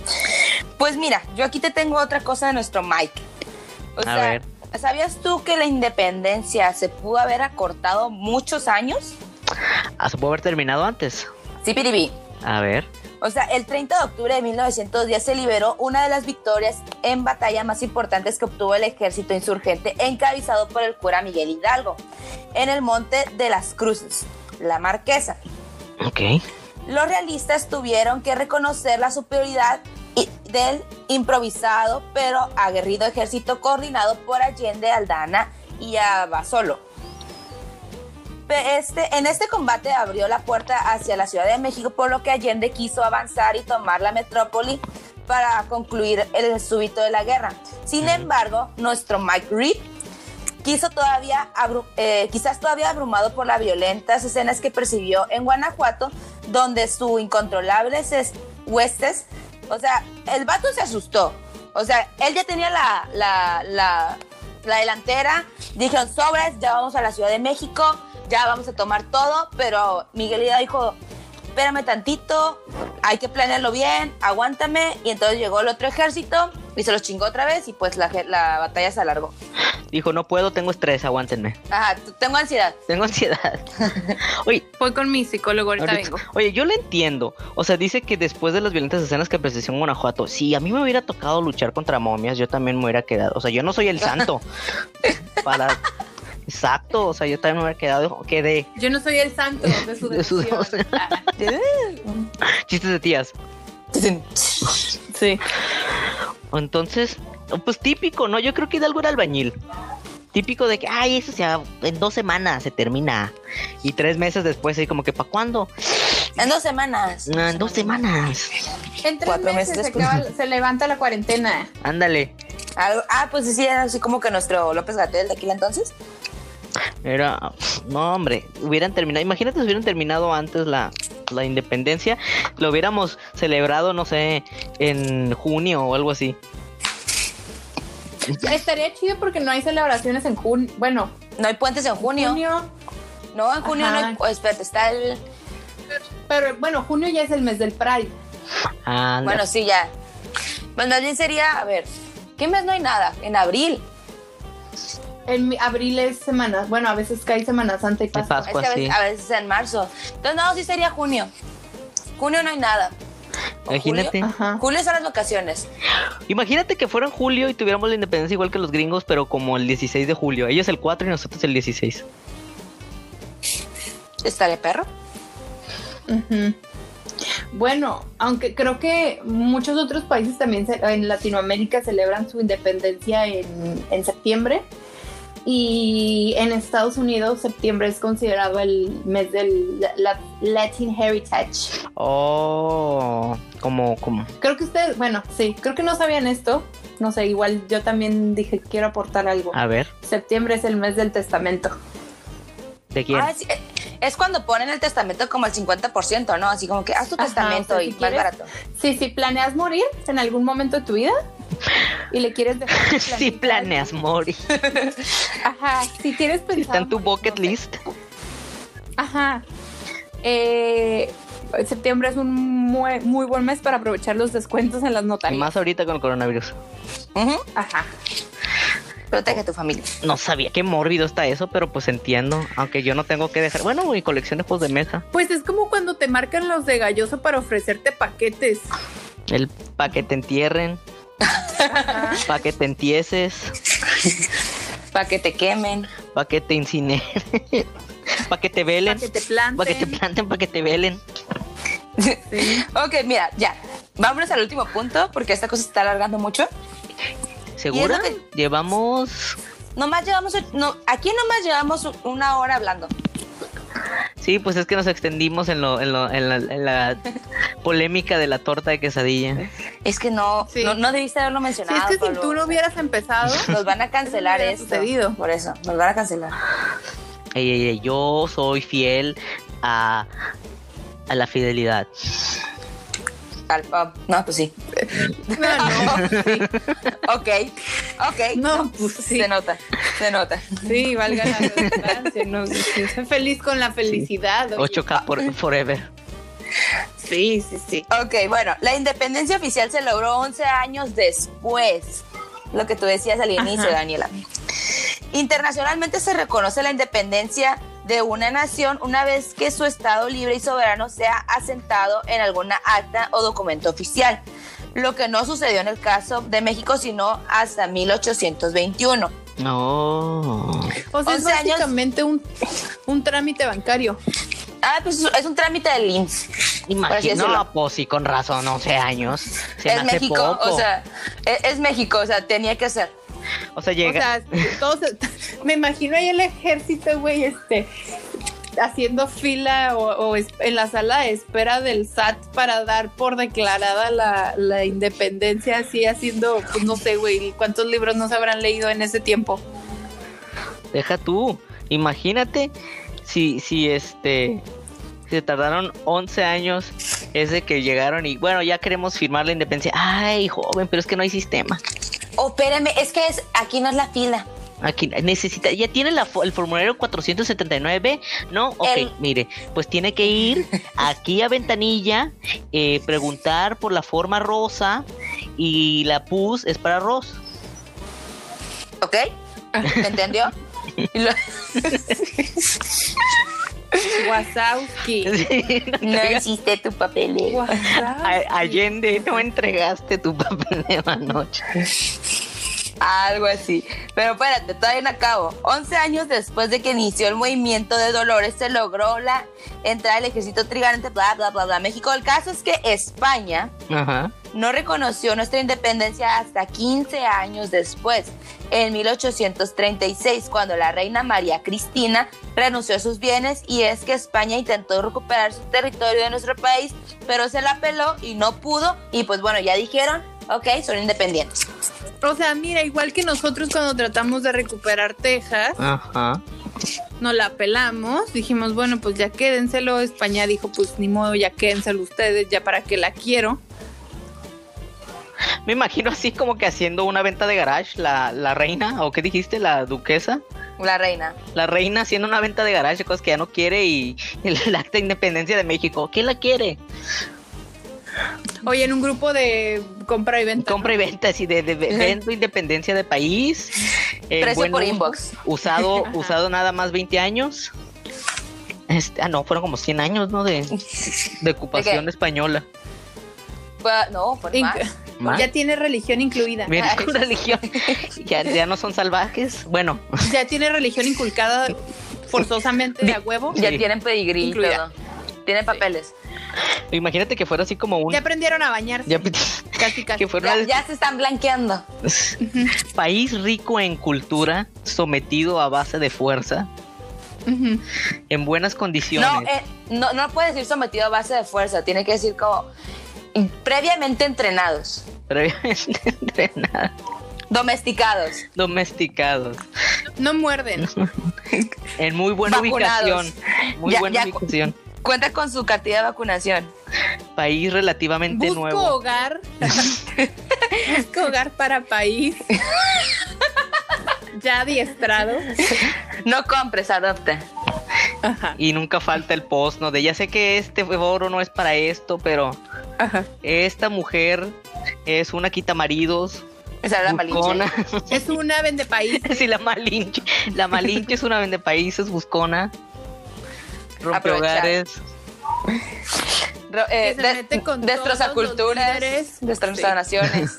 [SPEAKER 1] Pues mira, yo aquí te tengo otra cosa de nuestro Mike. O
[SPEAKER 2] A
[SPEAKER 1] sea,
[SPEAKER 2] ver.
[SPEAKER 1] ¿sabías tú que la independencia se pudo haber acortado muchos años?
[SPEAKER 2] Ah, se pudo haber terminado antes.
[SPEAKER 1] Sí, piribí.
[SPEAKER 2] A ver.
[SPEAKER 1] O sea, el 30 de octubre de 1910 se liberó una de las victorias en batalla más importantes que obtuvo el ejército insurgente encabezado por el cura Miguel Hidalgo en el Monte de las Cruces, La Marquesa.
[SPEAKER 2] Ok.
[SPEAKER 1] Los realistas tuvieron que reconocer la superioridad i- del improvisado pero aguerrido ejército coordinado por Allende, Aldana y Abasolo. Pe- Este, en este combate abrió la puerta hacia la Ciudad de México, por lo que Allende quiso avanzar y tomar la metrópoli para concluir el súbito de la guerra. Sin embargo, nuestro Mike Reed quiso todavía abru- eh, quizás todavía abrumado por las violentas escenas que percibió en Guanajuato, donde su incontrolable ses- huestes, o sea, el vato se asustó, o sea, él ya tenía la, la, la, la delantera, dijeron, sobres, ya vamos a la Ciudad de México, ya vamos a tomar todo, pero Miguel Hidalgo dijo, espérame tantito, hay que planearlo bien, aguántame, y entonces llegó el otro ejército y se los chingó otra vez y pues la, ge- la batalla se alargó.
[SPEAKER 2] Dijo, no puedo, tengo estrés, aguántenme.
[SPEAKER 1] Ajá, t- tengo ansiedad.
[SPEAKER 2] Tengo ansiedad. Oye,
[SPEAKER 3] Voy con mi psicólogo, ahorita,
[SPEAKER 2] Ahorita-
[SPEAKER 3] vengo.
[SPEAKER 2] Oye, yo lo entiendo. O sea, dice que después de las violentas escenas que presenció en Guanajuato, si a mí me hubiera tocado luchar contra momias, yo también me hubiera quedado. O sea, yo no soy el santo. Para. Exacto, o sea, yo también me hubiera quedado. Quedé.
[SPEAKER 3] Yo no soy el santo de su
[SPEAKER 2] De su
[SPEAKER 3] devoción. Ah,
[SPEAKER 2] Chistes de tías.
[SPEAKER 3] sí.
[SPEAKER 2] Entonces, pues típico, ¿no? Yo creo que Hidalgo era albañil. Típico de que, ay, eso se ha- en dos semanas se termina. Y tres meses después, así como que, ¿para cuándo?
[SPEAKER 1] En dos semanas.
[SPEAKER 2] No, en dos semanas.
[SPEAKER 3] En tres
[SPEAKER 1] Cuatro
[SPEAKER 3] meses
[SPEAKER 1] meses
[SPEAKER 3] se, acaba- se levanta la cuarentena.
[SPEAKER 2] Ándale.
[SPEAKER 1] Algo- ah, pues sí, era así como que nuestro López Gatel de Aquila entonces.
[SPEAKER 2] Era. No, hombre. Hubieran terminado. Imagínate si hubieran terminado antes la, la independencia. Lo hubiéramos celebrado, no sé, en junio o algo así.
[SPEAKER 3] Estaría chido porque no hay celebraciones en junio. Bueno,
[SPEAKER 1] No hay puentes en junio.
[SPEAKER 3] junio.
[SPEAKER 1] No, en junio
[SPEAKER 3] Ajá.
[SPEAKER 1] no hay. oh, espérate, está el.
[SPEAKER 3] Pero bueno, junio ya es el mes del Pride.
[SPEAKER 2] Anda.
[SPEAKER 1] Bueno, sí, ya. Bueno, más bien sería, a ver, ¿qué mes no hay nada? En abril.
[SPEAKER 3] En mi- abril es semana. Bueno, a veces cae Semana Santa y
[SPEAKER 2] de
[SPEAKER 3] pasa.
[SPEAKER 1] Es que
[SPEAKER 2] Pascua,
[SPEAKER 1] a
[SPEAKER 2] Pues sí.
[SPEAKER 1] veces, a veces en marzo. Entonces, no, sí sería junio. Junio no hay nada. ¿O
[SPEAKER 2] Imagínate.
[SPEAKER 3] Ajá.
[SPEAKER 1] Julio? Julio son las vacaciones.
[SPEAKER 2] Imagínate que fuera en julio y tuviéramos la independencia igual que los gringos, pero como el 16 de julio. Ellos el 4 y nosotros el 16.
[SPEAKER 1] ¿Estaría perro?
[SPEAKER 3] Ujú. Bueno, aunque creo que muchos otros países también ce- en Latinoamérica celebran su independencia en, en septiembre y en Estados Unidos septiembre es considerado el mes del la- la- Latin Heritage.
[SPEAKER 2] Oh, como, como.
[SPEAKER 3] Creo que ustedes, bueno, sí, creo que no sabían esto. No sé, igual yo también dije quiero aportar algo.
[SPEAKER 2] A ver,
[SPEAKER 3] Septiembre es el mes del testamento.
[SPEAKER 2] ¿de quién?
[SPEAKER 1] Ah, sí, eh, es cuando ponen el testamento como el 50%, ¿no? Así como que haz tu
[SPEAKER 3] Ajá,
[SPEAKER 1] testamento
[SPEAKER 3] o sea,
[SPEAKER 1] y
[SPEAKER 3] si
[SPEAKER 1] más
[SPEAKER 3] quieres-
[SPEAKER 1] barato.
[SPEAKER 3] Sí, si planeas morir en algún momento de tu vida y le quieres dejar.
[SPEAKER 2] Si planeas morir,
[SPEAKER 3] Ajá, si tienes pensado.
[SPEAKER 2] está en tu
[SPEAKER 3] morir,
[SPEAKER 2] bucket
[SPEAKER 3] no sé.
[SPEAKER 2] list.
[SPEAKER 3] Ajá. Eh, septiembre es un muy, muy buen mes para aprovechar los descuentos en las
[SPEAKER 2] Y
[SPEAKER 3] notarias.
[SPEAKER 2] más ahorita con el coronavirus.
[SPEAKER 1] Ujú.
[SPEAKER 3] Ajá.
[SPEAKER 1] Protege a tu familia.
[SPEAKER 2] No sabía qué mórbido está eso, pero pues entiendo. Aunque yo no tengo que dejar. Bueno, mi colección de juegos de mesa.
[SPEAKER 3] Pues es como cuando te marcan los de galloso para ofrecerte paquetes.
[SPEAKER 2] El pa' que te entierren,
[SPEAKER 3] Ajá.
[SPEAKER 2] pa' que te entieses,
[SPEAKER 1] Para que te quemen.
[SPEAKER 2] pa' que te incineren, pa' que te velen,
[SPEAKER 3] Para que te planten.
[SPEAKER 2] pa' que te planten, pa' que te velen.
[SPEAKER 3] Sí.
[SPEAKER 1] Ok, mira, ya. Vámonos al último punto porque esta cosa se está alargando mucho.
[SPEAKER 2] ¿Segura?
[SPEAKER 1] Y es lo
[SPEAKER 2] Llevamos.
[SPEAKER 1] Nomás llevamos, no, aquí nomás llevamos una hora hablando.
[SPEAKER 2] Sí, pues es que nos extendimos en, lo, en, lo- en la, en la polémica de la torta de quesadilla.
[SPEAKER 1] Es que no,
[SPEAKER 3] Sí.
[SPEAKER 1] no, no debiste haberlo
[SPEAKER 3] Si
[SPEAKER 1] mencionado.
[SPEAKER 3] es que si
[SPEAKER 1] Pablo.
[SPEAKER 3] tú no hubieras empezado,
[SPEAKER 1] Nos van a cancelar
[SPEAKER 3] Eso no hubiera
[SPEAKER 1] esto.
[SPEAKER 3] sucedido.
[SPEAKER 1] Por eso, nos van a cancelar.
[SPEAKER 2] Ey, ey, ey, yo soy fiel a, a la fidelidad.
[SPEAKER 1] Al- ah, no, pues sí.
[SPEAKER 3] no, no, sí.
[SPEAKER 1] Ok, ok.
[SPEAKER 3] No, pues sí.
[SPEAKER 1] Se nota, se nota.
[SPEAKER 3] Sí, valga la redundancia. No, sí, soy feliz con la felicidad. oye.
[SPEAKER 2] 8K por- forever.
[SPEAKER 3] Sí, sí, sí.
[SPEAKER 1] Ok, bueno, la independencia oficial se logró 11 años después, lo que tú decías al inicio,
[SPEAKER 3] Ajá.
[SPEAKER 1] Daniela. Internacionalmente se reconoce la independencia de una nación una vez que su Estado libre y soberano sea asentado en alguna acta o documento oficial, lo que no sucedió en el caso de México sino hasta 1821.
[SPEAKER 2] No.
[SPEAKER 3] O sea, es
[SPEAKER 1] 11 años.
[SPEAKER 3] básicamente un, un trámite bancario.
[SPEAKER 1] Ah, pues es un trámite del IMSS.
[SPEAKER 2] Imagino,
[SPEAKER 1] decirlo.
[SPEAKER 2] no, pues sí, con razón, 11 años. Se me
[SPEAKER 1] es
[SPEAKER 2] hace
[SPEAKER 1] México,
[SPEAKER 2] poco.
[SPEAKER 1] o sea, e-, es, es México, o sea, tenía que ser.
[SPEAKER 2] O sea,
[SPEAKER 3] O
[SPEAKER 2] llega.
[SPEAKER 3] sea, todos, me imagino ahí el ejército, güey, este, haciendo fila o, o es- en la sala de espera del SAT para dar por declarada la, la independencia, así haciendo, pues no sé, güey, cuántos libros no se habrán leído en ese tiempo.
[SPEAKER 2] Deja tú. Imagínate si, si este. Se tardaron 11 años es de que llegaron y bueno, ya queremos firmar la independencia. Ay, joven, pero es que no hay sistema.
[SPEAKER 1] Oh, espérame, es que es, aquí no es la fila.
[SPEAKER 2] Aquí necesita, ya tiene la fo- el formulario 479B, ¿no? Ok,
[SPEAKER 1] El-
[SPEAKER 2] mire, pues tiene que ir aquí a Ventanilla, eh, preguntar por la forma rosa y la pus es para arroz.
[SPEAKER 1] ¿Ok? ¿Me entendió? Y lo-
[SPEAKER 3] Wasowski.
[SPEAKER 1] no hiciste tu papel.
[SPEAKER 3] Wasowski.
[SPEAKER 2] A- Allende, no entregaste tu papel de anoche.
[SPEAKER 1] Algo así. Pero espérate, todavía no acabo. 11 años después de que inició el movimiento de Dolores, se logró la entrada del ejército trigante, bla, bla, bla, bla. México, el caso es que España
[SPEAKER 2] Ajá.
[SPEAKER 1] no reconoció nuestra independencia hasta 15 años después, en 1836, cuando la reina María Cristina renunció a sus bienes y es que España intentó recuperar su territorio de nuestro país, pero se la peló y no pudo y pues bueno, ya dijeron, ok, son independientes.
[SPEAKER 3] O sea, mira, igual que nosotros cuando tratamos de recuperar Texas,
[SPEAKER 2] Ajá.
[SPEAKER 3] nos la pelamos, dijimos, bueno, pues ya quédenselo, España dijo, pues ni modo, ya quédenselo ustedes, ya para que la quiero.
[SPEAKER 2] Me imagino así como que haciendo una venta de garage, la, la reina, o qué dijiste, la duquesa.
[SPEAKER 1] La reina.
[SPEAKER 2] La reina haciendo una venta de garage, de cosas que ya no quiere y el, el acta de independencia de México. ¿Quién la quiere?
[SPEAKER 3] Oye, en un grupo de compra y venta.
[SPEAKER 2] Compra y venta, así de, de- de- vendo independencia de país. eh,
[SPEAKER 1] Precio
[SPEAKER 2] buen
[SPEAKER 1] por
[SPEAKER 2] uso,
[SPEAKER 1] inbox.
[SPEAKER 2] Usado, usado nada más 20 años. Este, ah, no, fueron como 100 años, ¿no? De, de ocupación española.
[SPEAKER 1] Fue- No, por
[SPEAKER 3] Inc-
[SPEAKER 1] más.
[SPEAKER 2] Más.
[SPEAKER 3] Ya tiene religión incluida.
[SPEAKER 2] Viene
[SPEAKER 1] Ay.
[SPEAKER 2] con religión. Ya, ya no son salvajes. Bueno,
[SPEAKER 3] Ya tiene religión inculcada forzosamente de a huevo.
[SPEAKER 1] Ya
[SPEAKER 2] Sí.
[SPEAKER 1] tienen pedigrí y
[SPEAKER 3] Incluida.
[SPEAKER 1] todo. Tienen papeles.
[SPEAKER 2] imagínate que fuera así como un.
[SPEAKER 3] Ya aprendieron a bañarse.
[SPEAKER 2] ya-
[SPEAKER 3] Casi, casi.
[SPEAKER 2] que fuera
[SPEAKER 1] Ya,
[SPEAKER 2] un
[SPEAKER 1] ya se están blanqueando.
[SPEAKER 2] país rico en cultura, sometido a base de fuerza,
[SPEAKER 3] Ujú.
[SPEAKER 2] en buenas condiciones.
[SPEAKER 1] No, eh, no, no puedes decir sometido a base de fuerza. Tiene que decir como previamente entrenados,
[SPEAKER 2] previamente entrenados,
[SPEAKER 1] domesticados.
[SPEAKER 2] domesticados,
[SPEAKER 3] No muerden.
[SPEAKER 2] en muy buena
[SPEAKER 1] Vacunados.
[SPEAKER 2] ubicación, muy
[SPEAKER 1] Ya-
[SPEAKER 2] buena
[SPEAKER 1] ya-
[SPEAKER 2] ubicación,
[SPEAKER 1] Cuenta con su cartilla de vacunación.
[SPEAKER 2] país relativamente
[SPEAKER 3] Busco
[SPEAKER 2] nuevo.
[SPEAKER 3] hogar. Busco hogar para país. Ya adiestrado.
[SPEAKER 1] No compres, adopta.
[SPEAKER 3] Ajá,
[SPEAKER 2] Y nunca falta el post, ¿no? De ya sé que este foro no es para esto, pero
[SPEAKER 3] ajá.
[SPEAKER 2] esta mujer es una quitamaridos,
[SPEAKER 1] Esa era la
[SPEAKER 2] buscona.
[SPEAKER 1] malinche.
[SPEAKER 3] Es una vende país.
[SPEAKER 2] Sí, la malinche. La malinche es una vende países, buscona. Rompe
[SPEAKER 1] Aprovechar.
[SPEAKER 2] hogares.
[SPEAKER 1] Ro- eh,
[SPEAKER 3] Que se
[SPEAKER 1] de-
[SPEAKER 3] mete con
[SPEAKER 1] destroza
[SPEAKER 3] todos los
[SPEAKER 1] culturas,
[SPEAKER 3] líderes.
[SPEAKER 1] destroza
[SPEAKER 3] Sí.
[SPEAKER 1] naciones.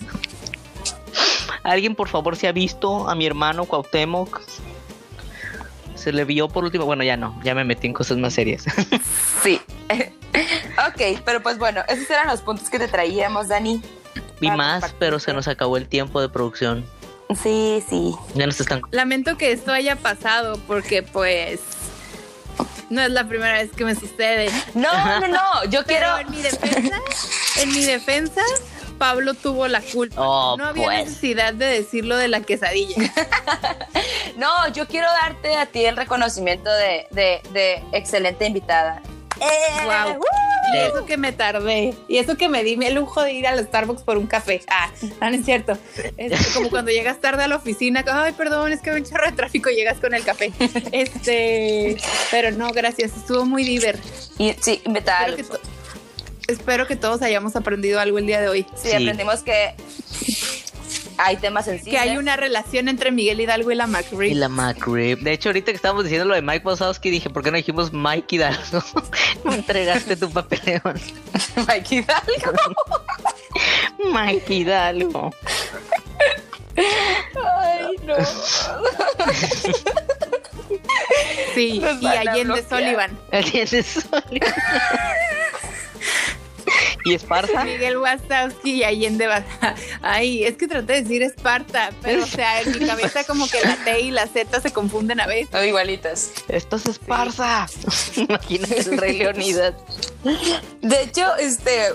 [SPEAKER 2] Alguien, por favor, si ha visto a mi hermano Cuauhtémoc. Se le vio por último. Bueno, ya no, ya me metí en cosas más serias.
[SPEAKER 1] Sí. ok, pero pues bueno, esos eran los puntos que te traíamos, Dani.
[SPEAKER 2] Vi
[SPEAKER 1] Ah,
[SPEAKER 2] más,
[SPEAKER 1] compartiste.
[SPEAKER 2] pero se nos acabó el tiempo de producción.
[SPEAKER 1] Sí, sí.
[SPEAKER 2] Ya nos están.
[SPEAKER 3] Lamento que esto haya pasado porque pues no es la primera vez que me sucede.
[SPEAKER 1] No, no, no. Yo quiero.
[SPEAKER 3] Pero en mi defensa, en mi defensa, Pablo tuvo la culpa.
[SPEAKER 2] Oh,
[SPEAKER 3] no había
[SPEAKER 2] pues.
[SPEAKER 3] necesidad de decirlo de la quesadilla.
[SPEAKER 1] No, yo quiero darte a ti el reconocimiento de, de- de excelente invitada. ¡Eh!
[SPEAKER 3] Guau.
[SPEAKER 1] ¡Uh!
[SPEAKER 3] Y eso que me tardé. Y eso que me di el lujo de ir al Starbucks por un café. Ah, no, no es cierto. Es como cuando llegas tarde a la oficina, que, ay, perdón, es que hay un chorro de tráfico y llegas con el café. Este, pero no, gracias. Estuvo muy divertido.
[SPEAKER 1] Y, sí, invitada.
[SPEAKER 3] Espero que, to- espero que todos hayamos aprendido algo el día de hoy.
[SPEAKER 1] Sí,
[SPEAKER 2] Sí.
[SPEAKER 1] aprendimos que hay temas sencillos.
[SPEAKER 3] que hay una relación entre Miguel Hidalgo y la McRib.
[SPEAKER 2] Y la McRib. De hecho, ahorita que estábamos diciendo lo de Mike Wazowski, dije, ¿por qué no dijimos Mike Hidalgo? no entregaste tu papel.
[SPEAKER 1] Mike Hidalgo.
[SPEAKER 2] Mike Hidalgo.
[SPEAKER 1] Ay, no.
[SPEAKER 3] Sí,
[SPEAKER 1] Nos
[SPEAKER 3] y
[SPEAKER 1] van a
[SPEAKER 3] Allende
[SPEAKER 1] bloquear.
[SPEAKER 3] Sullivan.
[SPEAKER 2] Allende Sullivan. ¿Y Esparza?
[SPEAKER 3] Miguel Wazowski y Allende Ba- Ay, es que traté de decir Esparta, pero o sea, en mi cabeza como que la T y la Z se confunden a veces.
[SPEAKER 1] No, igualitas.
[SPEAKER 2] ¡Esto es Esparza! Imagínate el Rey Leonidas.
[SPEAKER 1] De hecho, este,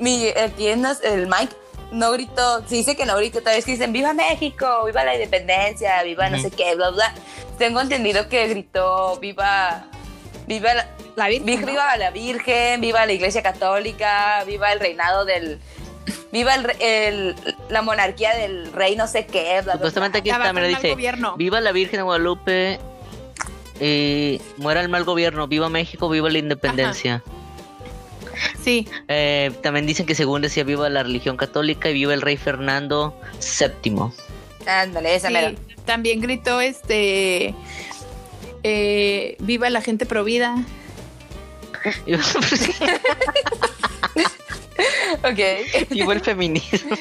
[SPEAKER 1] mi, aquí en nos- el Mike no gritó, se dice que no gritó, tal vez que dicen viva México, viva la independencia, viva no
[SPEAKER 2] Ujú.
[SPEAKER 1] sé qué, bla, bla. Tengo entendido que gritó viva, viva la,
[SPEAKER 3] La
[SPEAKER 1] vi- viva la Virgen, viva la Iglesia Católica, viva el reinado del, viva el, re- el- la monarquía del rey no sé qué, bla, bla,
[SPEAKER 2] Supuestamente
[SPEAKER 1] bla.
[SPEAKER 2] aquí está, mira, dice...
[SPEAKER 3] gobierno.
[SPEAKER 2] Viva la Virgen de Guadalupe. Y muera el mal gobierno. Viva México, viva la independencia.
[SPEAKER 3] Sí,
[SPEAKER 2] Eh, también dicen que según decía, viva la religión católica y viva el rey Fernando VII.
[SPEAKER 1] Ándale, esa
[SPEAKER 3] sí.
[SPEAKER 1] mera.
[SPEAKER 3] También gritó este. eh, viva la gente provida.
[SPEAKER 2] pues,
[SPEAKER 1] Ok.
[SPEAKER 2] viva el feminismo.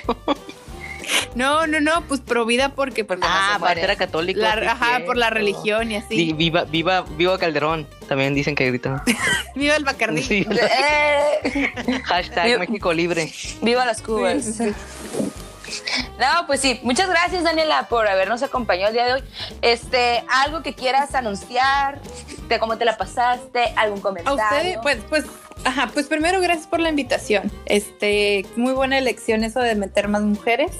[SPEAKER 3] No, no, no, pues provida porque. porque
[SPEAKER 2] Ah,
[SPEAKER 1] se muere.
[SPEAKER 2] bandera católica.
[SPEAKER 3] la-
[SPEAKER 2] sí,
[SPEAKER 3] ajá,
[SPEAKER 2] cierto.
[SPEAKER 3] por la religión y así.
[SPEAKER 2] Sí, viva, viva, viva Calderón. También dicen que gritan.
[SPEAKER 3] Viva el Bacardí.
[SPEAKER 2] Sí,
[SPEAKER 1] Eh,
[SPEAKER 2] hashtag
[SPEAKER 1] Viva-
[SPEAKER 2] México libre.
[SPEAKER 1] Viva las cubas.
[SPEAKER 3] Sí, sí,
[SPEAKER 1] No, pues sí, muchas gracias Daniela por habernos acompañado el día de hoy. Este, algo que quieras anunciar, de cómo te la pasaste, algún
[SPEAKER 3] A
[SPEAKER 1] comentario.
[SPEAKER 3] ustedes, pues, pues, ajá, pues primero gracias por la invitación. Este, muy buena elección eso de meter más mujeres.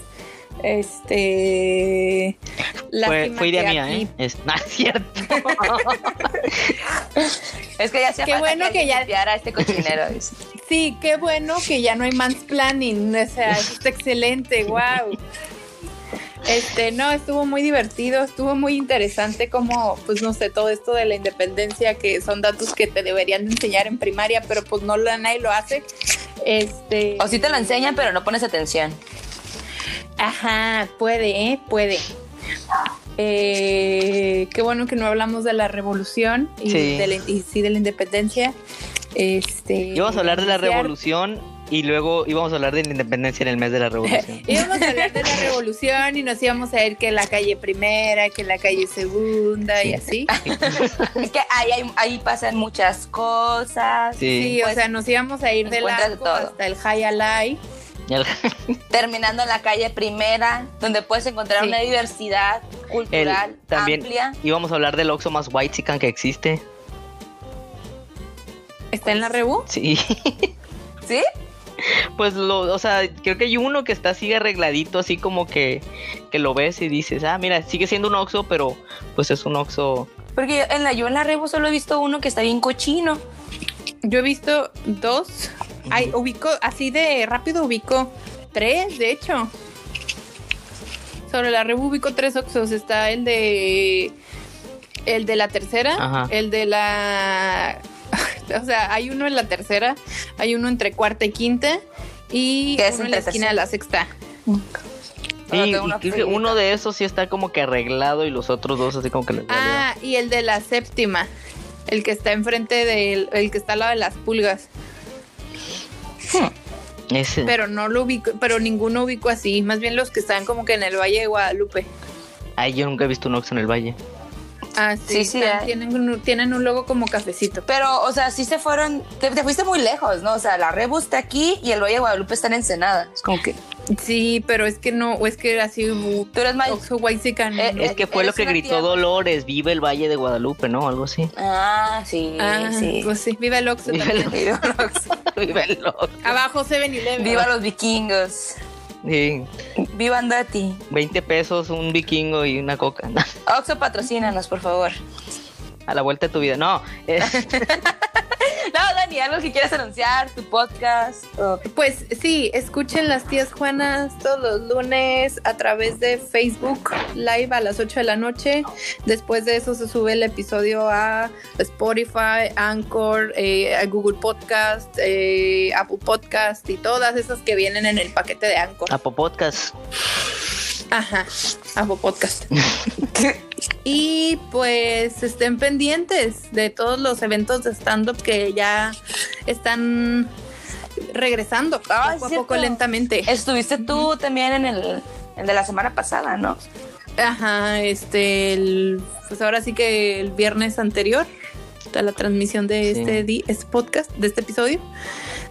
[SPEAKER 3] Este,
[SPEAKER 2] Fue,
[SPEAKER 3] lástima
[SPEAKER 2] fue idea
[SPEAKER 3] que
[SPEAKER 2] mía,
[SPEAKER 3] aquí-
[SPEAKER 2] ¿eh? Es, no, es cierto.
[SPEAKER 1] es que ya hacía
[SPEAKER 3] qué
[SPEAKER 1] falta
[SPEAKER 3] bueno que
[SPEAKER 1] alguien
[SPEAKER 3] ya-
[SPEAKER 1] limpiara este cochinero. dice.
[SPEAKER 3] Sí, qué bueno que ya no hay mansplaining, o sea, eso está excelente, wow. Este, no, estuvo muy divertido, estuvo muy interesante como, pues no sé, todo esto de la independencia, que son datos que te deberían de enseñar en primaria, pero pues no lo, nadie lo hace. Este,
[SPEAKER 1] o sí te lo enseñan, pero no pones atención.
[SPEAKER 3] Ajá, puede, ¿eh? puede. Eh, qué bueno que no hablamos de la revolución y,
[SPEAKER 2] Sí.
[SPEAKER 3] de la, y sí de la independencia. Este,
[SPEAKER 2] Íbamos a hablar de la
[SPEAKER 3] iniciar-
[SPEAKER 2] revolución y luego íbamos a hablar de la independencia en el mes de la revolución.
[SPEAKER 3] Íbamos a hablar de la revolución y nos íbamos a ir que la calle primera, que la calle segunda y así.
[SPEAKER 1] Es que ahí, hay- ahí pasan muchas cosas.
[SPEAKER 2] Sí.
[SPEAKER 3] Sí, o
[SPEAKER 1] Pues,
[SPEAKER 3] sea, nos íbamos a ir del
[SPEAKER 1] encuentras
[SPEAKER 3] arco
[SPEAKER 1] todo.
[SPEAKER 3] hasta el High Alai.
[SPEAKER 2] Y al-
[SPEAKER 1] Terminando en la calle primera, donde puedes encontrar
[SPEAKER 3] Sí.
[SPEAKER 1] una diversidad cultural
[SPEAKER 2] El- también
[SPEAKER 1] amplia.
[SPEAKER 2] íbamos a hablar del Oxxo más white chican que existe.
[SPEAKER 3] ¿Está en la Rebu?
[SPEAKER 2] Sí.
[SPEAKER 1] ¿Sí?
[SPEAKER 2] Pues lo, o sea, creo que hay uno que está así arregladito, así como que, que lo ves y dices, ah, mira, sigue siendo un Oxxo, pero pues es un Oxxo.
[SPEAKER 1] Porque yo en la, yo en la Rebu solo he visto uno que está bien cochino.
[SPEAKER 3] Yo he visto dos. Ay, ubico, así de rápido ubico tres, de hecho. Sobre la Rebu ubico tres Oxos. Está el de. El de la tercera.
[SPEAKER 2] Ajá.
[SPEAKER 3] El de la. O sea, hay uno en la tercera. Hay uno entre cuarta y quinta. Y
[SPEAKER 1] ¿Qué es
[SPEAKER 3] uno en
[SPEAKER 1] entre
[SPEAKER 3] la esquina
[SPEAKER 1] tercera?
[SPEAKER 3] de la sexta.
[SPEAKER 2] Y,
[SPEAKER 1] Ahora
[SPEAKER 2] y
[SPEAKER 1] tengo una
[SPEAKER 2] creo que
[SPEAKER 1] frita.
[SPEAKER 2] uno de esos sí está como que arreglado y los otros dos así como que les valió.
[SPEAKER 3] Ah, y el de la séptima. El que está enfrente del. El que está al lado de las pulgas.
[SPEAKER 2] Ese.
[SPEAKER 3] Pero no lo ubico, pero ninguno ubico así, más bien los que están como que en el Valle de Guadalupe.
[SPEAKER 2] Ay, yo nunca he visto un Oxxo en el valle.
[SPEAKER 3] Ah,
[SPEAKER 1] sí, sí,
[SPEAKER 3] están-
[SPEAKER 1] hay.
[SPEAKER 3] tienen, un, tienen un logo como cafecito.
[SPEAKER 1] Pero, o sea, sí se fueron, te, te fuiste muy lejos, ¿no? O sea, la Rebu está aquí y el Valle de Guadalupe está en Ensenada. Es como que
[SPEAKER 3] Sí, pero es que no, o es que así uh,
[SPEAKER 1] tú eres más...
[SPEAKER 3] Oxxo Huaysican.
[SPEAKER 1] Eh,
[SPEAKER 2] Es que fue
[SPEAKER 1] Eres
[SPEAKER 2] lo que
[SPEAKER 1] una
[SPEAKER 2] gritó
[SPEAKER 1] tía.
[SPEAKER 2] Dolores, vive el Valle de Guadalupe, ¿no? Algo así.
[SPEAKER 1] Ah, sí,
[SPEAKER 3] ah,
[SPEAKER 1] sí.
[SPEAKER 3] pues sí, viva el Oxxo
[SPEAKER 2] Viva
[SPEAKER 3] también.
[SPEAKER 2] el-
[SPEAKER 1] Viva los,
[SPEAKER 2] vive el Oxxo.
[SPEAKER 3] Abajo 7-Eleven.
[SPEAKER 1] viva los vikingos.
[SPEAKER 2] Sí,
[SPEAKER 1] Viva Andati.
[SPEAKER 2] 20 pesos, un vikingo y una coca.
[SPEAKER 1] Oxo, patrocínanos, por favor.
[SPEAKER 2] A la vuelta de tu vida. No, es-
[SPEAKER 1] No, Dani, algo que quieras anunciar, tu podcast. o-
[SPEAKER 3] Pues sí, escuchen las tías Juanas todos los lunes a través de Facebook Live a las 8 de la noche. Después de eso se sube el episodio a Spotify, Anchor, eh, a Google Podcast, eh, Apple Podcast y todas esas que vienen en el paquete de Anchor.
[SPEAKER 2] Apo Podcast.
[SPEAKER 3] Ajá, Apple Podcast. y pues estén pendientes de todos los eventos de stand-up que ya están regresando
[SPEAKER 1] Ah,
[SPEAKER 3] poco a
[SPEAKER 1] es
[SPEAKER 3] poco
[SPEAKER 1] cierto.
[SPEAKER 3] lentamente.
[SPEAKER 1] Estuviste tú también en el, el de la semana pasada, ¿no?
[SPEAKER 3] Ajá, este, el- pues ahora sí que el viernes anterior a la transmisión de
[SPEAKER 2] Sí.
[SPEAKER 3] este, di- este podcast, de este episodio.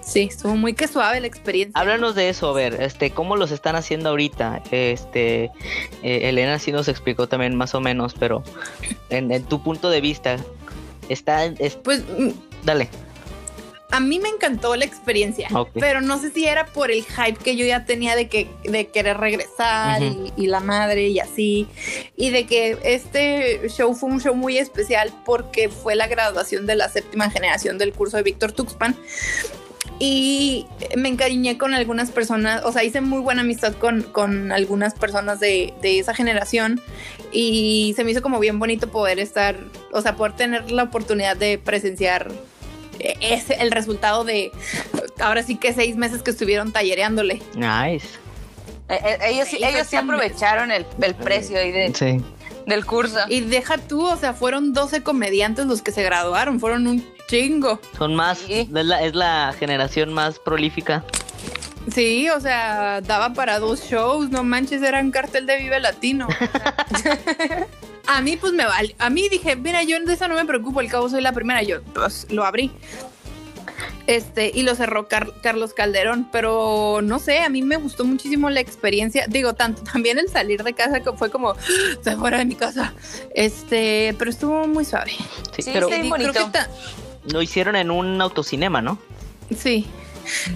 [SPEAKER 3] Sí, estuvo muy que suave la experiencia.
[SPEAKER 2] Háblanos de eso, a ver, este, cómo los están haciendo ahorita. Este, eh, Elena sí nos explicó también más o menos, pero en, en tu punto de vista, está, es-
[SPEAKER 3] Pues mm,
[SPEAKER 2] dale.
[SPEAKER 3] a mí me encantó la experiencia,
[SPEAKER 2] Ok.
[SPEAKER 3] pero no sé si era por el hype que yo ya tenía de que de querer regresar
[SPEAKER 2] Ujú.
[SPEAKER 3] y, y la madre y así, y de que este show fue un show muy especial porque fue la graduación de la séptima generación del curso de Víctor Tuxpan. Y me encariñé con algunas personas, o sea, hice muy buena amistad con, con algunas personas de, de esa generación y se me hizo como bien bonito poder estar, o sea, poder tener la oportunidad de presenciar eh, ese, el resultado de ahora sí que seis meses que estuvieron tallereándole.
[SPEAKER 2] Nice.
[SPEAKER 1] Eh, eh, ellos sí,
[SPEAKER 3] Sí,
[SPEAKER 1] ellos sí
[SPEAKER 3] fue tan-
[SPEAKER 1] aprovecharon el, el precio ahí de-
[SPEAKER 2] Sí.
[SPEAKER 1] del curso.
[SPEAKER 3] Y deja tú, o sea, fueron 12 comediantes los que se graduaron, fueron un chingo.
[SPEAKER 2] Son más,
[SPEAKER 1] Sí.
[SPEAKER 2] es la, es la generación más prolífica.
[SPEAKER 3] Sí, o sea, daba para dos shows, no manches, era un cartel de Vive Latino. o sea. a mí, pues me vale. A mí dije, mira, yo de eso no me preocupo, el cabo soy la primera. Yo, pues lo abrí. Este, y lo cerró Car- Carlos Calderón, pero no sé, a mí me gustó muchísimo la experiencia. Digo, tanto también el salir de casa que fue como, "Ah, estoy fuera de mi casa. Este, pero estuvo muy suave.
[SPEAKER 2] Sí,
[SPEAKER 1] Sí,
[SPEAKER 2] pero
[SPEAKER 1] sí.
[SPEAKER 3] Y
[SPEAKER 1] bonito.
[SPEAKER 3] creo que ta-
[SPEAKER 2] lo hicieron en un autocinema, ¿no?
[SPEAKER 3] Sí.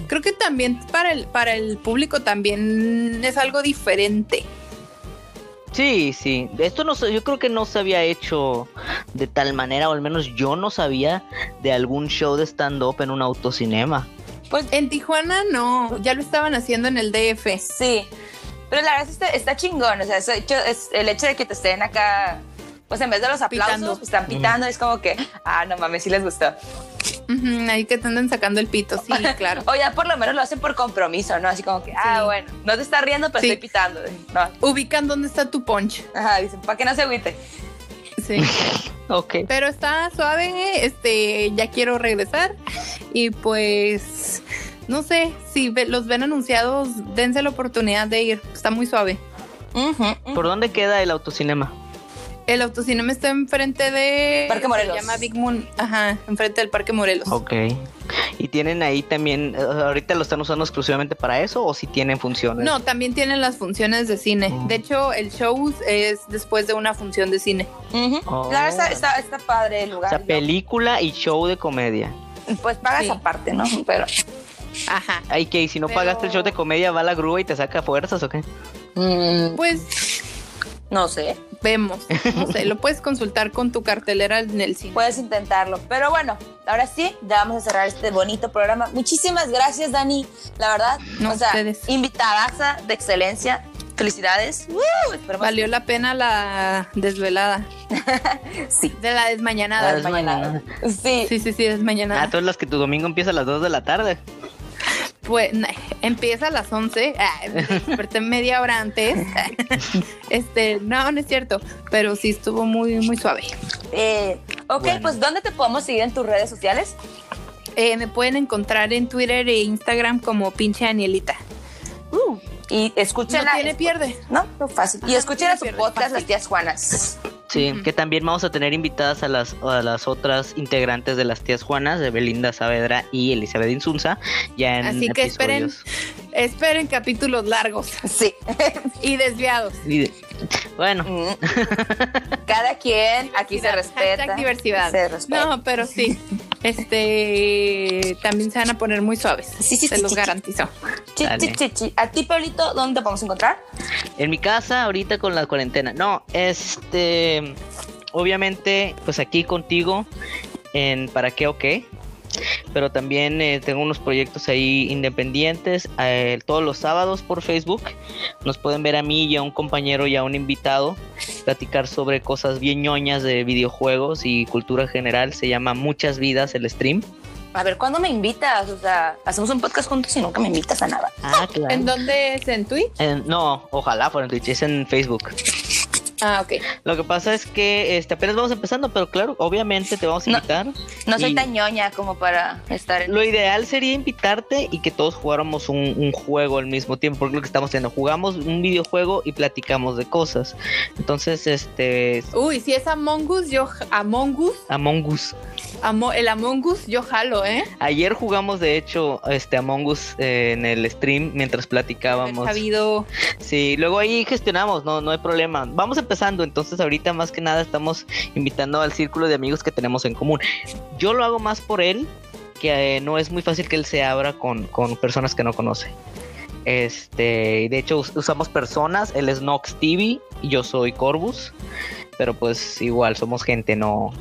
[SPEAKER 3] Creo que también para el, para el público también es algo diferente.
[SPEAKER 2] Sí, sí. Esto no se- yo creo que no se había hecho de tal manera, o al menos yo no sabía de algún show de stand-up en un autocinema.
[SPEAKER 1] Pues,
[SPEAKER 3] En Tijuana no, ya lo estaban haciendo en el DF.
[SPEAKER 1] Sí, pero la verdad es que está, está chingón, o sea, eso hecho- es el hecho de que te estén acá, pues en vez de los aplausos,
[SPEAKER 3] Pitando.
[SPEAKER 1] pues, están pitando, es como que, ah, no mames, sí les gustó.
[SPEAKER 3] Ujú, ahí que te andan sacando el pito, sí, claro.
[SPEAKER 1] O ya por lo menos lo hacen por compromiso, ¿no? Así como que, ah,
[SPEAKER 3] Sí.
[SPEAKER 1] bueno, no te estás riendo, pero
[SPEAKER 3] Sí.
[SPEAKER 1] estoy pitando. No,
[SPEAKER 3] Ubican dónde está tu punch.
[SPEAKER 1] ajá, dicen, para que no se agüite.
[SPEAKER 3] Sí.
[SPEAKER 2] Ok.
[SPEAKER 3] Pero está suave, ¿eh? este, ya quiero regresar. Y pues, no sé, si ve- los ven anunciados, dense la oportunidad de ir. Está muy suave.
[SPEAKER 1] Ujú, ujú.
[SPEAKER 2] ¿Por dónde queda el autocinema?
[SPEAKER 3] El autocinema está enfrente de...
[SPEAKER 1] Parque Morelos.
[SPEAKER 3] Se llama Big Moon. Ajá, enfrente del Parque Morelos.
[SPEAKER 2] Ok. ¿Y tienen ahí también, eh, ahorita lo están usando exclusivamente para eso o si tienen funciones?
[SPEAKER 3] No, también tienen las funciones de cine.
[SPEAKER 2] Mm.
[SPEAKER 3] De hecho, el show es después de una función de cine.
[SPEAKER 1] Ujú.
[SPEAKER 2] Oh.
[SPEAKER 1] La verdad está, está- está padre el
[SPEAKER 2] O
[SPEAKER 1] lugar.
[SPEAKER 2] sea, película y show de comedia.
[SPEAKER 1] Pues pagas
[SPEAKER 3] Sí.
[SPEAKER 1] aparte, ¿no? Pero
[SPEAKER 3] Ajá.
[SPEAKER 2] Ay, que si no
[SPEAKER 3] Pero-
[SPEAKER 2] pagaste el show de comedia, va la grúa y te saca fuerzas, ¿o qué?
[SPEAKER 1] mm,
[SPEAKER 3] Pues
[SPEAKER 1] no sé.
[SPEAKER 3] vemos. No sé, lo puedes consultar con tu cartelera en el cine.
[SPEAKER 1] Puedes intentarlo. Pero bueno, ahora sí, ya vamos a cerrar este bonito programa. Muchísimas gracias, Dani. La verdad,
[SPEAKER 3] No,
[SPEAKER 1] o sea,
[SPEAKER 3] ustedes.
[SPEAKER 1] invitadaza de excelencia. Felicidades. ¡Woo! Esperemos-
[SPEAKER 3] Valió la pena la desvelada.
[SPEAKER 1] Sí.
[SPEAKER 3] De la desmañanada.
[SPEAKER 2] La desma- mañana.
[SPEAKER 1] Sí.
[SPEAKER 3] Sí, sí, sí,
[SPEAKER 2] Ah,
[SPEAKER 3] desmañanada.
[SPEAKER 2] todas las que tu domingo empieza a las 2 de la tarde.
[SPEAKER 3] Pues nah, empieza a las 11. Ah, me desperté media hora antes. Este, no, no es cierto. Pero sí estuvo muy, muy suave.
[SPEAKER 1] Eh, ok,
[SPEAKER 2] Bueno.
[SPEAKER 1] pues ¿dónde te podemos seguir en tus redes sociales?
[SPEAKER 3] Eh, me pueden encontrar en Twitter e Instagram como pinche Anielita.
[SPEAKER 1] Y escuchen
[SPEAKER 3] No tiene pierde.
[SPEAKER 1] ¿no? Lo fácil. Y
[SPEAKER 3] Ajá,
[SPEAKER 1] escuchen a su
[SPEAKER 3] no tiene pierde,
[SPEAKER 1] podcast,
[SPEAKER 3] fácil.
[SPEAKER 1] Las Tías Juanas.
[SPEAKER 2] Sí,
[SPEAKER 3] Ujú.
[SPEAKER 2] que también vamos a tener invitadas a las, a las otras integrantes de las tías Juanas, de Belinda Saavedra y Elizabeth Insunza, ya en
[SPEAKER 3] Así que esperen.
[SPEAKER 2] episodios.
[SPEAKER 3] Esperen capítulos largos
[SPEAKER 1] Sí.
[SPEAKER 3] y desviados.
[SPEAKER 2] Y de- Bueno,
[SPEAKER 1] Mm. Cada quien aquí se
[SPEAKER 3] Diversidad,
[SPEAKER 1] respeta.
[SPEAKER 3] hashtag diversidad.
[SPEAKER 1] Se respeta.
[SPEAKER 3] No, pero sí. Este también se van a poner muy suaves.
[SPEAKER 1] Sí, sí,
[SPEAKER 3] se
[SPEAKER 1] sí,
[SPEAKER 3] los
[SPEAKER 1] sí,
[SPEAKER 3] garantizo.
[SPEAKER 1] Chi,
[SPEAKER 2] Dale.
[SPEAKER 1] chi, chi, chi. A ti, Pablito, ¿dónde te podemos encontrar?
[SPEAKER 2] en mi casa ahorita con la cuarentena. No, este, obviamente, pues aquí contigo en Para qué o qué. Pero también eh, tengo unos proyectos ahí independientes. eh, todos los sábados por Facebook nos pueden ver a mí y a un compañero y a un invitado platicar sobre cosas bien ñoñas de videojuegos y cultura general. Se llama Muchas Vidas el stream.
[SPEAKER 1] A ver, ¿cuándo me invitas? O sea, hacemos un podcast juntos y nunca me invitas a nada.
[SPEAKER 2] Ah, claro.
[SPEAKER 3] ¿En dónde es? ¿En Twitch?
[SPEAKER 2] no, ojalá fuera en Twitch, es en Facebook.
[SPEAKER 3] Ah, ok.
[SPEAKER 2] Lo que pasa es que este, apenas vamos empezando, pero claro, obviamente te vamos a
[SPEAKER 1] No.
[SPEAKER 2] invitar.
[SPEAKER 1] No soy
[SPEAKER 2] Y-
[SPEAKER 1] tan ñoña como para estar en...
[SPEAKER 2] Lo ideal sería invitarte y que todos jugáramos un, un juego al mismo tiempo, porque es lo que estamos haciendo, jugamos un videojuego y platicamos de cosas. Entonces, este,
[SPEAKER 3] Uy, si es Among Us, yo. Among Us.
[SPEAKER 2] Among Us.
[SPEAKER 3] Amo- el Among Us, yo jalo, ¿eh?
[SPEAKER 2] Ayer jugamos, de hecho, este Among Us eh, en el stream mientras platicábamos.
[SPEAKER 3] Sabido.
[SPEAKER 2] Sí, luego ahí gestionamos, no, no hay problema. Vamos empezando, entonces ahorita más que nada estamos invitando al círculo de amigos que tenemos en común. Yo lo hago más por él, que eh, no es muy fácil que él se abra con, con personas que no conoce. Este, y de hecho us- usamos personas, él es Nox TV y yo soy Corvus, pero pues igual somos gente, no,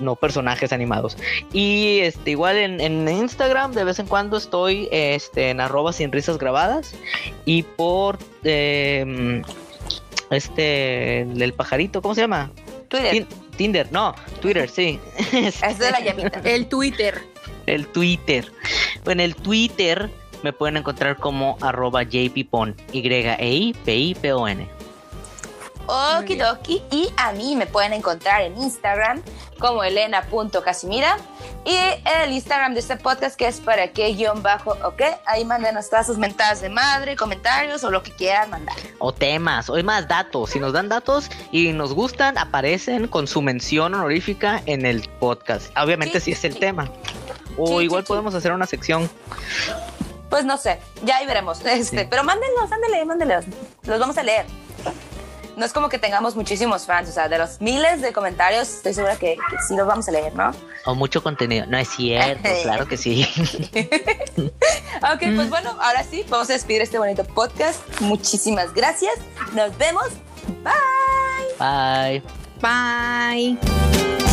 [SPEAKER 2] no personajes animados. Y este, igual en, en Instagram de vez en cuando estoy este, en arroba sin risas grabadas y por em, este el pajarito, ¿cómo se llama?
[SPEAKER 1] Twitter.
[SPEAKER 2] Tin- Tinder, no, Twitter, sí.
[SPEAKER 1] Es de la llamita.
[SPEAKER 3] El Twitter.
[SPEAKER 2] el Twitter. En el Twitter me pueden encontrar como arroba jpipon, y e i p i p o n.
[SPEAKER 3] Muy bien.
[SPEAKER 1] Okidoki. Y a mí me pueden encontrar en Instagram como elena.casimira y el Instagram de este podcast que es para que guión bajo ok. Ahí mándenos todas sus mentadas de madre, comentarios o lo que quieran mandar.
[SPEAKER 2] O temas, o hay más datos. Si nos dan datos y nos gustan, aparecen con su mención honorífica en el podcast. Obviamente
[SPEAKER 1] Sí,
[SPEAKER 2] si es el
[SPEAKER 1] sí.
[SPEAKER 2] tema. O
[SPEAKER 1] Sí, sí,
[SPEAKER 2] igual
[SPEAKER 1] sí.
[SPEAKER 2] podemos hacer una sección.
[SPEAKER 1] Pues no sé, ya ahí veremos. Este,
[SPEAKER 2] Sí.
[SPEAKER 1] Pero mándenlos, ándale, mándenlos. Los vamos a leer. No es como que tengamos muchísimos fans, o sea, de los miles de comentarios, estoy segura que, que sí los vamos a leer, ¿no?
[SPEAKER 2] O mucho contenido. No es cierto, claro que sí.
[SPEAKER 1] Ok, pues bueno, ahora sí, vamos a despedir este bonito podcast. Muchísimas gracias. Nos vemos. Bye.
[SPEAKER 2] Bye.
[SPEAKER 3] Bye.